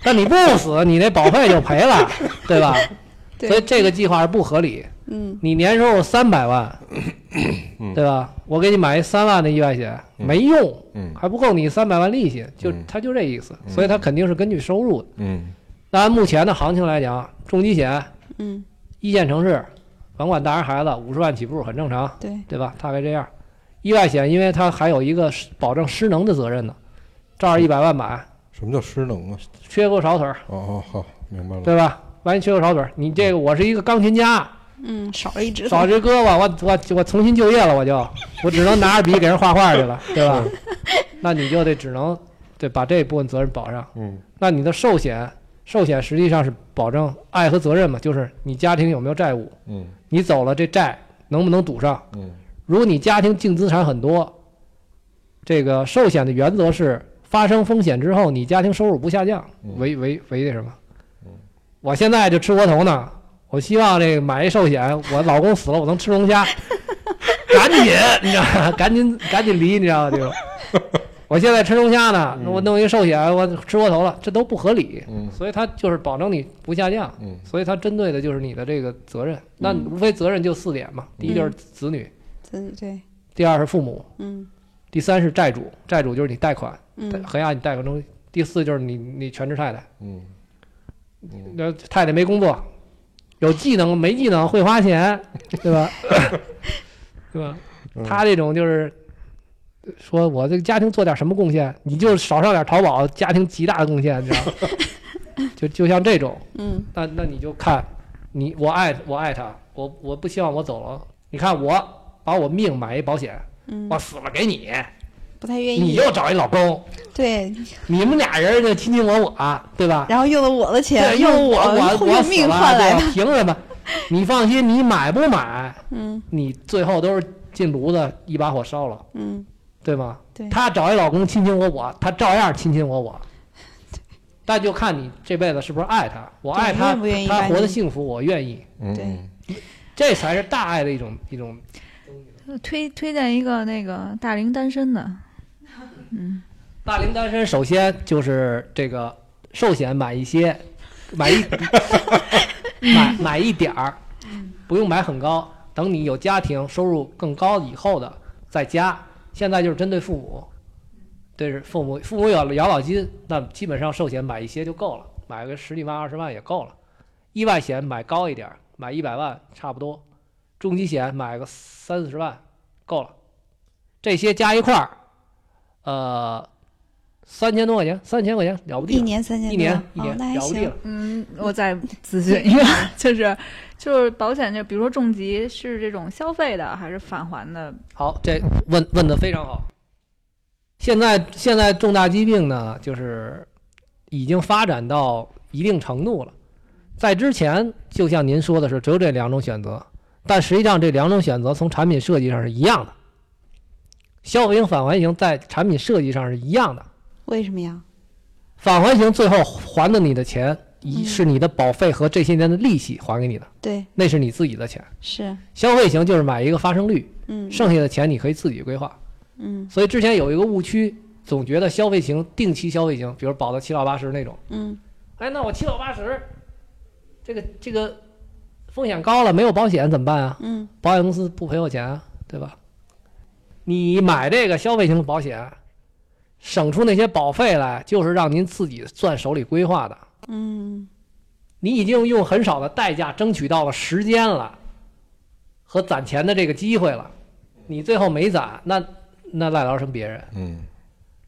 S1: 但你不死，你那保费就赔了，对吧？
S4: 对
S1: 所以这个计划是不合理。
S4: 嗯
S1: 你年收入三百万，对吧？我给你买一三万的意外险，没用，
S5: 嗯
S1: 还不够你三百万利息，就
S5: 嗯
S1: 他就这意思，所以他肯定是根据收入的。
S5: 嗯
S1: 那按目前的行情来讲，重疾险
S4: 嗯，
S1: 一线城市，甭管大人孩子，五十万起步很正常，
S4: 对，
S1: 对吧？大概这样。意外险，因为它还有一个失保证失能的责任呢，照儿一百万买，
S5: 什么叫失能啊？
S1: 缺胳少腿儿，
S5: 哦哦，好，明白了。
S1: 对吧？万一缺胳少腿儿，你这个我是一个钢琴家，
S4: 嗯，少了
S1: *laughs*
S4: 一指头
S1: 少，只胳膊，我我我重新就业了，我就我只能拿着笔给人画画去了，对吧？那你就得只能对把这部分责任保上。
S5: 嗯
S1: 那你的寿险，寿险实际上是保证爱和责任嘛，就是你家庭有没有债务，
S5: 嗯
S1: 你走了这债能不能堵上？
S5: 嗯
S1: 如果你家庭净资产很多，这个寿险的原则是发生风险之后，你家庭收入不下降，
S5: 嗯
S1: 为为为那什么？我现在就吃窝头呢，我希望这个买一寿险，我老公死了我能吃龙虾，赶紧你知道吗？赶紧赶紧离，你知道吗？就我现在吃龙虾呢，那我弄一寿险，我吃窝头了，这都不合理。
S5: 嗯
S1: 所以它就是保证你不下降，
S5: 嗯
S1: 所以它针对的就是你的这个责任。那无非责任就四点嘛，第一就是子女，
S4: 对对，
S1: 第二是父母，
S4: 嗯
S1: 第三是债主，债主就是你贷款，贷
S4: 嗯
S1: 恒压你贷款中。第四就是你你全职太太，
S5: 嗯
S1: 那太太没工作，有技能没技能会花
S4: *laughs*
S1: 钱，对吧？对吧？
S5: 嗯
S1: 他这种就是说我这个家庭做点什么贡献，你就少上点淘宝，家庭极大的贡献，你知道吗？
S4: *laughs*
S1: 就就像这种，
S4: 嗯
S1: 那那你就看，你我爱我爱他，我我不希望我走了。你看我把我命买一保险，
S4: 嗯
S1: 我，死了给你，
S4: 不太愿
S1: 你
S4: 意，
S1: 又找一老公，
S4: 对，
S1: 你们俩人就卿卿我我，对吧？
S4: 然后用了我的钱，
S1: 对，用我
S4: 我
S1: 我
S4: 用
S1: 我
S4: 命
S1: 死了
S4: 换来
S1: 对
S4: 的，
S1: 吧凭什么？你放心，你买不买，
S4: 嗯
S1: 你最后都是进炉子一把火烧了，
S4: 嗯，
S1: 对吗？
S4: 对
S1: 她找一老公卿卿我我，她照样卿卿我 *laughs* 我。但就看你这辈子是不是爱他，我
S4: 对
S1: 爱
S4: 你
S1: 他
S4: 愿不愿意，
S1: 他
S4: 把
S1: 活得
S4: 你
S1: 幸福，我愿意。
S5: 嗯
S4: 对
S5: 嗯，
S1: 这才是大爱的一种一种。
S6: 推推荐一个那个大龄单身的，嗯，
S1: 大龄单身首先就是这个寿险买一些，买一买买一点儿，不用买很高。等你有家庭收入更高以后的再加。现在就是针对父母，对是父母父母有养老金，那基本上寿险买一些就够了，买个十几万二十万也够了。意外险买高一点儿，买一百万差不多。重疾险买个三四十万够了。这些加一块儿，呃，三千多块钱，三千块钱了不地
S4: 一
S1: 了，
S4: 年三千多，
S1: 一年一
S4: 哦
S1: 年
S4: 那还
S1: 了不地
S4: 行
S1: 了，。
S6: 嗯，我再咨询一个， *laughs* 就是就是保险，就比如说重疾是这种消费的还是返还的？
S1: 好，这问问的非常好。现在现在重大疾病呢，就是已经发展到一定程度了。在之前，就像您说的是，只有这两种选择，但实际上这两种选择从产品设计上是一样的，消费型返还型在产品设计上是一样的。
S4: 为什么呀？
S1: 返还型最后还的你的钱，一
S4: 嗯
S1: 是你的保费和这些年的利息还给你的，
S4: 对，
S1: 那是你自己的钱。
S4: 是，
S1: 消费型就是买一个发生率，
S4: 嗯，
S1: 剩下的钱你可以自己规划。
S4: 嗯
S1: 所以之前有一个误区，总觉得消费型、定期消费型，比如保到七老八十那种，
S4: 嗯
S1: 哎，那我七老八十，这个这个风险高了，没有保险怎么办啊？
S4: 嗯
S1: 保险公司不赔我钱啊，对吧？你买这个消费型的保险，省出那些保费来，就是让您自己攥手里规划的。
S4: 嗯
S1: 你已经用很少的代价争取到了时间了，和攒钱的这个机会了，你最后没攒，那那赖着什么别人？
S5: 嗯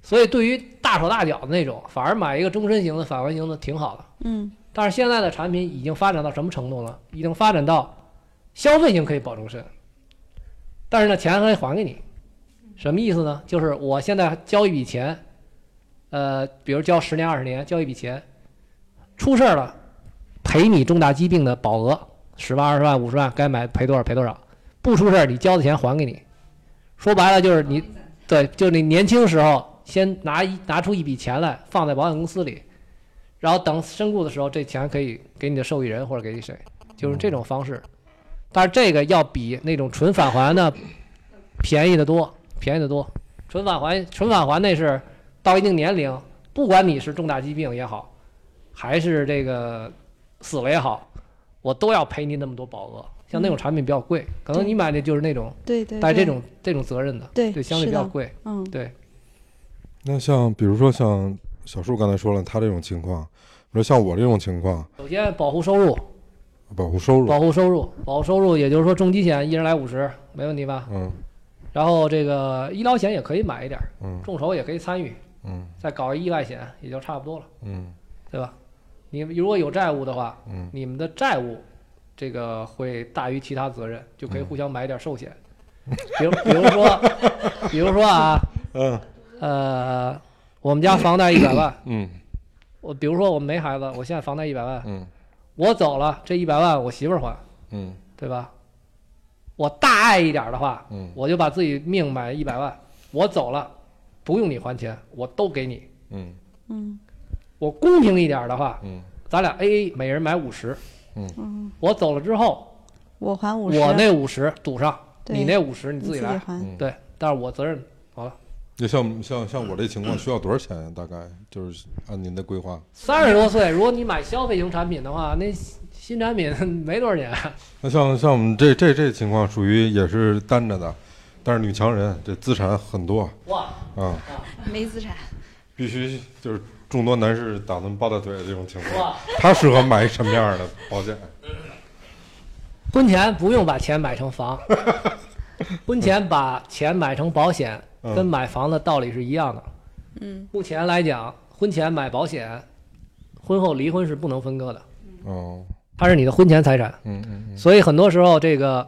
S1: 所以对于大手大脚的那种，反而买一个终身型的返还型的挺好的。
S4: 嗯
S1: 但是现在的产品已经发展到什么程度呢？已经发展到消费型可以保终身，但是呢，钱还还给你。什么意思呢？就是我现在交一笔钱，呃，比如交十年、二十年，交一笔钱，出事儿了，赔你重大疾病的保额十万、二十万、五十万，该买赔多少赔多少。不出事儿，你交的钱还给你。说白了就是你，对，就是你年轻时候先拿一拿出一笔钱来放在保险公司里，然后等身故的时候，这钱可以给你的受益人或者给你谁，就是这种方式。但是这个要比那种纯返还呢便宜的多，便宜的多。纯返还纯返还那是到一定年龄，不管你是重大疾病也好，还是这个死了也好，我都要赔你那么多保额。像那种产品比较贵，可能你买的就是那种
S4: 对对，
S1: 带
S4: 对
S1: 这种这种责任的，
S4: 对
S1: 对，相对
S4: 是
S1: 比较
S4: 的
S1: 贵。
S4: 嗯
S1: 对，
S5: 那像比如说像小树刚才说了，他这种情况，比如像我这种情况，
S1: 首先保护收入，
S5: 保护收入，
S1: 保护收入，保护收入，也就是说重疾险一人来五十，没问题吧？
S5: 嗯
S1: 然后这个医疗险也可以买一点儿，
S5: 嗯
S1: 众筹也可以参与，
S5: 嗯
S1: 再搞一意外险也就差不多了，
S5: 嗯
S1: 对吧？你如果有债务的话，
S5: 嗯
S1: 你们的债务这个会大于其他责任，就可
S5: 嗯
S1: 以互相买一点寿险，比如比如
S5: *laughs*
S1: 说比如说啊，
S5: 嗯
S1: 呃，我们家房贷一百万，
S5: 嗯
S1: 我比如说我没孩子，我现在房贷一百万，
S5: 嗯
S1: 我走了这一百万我媳妇儿还，
S5: 嗯
S1: 对吧？我大爱一点儿的话，
S5: 嗯
S1: 我就把自己命买一百万，我走了，不用你还钱，我都给你。
S5: 嗯
S4: 嗯
S1: 我公平一点的话，
S5: 嗯
S1: 咱俩 A A，每人买五十。
S4: 嗯，
S1: 我走了之后，
S4: 我还五十，
S1: 我那五十赌上，
S4: 对
S1: 你那五十你
S4: 你
S1: 自
S4: 自
S1: 己来。
S4: 还，
S5: 嗯，
S1: 对，但是我责任好了，
S5: 就像像像我这情况需要多少钱啊呀？大概就是按您的规划，
S1: 三十多岁，如果你买消费型产品的话，那新新产品 *laughs* 没多少钱。啊
S5: 那像像我们这这这情况属于也是单着的，但是女强人这资产很多啊
S1: 哇，
S5: 啊，
S4: 没资产，
S5: 必须就是众多男士打算抱大腿的这种情况
S1: 哇，
S5: 他适合买什么样的保险？
S1: 婚前不用把钱买成
S5: *laughs*
S1: 房，婚前把钱买成保险，
S5: 嗯
S1: 跟买房的道理是一样的。
S4: 嗯，
S1: 目前来讲，婚前买保险，婚后离婚是不能分割的，
S5: 哦，
S1: 它是你的婚前财产。
S5: 嗯嗯
S1: 所以很多时候，这个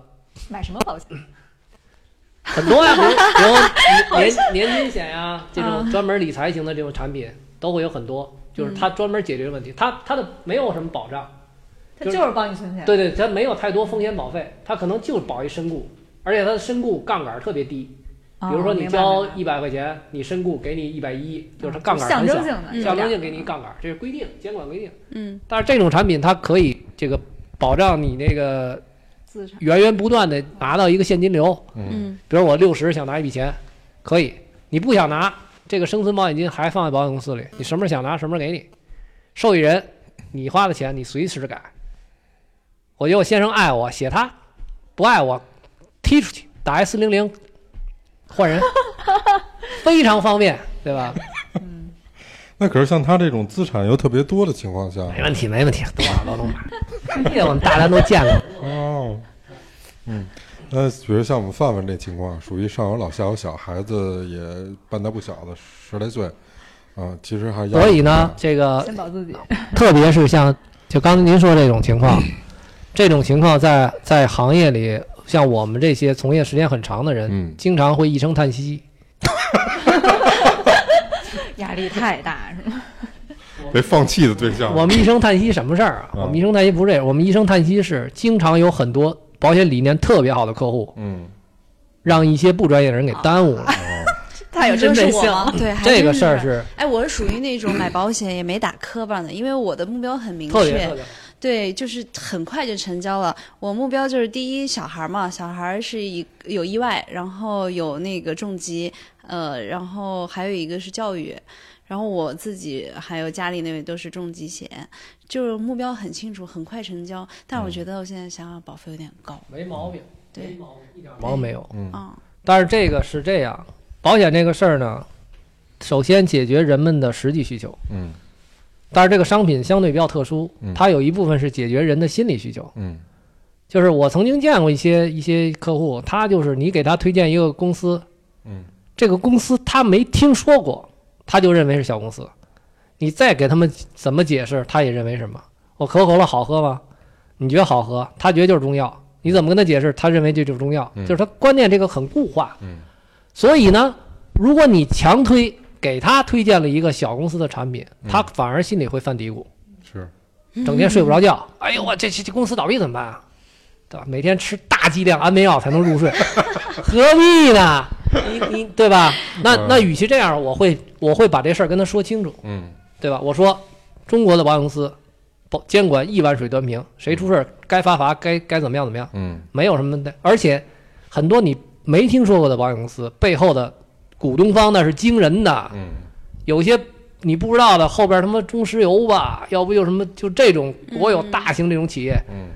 S6: 买什么保险？
S1: *laughs* 很多呀，比如比如
S6: *laughs*
S1: 年年金险呀，这种
S6: 嗯
S1: 专门理财型的这种产品都会有很多，就是
S6: 嗯
S1: 它专门解决问题，它它的没有什么保障，
S6: 他
S1: 就是
S6: 就是帮你存钱。
S1: 对对，它没有太多风险保费，它可能就保一身故，而且它的身故杠杆特别低，
S6: 哦，
S1: 比如说你
S6: 明白
S1: 交
S6: 明白哦
S1: 一百块钱，你身故给你一百一，就是它杠杆
S6: 象
S1: 很小
S6: 征，性的，
S1: 象征性给
S6: 嗯
S1: 你杠杆，这是规定，监管规定。
S4: 嗯
S1: 但是这种产品它可以这个保障你那个
S6: 资产。
S1: 源源不断的拿到一个现金流，
S5: 嗯
S4: 嗯
S1: 比如我六十想拿一笔钱，可以，你不想拿这个生存保险金还放在保险公司里，你什么时候想拿什么时候给你，受益人你花的钱你随时改。我觉得我先生爱我，写他；不爱我，踢出去，打一四零零，换人，非常方便，对吧？
S5: 那可是像他这种资产又特别多的情况下，
S1: 没问题，没问题，多少都能买。 *laughs* 这我们大家都见 *laughs* 过。
S5: 哦，嗯，那比如像我们范范这情况，属于上有老下有小，孩子也半大不小的，十来岁，啊，其实还压力
S1: 所以呢
S5: 挺，
S1: 这个
S6: 先保自己，
S1: 特别是像就刚才您说这种情况，
S5: 嗯
S1: 这种情况在在行业里，像我们这些从业时间很长的人，
S5: 嗯
S1: 经常会一声叹息。
S6: 压力太大是吗？
S5: 大被放弃的对象。
S1: 我们一声叹息什么事儿啊？
S5: 啊
S1: 我们一声叹息不是这个，我们一声叹息是经常有很多保险理念特别好的客户，
S5: 嗯，哦
S1: 让一些不专业的人给耽误了。
S5: 啊
S4: 他有
S6: 真本性
S4: 对，还
S1: 这个
S4: 真
S1: 事儿
S4: 是。
S1: 是
S4: 哎，我是属于那种买保险也没打磕巴呢，因为我的目标很明
S1: 特别特
S4: 确，
S1: 别
S4: 对，就是很快就成交了。我目标就是第一小孩嘛，小孩是一有意外，然后有那个重疾，呃，然后还有一个是教育，然后我自己还有家里那位都是重疾险，就是目标很清楚，很快成交。但我
S1: 嗯
S4: 觉得我现在想想保费有点高，
S1: 没毛病，
S4: 对
S1: 没毛病，一点毛病没有。
S5: 嗯
S4: 啊、
S1: 但是这个是这样，保险这个事儿呢，首先解决人们的实际需求。
S5: 嗯
S1: 但是这个商品相对比较特殊
S5: 嗯，
S1: 它有一部分是解决人的心理需求。
S5: 嗯
S1: 就是我曾经见过一些一些客户，他就是你给他推荐一个公司，
S5: 嗯，
S1: 这个公司他没听说过，他就认为是小公司。你再给他们怎么解释，他也认为什么。我可口可乐好喝吗？你觉得好喝，他觉得就是中药。你怎么跟他解释？他认为这就是中药，
S5: 嗯
S1: 就是他观念这个很固化。
S5: 嗯，
S1: 所以呢，如果你强推给他推荐了一个小公司的产品，
S5: 嗯
S1: 他反而心里会犯嘀咕。
S5: 是，
S1: 整天睡不着觉。哎呦，我这这这公司倒闭怎么办啊？对吧？每天吃大剂量安眠药才能入睡， *laughs* 何必呢？你嗯你 *laughs* 对吧？那那与其这样，我会我会把这事儿跟他说清楚，
S5: 嗯
S1: 对吧？我说，中国的保险公司保监管一碗水端平，谁出事儿该罚罚，该该怎么样怎么样，
S5: 嗯
S1: 没有什么的。而且很多你没听说过的保险公司背后的股东方那是惊人的，
S5: 嗯
S1: 有些你不知道的，后边他妈中石油吧，要不就什么就这种国有大型这种企业，
S5: 嗯，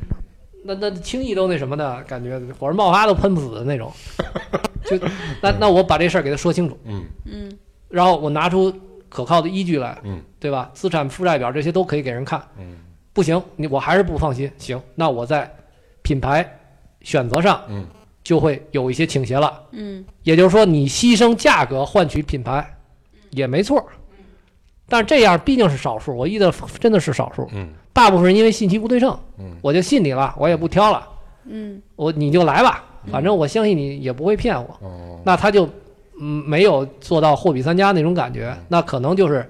S1: 那那轻易都那什么的感觉，火山爆发都喷不死的
S5: *laughs*
S1: 那种。就那那我把这事儿给他说清楚，
S5: 嗯
S4: 嗯
S1: 然后我拿出可靠的依据来，
S5: 嗯
S1: 对吧？资产负债表这些都可以给人看，
S5: 嗯
S1: 不行，你我还是不放心。行，那我在品牌选择上
S5: 嗯
S1: 就会有一些倾斜了。
S4: 嗯
S1: 也就是说，你牺牲价格换取品牌也没错儿，但是这样毕竟是少数，我遇到真的是少数，
S5: 嗯
S1: 大部分人因为信息不对称，
S5: 嗯
S1: 我就信你了，我也不挑了，
S4: 嗯
S1: 我你就来吧，反正我相信你也不会骗我。
S5: 嗯哦，
S1: 那他就嗯没有做到货比三家那种感觉，
S5: 嗯
S1: 那可能就是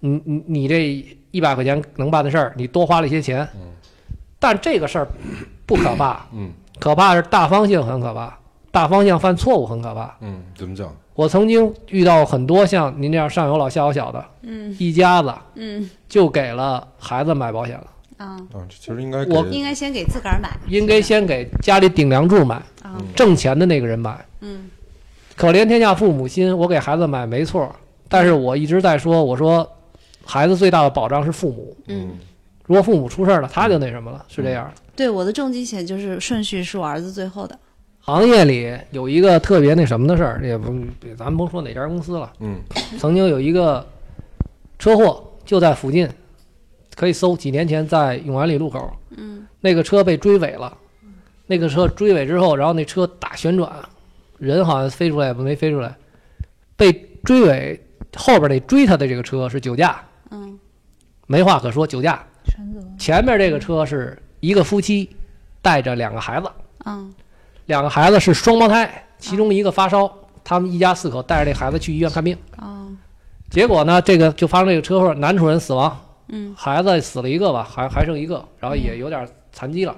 S1: 你你你这一百块钱能办的事儿，你多花了一些钱
S5: 嗯，
S1: 但这个事儿不可怕，
S5: 嗯
S1: 可怕是大方向很可怕，大方向犯错误很可怕。
S5: 嗯，怎么讲？
S1: 我曾经遇到很多像您这样上有老下有小的，
S4: 嗯
S1: 一家子
S4: 嗯
S1: 就给了孩子买保险了，
S4: 啊，
S5: 啊，这其实应该
S1: 我
S5: 给
S4: 应该先给自个儿买，
S1: 应该先给家里顶梁柱买，
S4: 啊，
S1: 挣钱的那个人买。
S4: 嗯
S1: 可怜天下父母心，我给孩子买没错，但是我一直在说，我说孩子最大的保障是父母，
S4: 嗯，
S1: 如果父母出事儿了，他就那什么了，是这样的。
S4: 对，我的重疾险就是顺序是我儿子最后的，
S1: 行业里有一个特别那什么的事儿，也不，咱们甭说哪家公司了，
S5: 嗯
S1: 曾经有一个车祸，就在附近，可以搜，几年前在永安里路口，
S4: 嗯
S1: 那个车被追尾了，那个车追尾之后，然后那车大旋转，人好像飞出来也没飞出来，被追尾后边那追他的这个车是酒驾，
S4: 嗯
S1: 没话可说，酒驾。
S6: 全责。
S1: 前面这个车是一个夫妻带着两个孩子，
S4: 嗯
S1: 两个孩子是双胞胎，其中一个发烧，他们一家四口带着这孩子去医院看病，
S4: 哦
S1: 结果呢，这个就发生这个车祸，男主人死亡，
S4: 嗯
S1: 孩子死了一个吧，还还剩一个，然后也有点残疾了。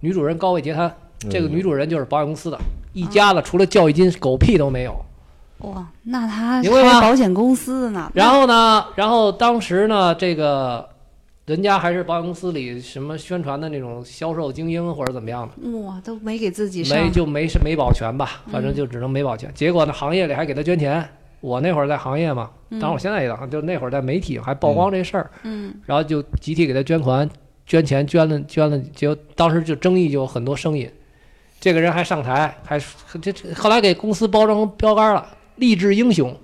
S1: 女主人高位截瘫，这个女主人就是保险公
S4: 嗯
S1: 司的，一家子除了教育金，狗屁都没有。
S4: 哇，那他还
S1: 明白吗
S4: 是保险公司的呢，
S1: 然后呢，然后当时呢，这个人家还是保险公司里什么宣传的那种销售精英或者怎么样的，
S4: 哇都没给自己上，嗯
S1: 没就没是没保全吧，反正就只能没保全。结果呢，行业里还给他捐钱。我那会儿在行业嘛，当然我现在也在，就那会儿在媒体还曝光这事儿，
S4: 嗯
S1: 然后就集体给他捐款、捐钱、捐了、捐了，就当时就争议就有很多声音。这个人还上台，还这这后来给公司包装标杆了，励志英雄，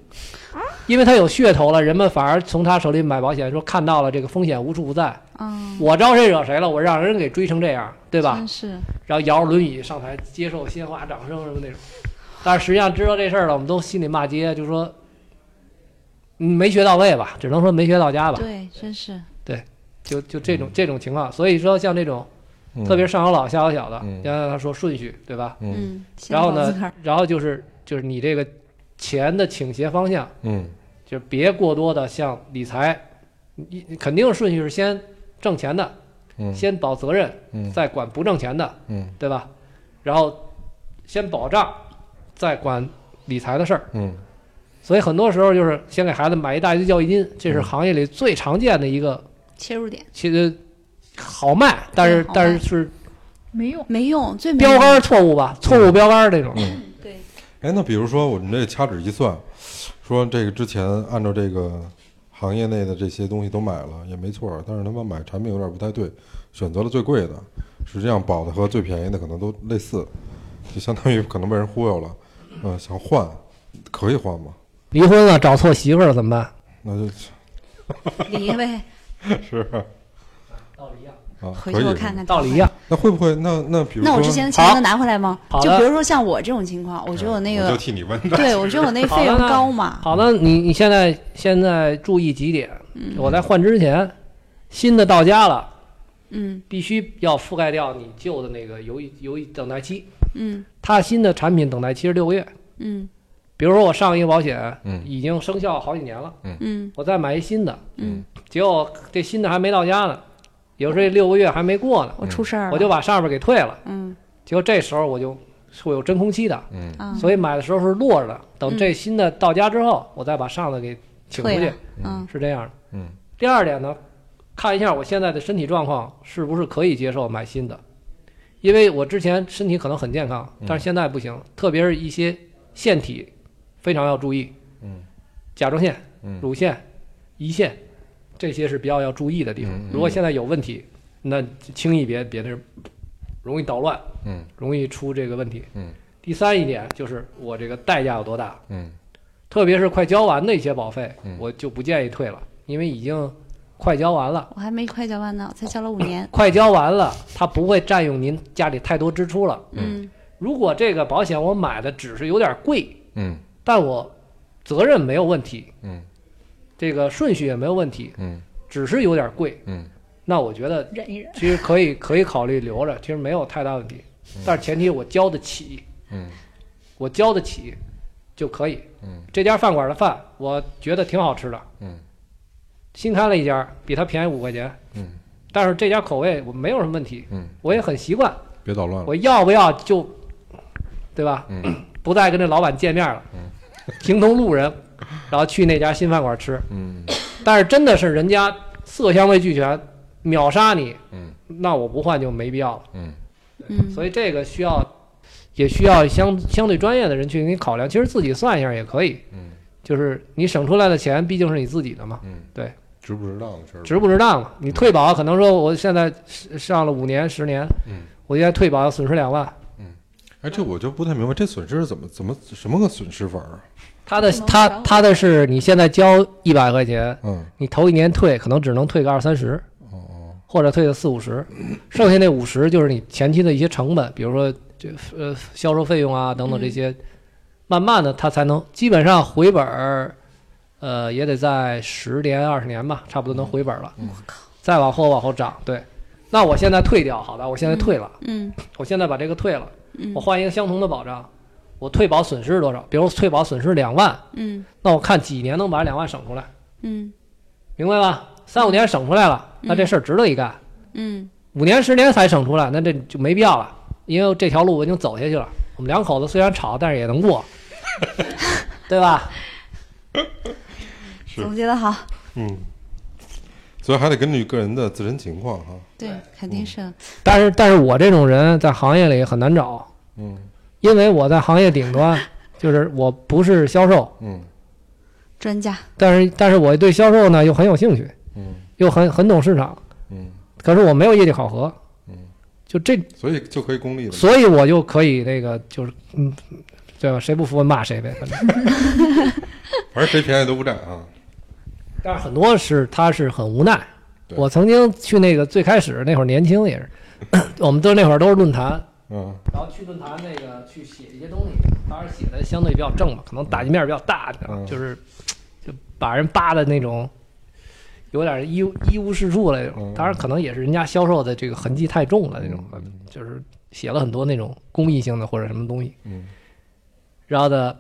S1: 因为他有噱头了，人们反而从他手里买保险，说看到了这个风险无处不在，
S4: 嗯，
S1: 我招谁惹谁了，我让人给追成这样，对吧？
S4: 真是
S1: 然后摇着轮椅上台接受鲜花、掌声什么那种。但是实际上知道这事儿了，我们都心里骂街，就说嗯没学到位吧，只能说没学到家吧。
S4: 对，真是
S1: 就就这种这种情况，所以说像这种
S5: 嗯，
S1: 特别上有老下有小的，
S5: 嗯
S1: 要让他说顺序，对吧？
S5: 嗯
S4: 嗯，先
S1: 然后
S4: 保自个
S1: 呢
S4: 儿，
S1: 然后就是就是你这个钱的倾斜方向，
S5: 嗯
S1: 就别过多的像理财，你你肯定顺序是先挣钱的，
S5: 嗯
S1: 先保责任，
S5: 嗯
S1: 再管不挣钱的，
S5: 嗯
S1: 对吧？然后先保障，再管理财的事儿。
S5: 嗯
S1: 所以很多时候就是先给孩子买一大堆教育金，这
S5: 嗯
S1: 是行业里最常见的一个，
S4: 切入点
S1: 其实好卖，但是
S4: 对好卖
S1: 但是是
S6: 没用，
S4: 没用，最没
S1: 标
S4: 用
S1: 杆儿错误吧，错误标杆儿这种。
S5: 嗯。
S4: 对，
S5: 哎，那比如说我们这掐指一算，说这个之前按照这个行业内的这些东西都买了也没错，但是他妈买产品有点不太对，选择了最贵的，实际上保的和最便宜的可能都类似，就相当于可能被人忽悠了，嗯、想换可以换吗？
S1: 离婚了，找错媳妇儿了怎么办？
S5: 那就
S4: 离呗，
S5: 是
S1: 道理一样，
S5: 啊，
S4: 回
S5: 可
S4: 去
S5: 以
S4: 我
S5: 是
S4: 看
S5: 吗
S4: 看
S1: 道理一样。
S5: 那会不会那那比如说嗯
S4: 那我之前的钱能拿回来吗？
S1: 好的
S4: 就比如说像我这种情况，我觉得我那
S5: 我
S4: 个
S5: 就，替你问的，
S4: 对我觉得我那
S1: *laughs* 好
S4: 费用
S1: 的呢
S4: 高嘛，
S1: 好的，你你现在现在注意几点？我在换之前，新的到家了，
S4: 嗯
S1: 必须要覆盖掉你旧的那个犹豫犹豫等待期。
S4: 嗯
S1: 它新的产品等待期是六个月，
S4: 嗯
S1: 比如说我上一个保险，
S5: 嗯
S1: 已经生效好几年了，
S4: 嗯
S1: 我再买一新的，
S4: 嗯，
S1: 结果这新的还没到家呢，有时候这六个月还没过呢，
S4: 我
S5: 嗯
S4: 出事儿了，
S1: 我就把上面给退了，
S4: 嗯
S1: 结果这时候我就会有真空期的，
S5: 嗯
S4: 啊，
S1: 所以买的时候是落着的，等这新的到家之后，我再把上的给请回
S4: 嗯退
S1: 去
S4: 了，嗯
S1: 是这样的。
S5: 嗯，
S1: 第二点呢，看一下我现在的身体状况是不是可以接受买新的，因为我之前身体可能很健康，
S5: 嗯
S1: 但是现在不行，特别是一些腺体，非常要注意。
S5: 嗯，
S1: 甲状腺
S5: 嗯、
S1: 乳腺、胰腺，这些是比较要注意的地方
S5: 嗯嗯。
S1: 如果现在有问题，那轻易别别那儿，容易捣乱，
S5: 嗯
S1: 容易出这个问题。
S5: 嗯，
S1: 第三一点就是我这个代价有多大。
S5: 嗯
S1: 特别是快交完的一些保费
S5: 嗯，
S1: 我就不建议退了，因为已经快交完了，
S4: 我还没快交完呢，我才交了五年。
S1: 快交完了，它不会占用您家里太多支出了。
S4: 嗯
S1: 如果这个保险我买的只是有点贵，
S5: *laughs* 嗯
S1: 但我责任没有问题，
S5: 嗯，
S1: 这个顺序也没有问题，
S5: 嗯
S1: 只是有点贵，
S5: 嗯，
S1: 那我觉得
S6: 忍一忍。
S1: 其实可以可以考虑留着，其实没有太大问题，但是前提我交得起，
S5: 嗯，
S1: 我交得起就可以，
S5: 嗯，
S1: 这家饭馆的饭我觉得挺好吃的，
S5: 嗯，
S1: 新开了一家，比它便宜五块钱，
S5: 嗯，
S1: 但是这家口味我没有什么问题，
S5: 嗯，
S1: 我也很习惯，
S5: 别捣乱了。
S1: 我要不要就，对吧？
S5: 嗯
S1: 不再跟这老板见面了，形同路人，然后去那家新饭馆吃。
S5: 嗯
S1: 但是真的是人家色香味俱全，秒杀你，
S5: 嗯
S1: 那我不换就没必要了。
S5: 嗯
S4: 嗯，
S1: 所以这个需要，也需要相相对专业的人去给你考量。其实自己算一下也可以，
S5: 嗯
S1: 就是你省出来的钱毕竟是你自己的嘛，
S5: 嗯，
S1: 对，
S5: 值不值当的事儿。
S1: 值不值当嘛？你退保可能说我现在上了五年十年，
S5: 嗯
S1: 我现在退保损失两万，
S5: 哎，这我就不太明白，这损失是怎么怎么什么个损失法啊？
S1: 他的
S6: 可能
S1: 他
S6: 不着
S1: 他的是你现在交一百块钱，
S5: 嗯
S1: 你头一年退可能只能退个二三十，
S5: 哦
S1: 或者退个四五十，剩下那五十就是你前期的一些成本，比如说这呃销售费用啊等
S4: 嗯
S1: 等这些，慢慢的它才能基本上回本儿，呃也得在十年二十年吧，差不多能回本了。
S5: 嗯
S4: 我靠，
S1: 再往后往后涨，对。那我现在退掉，好的，我现在退了，
S4: 嗯
S1: 我现在把这个退了，
S4: 嗯
S1: 我换一个相同的保障，我退保损失多少？比如退保损失两万，
S4: 嗯
S1: 那我看几年能把两万省出来，
S4: 嗯
S1: 明白吧？三五年省出来了，那这事儿值得一干。
S4: 嗯
S1: 五年十年才省出来，那这就没必要了，因为这条路我已经走下去了。我们两口子虽然吵，但是也能过，
S5: *laughs*
S1: 对吧？
S5: 是
S4: 总结的好，
S5: 嗯，所以还得根据个人的自身情况哈。
S4: 对，肯定是
S1: 但是，但是我这种人在行业里很难找，
S5: 嗯
S1: 因为我在行业顶端，就是我不是销售，
S5: 嗯
S4: 专家。 *laughs*
S1: 但是但是我对销售呢又很有兴趣，
S5: 嗯
S1: 又很很懂市场，
S5: 嗯，
S1: 可是我没有业绩考核，
S5: 嗯，
S1: 就这，
S5: 所以就可以功利了。
S1: 所以我就可以那个就是嗯，对吧？谁不服骂谁呗，反正。
S5: 反正谁便宜都不占啊。
S1: 但是很多是他是很无奈。
S5: 对
S1: 我曾经去那个最开始那会儿年轻也是， *coughs* 我们都那会儿都是论坛，
S5: 嗯
S1: 然后去论坛那个去写一些东西，当然写的相对比较正嘛，可能打击面儿比较大，你知道吗
S5: 嗯
S1: 就是就把人扒的那种，有点一无一无是处了那种。
S5: 嗯
S1: 当然可能也是人家销售的这个痕迹太重了那种，就是写了很多那种公益性的或者什么东西。
S5: 嗯
S1: 然后呢，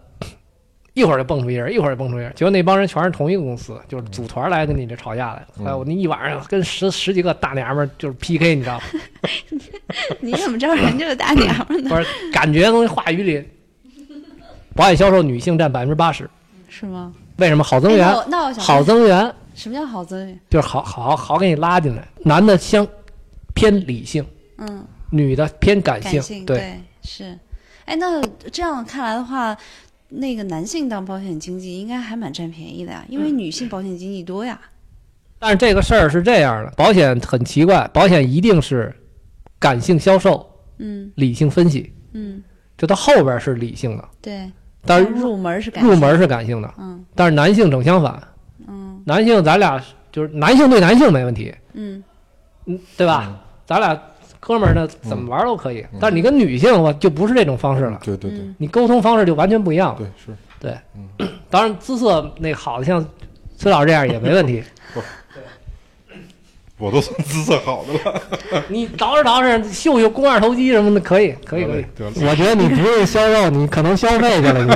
S1: 一会儿就蹦出一人，一会儿就蹦出一人，结果那帮人全是同一个公司，
S5: 嗯
S1: 就是组团来跟你这吵架来。后来我那一晚上跟十十几个大娘们儿就是 PK，你知道吗？
S4: 你怎么知道人家是大娘们呢？
S1: *laughs* 不是，感觉从话语里，保险销售女性占百分之八十，
S4: 是吗？
S1: 为什么好增
S4: 哎
S1: 员
S4: 那？我那我想
S1: 好
S4: 问
S1: 增员
S4: 什么叫好增员？
S1: 就是好好好给你拉进来，男的相偏理性，
S4: 嗯，
S1: 女的偏感性，
S4: 感性是。哎，那这样看来的话，那个男性当保险经纪应该还蛮占便宜的呀，因为女性保险经纪多呀。
S1: 但是这个事儿是这样的，保险很奇怪，保险一定是感性销售、
S4: 嗯
S1: 理性分析，
S4: 嗯，
S1: 就它后边是理性的，
S4: 对。
S1: 但是入
S4: 入门是感性
S1: 入门是感性的，
S4: 嗯
S1: 但是男性整相反，
S4: 嗯
S1: 男性咱俩就是男性对男性没问题，
S4: 嗯
S1: 嗯，对吧？咱俩哥们儿呢怎么玩儿都可以，但是你跟女性我就不是这种方式了，
S5: 嗯对对对、
S4: 嗯
S1: 你沟通方式就完全不一样了。
S5: 对是。
S1: 当然姿色那好的像崔老师这样也没问
S5: *laughs*
S1: 题，
S5: 我都算姿色好的了， *laughs*
S1: 你捯饬捯饬秀秀肱二头肌什么的可以，可以可以。
S5: 得了。
S1: 我觉得你不是销售，你可能消费去了，你。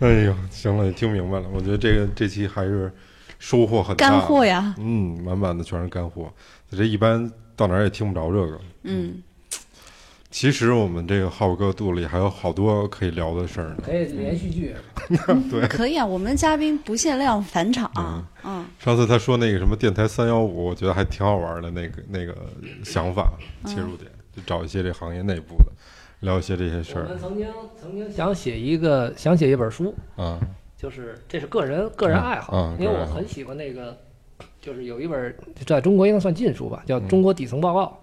S5: 哎呦，行了，你听明白了。我觉得这个这期还是收获很大，啊
S4: 干货呀。
S5: 嗯，满满的全是干货。这一般到哪儿也听不着这个。
S4: 嗯，
S5: 其实我们这个浩哥肚里还有好多可以聊的事儿呢。
S1: 可以连续剧，
S5: 对，
S4: 可以啊，我们嘉宾不限量返场。嗯
S5: 上次他说那个什么电台三幺五，我觉得还挺好玩的，那个那个想法
S1: 嗯
S5: 切入点，就找一些这行业内部的，聊一些这些事
S1: 我
S5: 儿
S1: 们曾经曾经想写一个想写一本书，
S5: 啊。
S1: 就是这是个人个人爱好，
S5: 嗯
S1: 因
S5: 嗯
S1: 为
S5: 个人
S1: 我
S5: 爱好
S1: 很喜欢那个，就是有一本在中国应该算禁书吧，叫《 *clears throat* 中国底层报告》，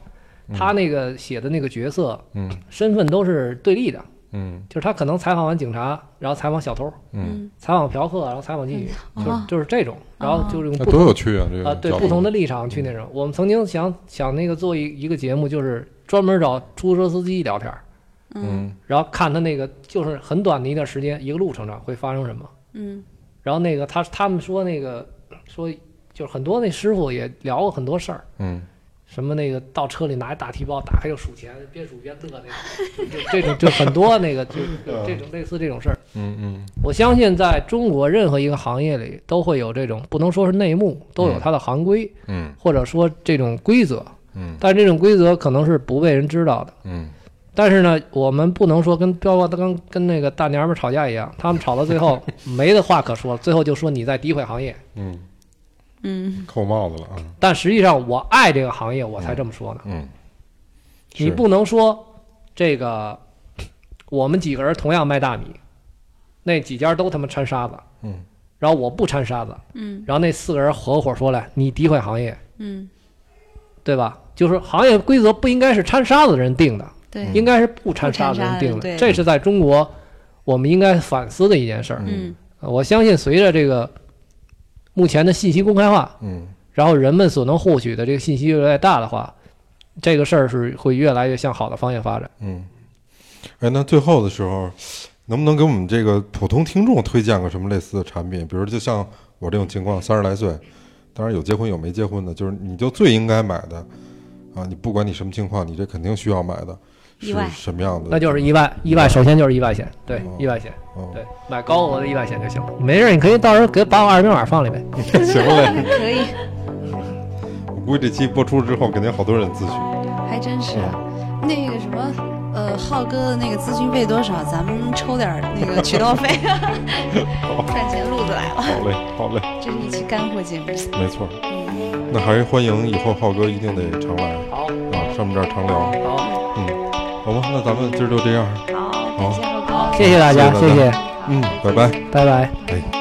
S1: 他那个写的那个角色
S5: 嗯
S1: 身份都是对立的，
S5: 嗯
S1: 就是他可能采访完警察，然后采访小偷，
S5: 嗯，
S1: 采访嫖客，然后采访妓女，
S4: 哦
S1: 就是这种，然后就是用
S5: 那
S1: 不
S5: 多
S1: 同
S5: 有趣啊！这
S1: 啊，
S5: 个
S1: 对
S5: 角
S1: 不
S5: 度
S1: 同的立场
S5: 嗯
S1: 去那种。我们曾经想想那个做一一个节目，就是专门找出租车司机聊天儿，
S5: 嗯
S1: 然后看他那个就是很短的一段时间，一个路程上会发生什么。
S4: 嗯
S1: 然后那个他他们说那个说就是很多那师傅也聊过很多事儿，
S5: 嗯，
S1: 什么那个到车里拿一大提包，打开就数钱，边数边嘚那种，就这种就很多那个就有这种类似这种事儿。
S5: 嗯嗯
S1: 我相信在中国任何一个行业里都会有这种，不能说是内幕，都有它的行规
S5: 嗯
S1: 或者说这种规则，
S5: 嗯
S1: 但这种规则可能是不被人知道的。
S5: 嗯
S1: 但是呢，我们不能说跟彪哥跟跟那个大娘们儿吵架一样，他们吵到最
S5: *laughs*
S1: 后没的话可说，最后就说你在诋毁行业。
S5: 嗯，
S4: 嗯，
S5: 扣帽子了啊！
S1: 但实际上，我爱这个行业，我才这么说呢。
S5: 嗯，
S1: 你
S5: 是
S1: 不能说这个，我们几个人同样卖大米，那几家都他妈掺沙子，
S5: 嗯，
S1: 然后我不掺沙子，
S4: 嗯
S1: 然后那四个人合伙说来，你诋毁行业，
S4: 嗯，
S1: 对吧？就是行业规则不应该是掺沙子的人定的，
S4: 对，
S1: 应该是不掺沙子的人定
S4: 不掺沙子
S1: 的。
S4: 对
S1: 这是在中国我们应该反思的一件事儿。
S4: 嗯
S1: 呃我相信，随着这个目前的信息公开化，
S5: 嗯
S1: 然后人们所能获取的这个信息越来越大的话，这个事儿是会越来越向好的方向发展。
S5: 嗯，哎，那最后的时候，能不能给我们这个普通听众推荐个什么类似的产品？比如就像我这种情况，三十来岁，当然有结婚有没结婚的，就是你就最应该买的啊！你不管你什么情况，你这肯定需要买的，
S4: 意
S5: 是
S4: 外
S5: 什么样的？
S1: 那就是意外，意外首先就是意外险，对
S5: 哦，
S1: 意外险，
S5: 哦，
S1: 对，买高额的意外险就行了。没事儿，你可以到时候给把我二维码放里面。
S5: *laughs* 行嘞。
S4: 嗯可以，
S5: 我估计这期播出之后，肯定好多人自诩。
S4: 还真是。那个什么，呃，浩哥的那个咨询费多少？咱们抽点儿那个渠道费， *laughs* 赚钱路子来了。
S5: 好嘞，好嘞，
S4: 这是一期干货节目。
S5: 没错。那还是欢迎以后浩哥一定得常来
S1: 好，
S5: 啊，上我们这儿常聊。
S1: 好，
S5: 嗯，好吧，那咱们今儿就这样。
S4: 好，感谢浩哥。
S1: 谢谢大家，
S5: 谢
S1: 谢
S5: 谢大
S1: 谢，
S5: 嗯，拜拜。
S1: 拜拜。
S5: 哎。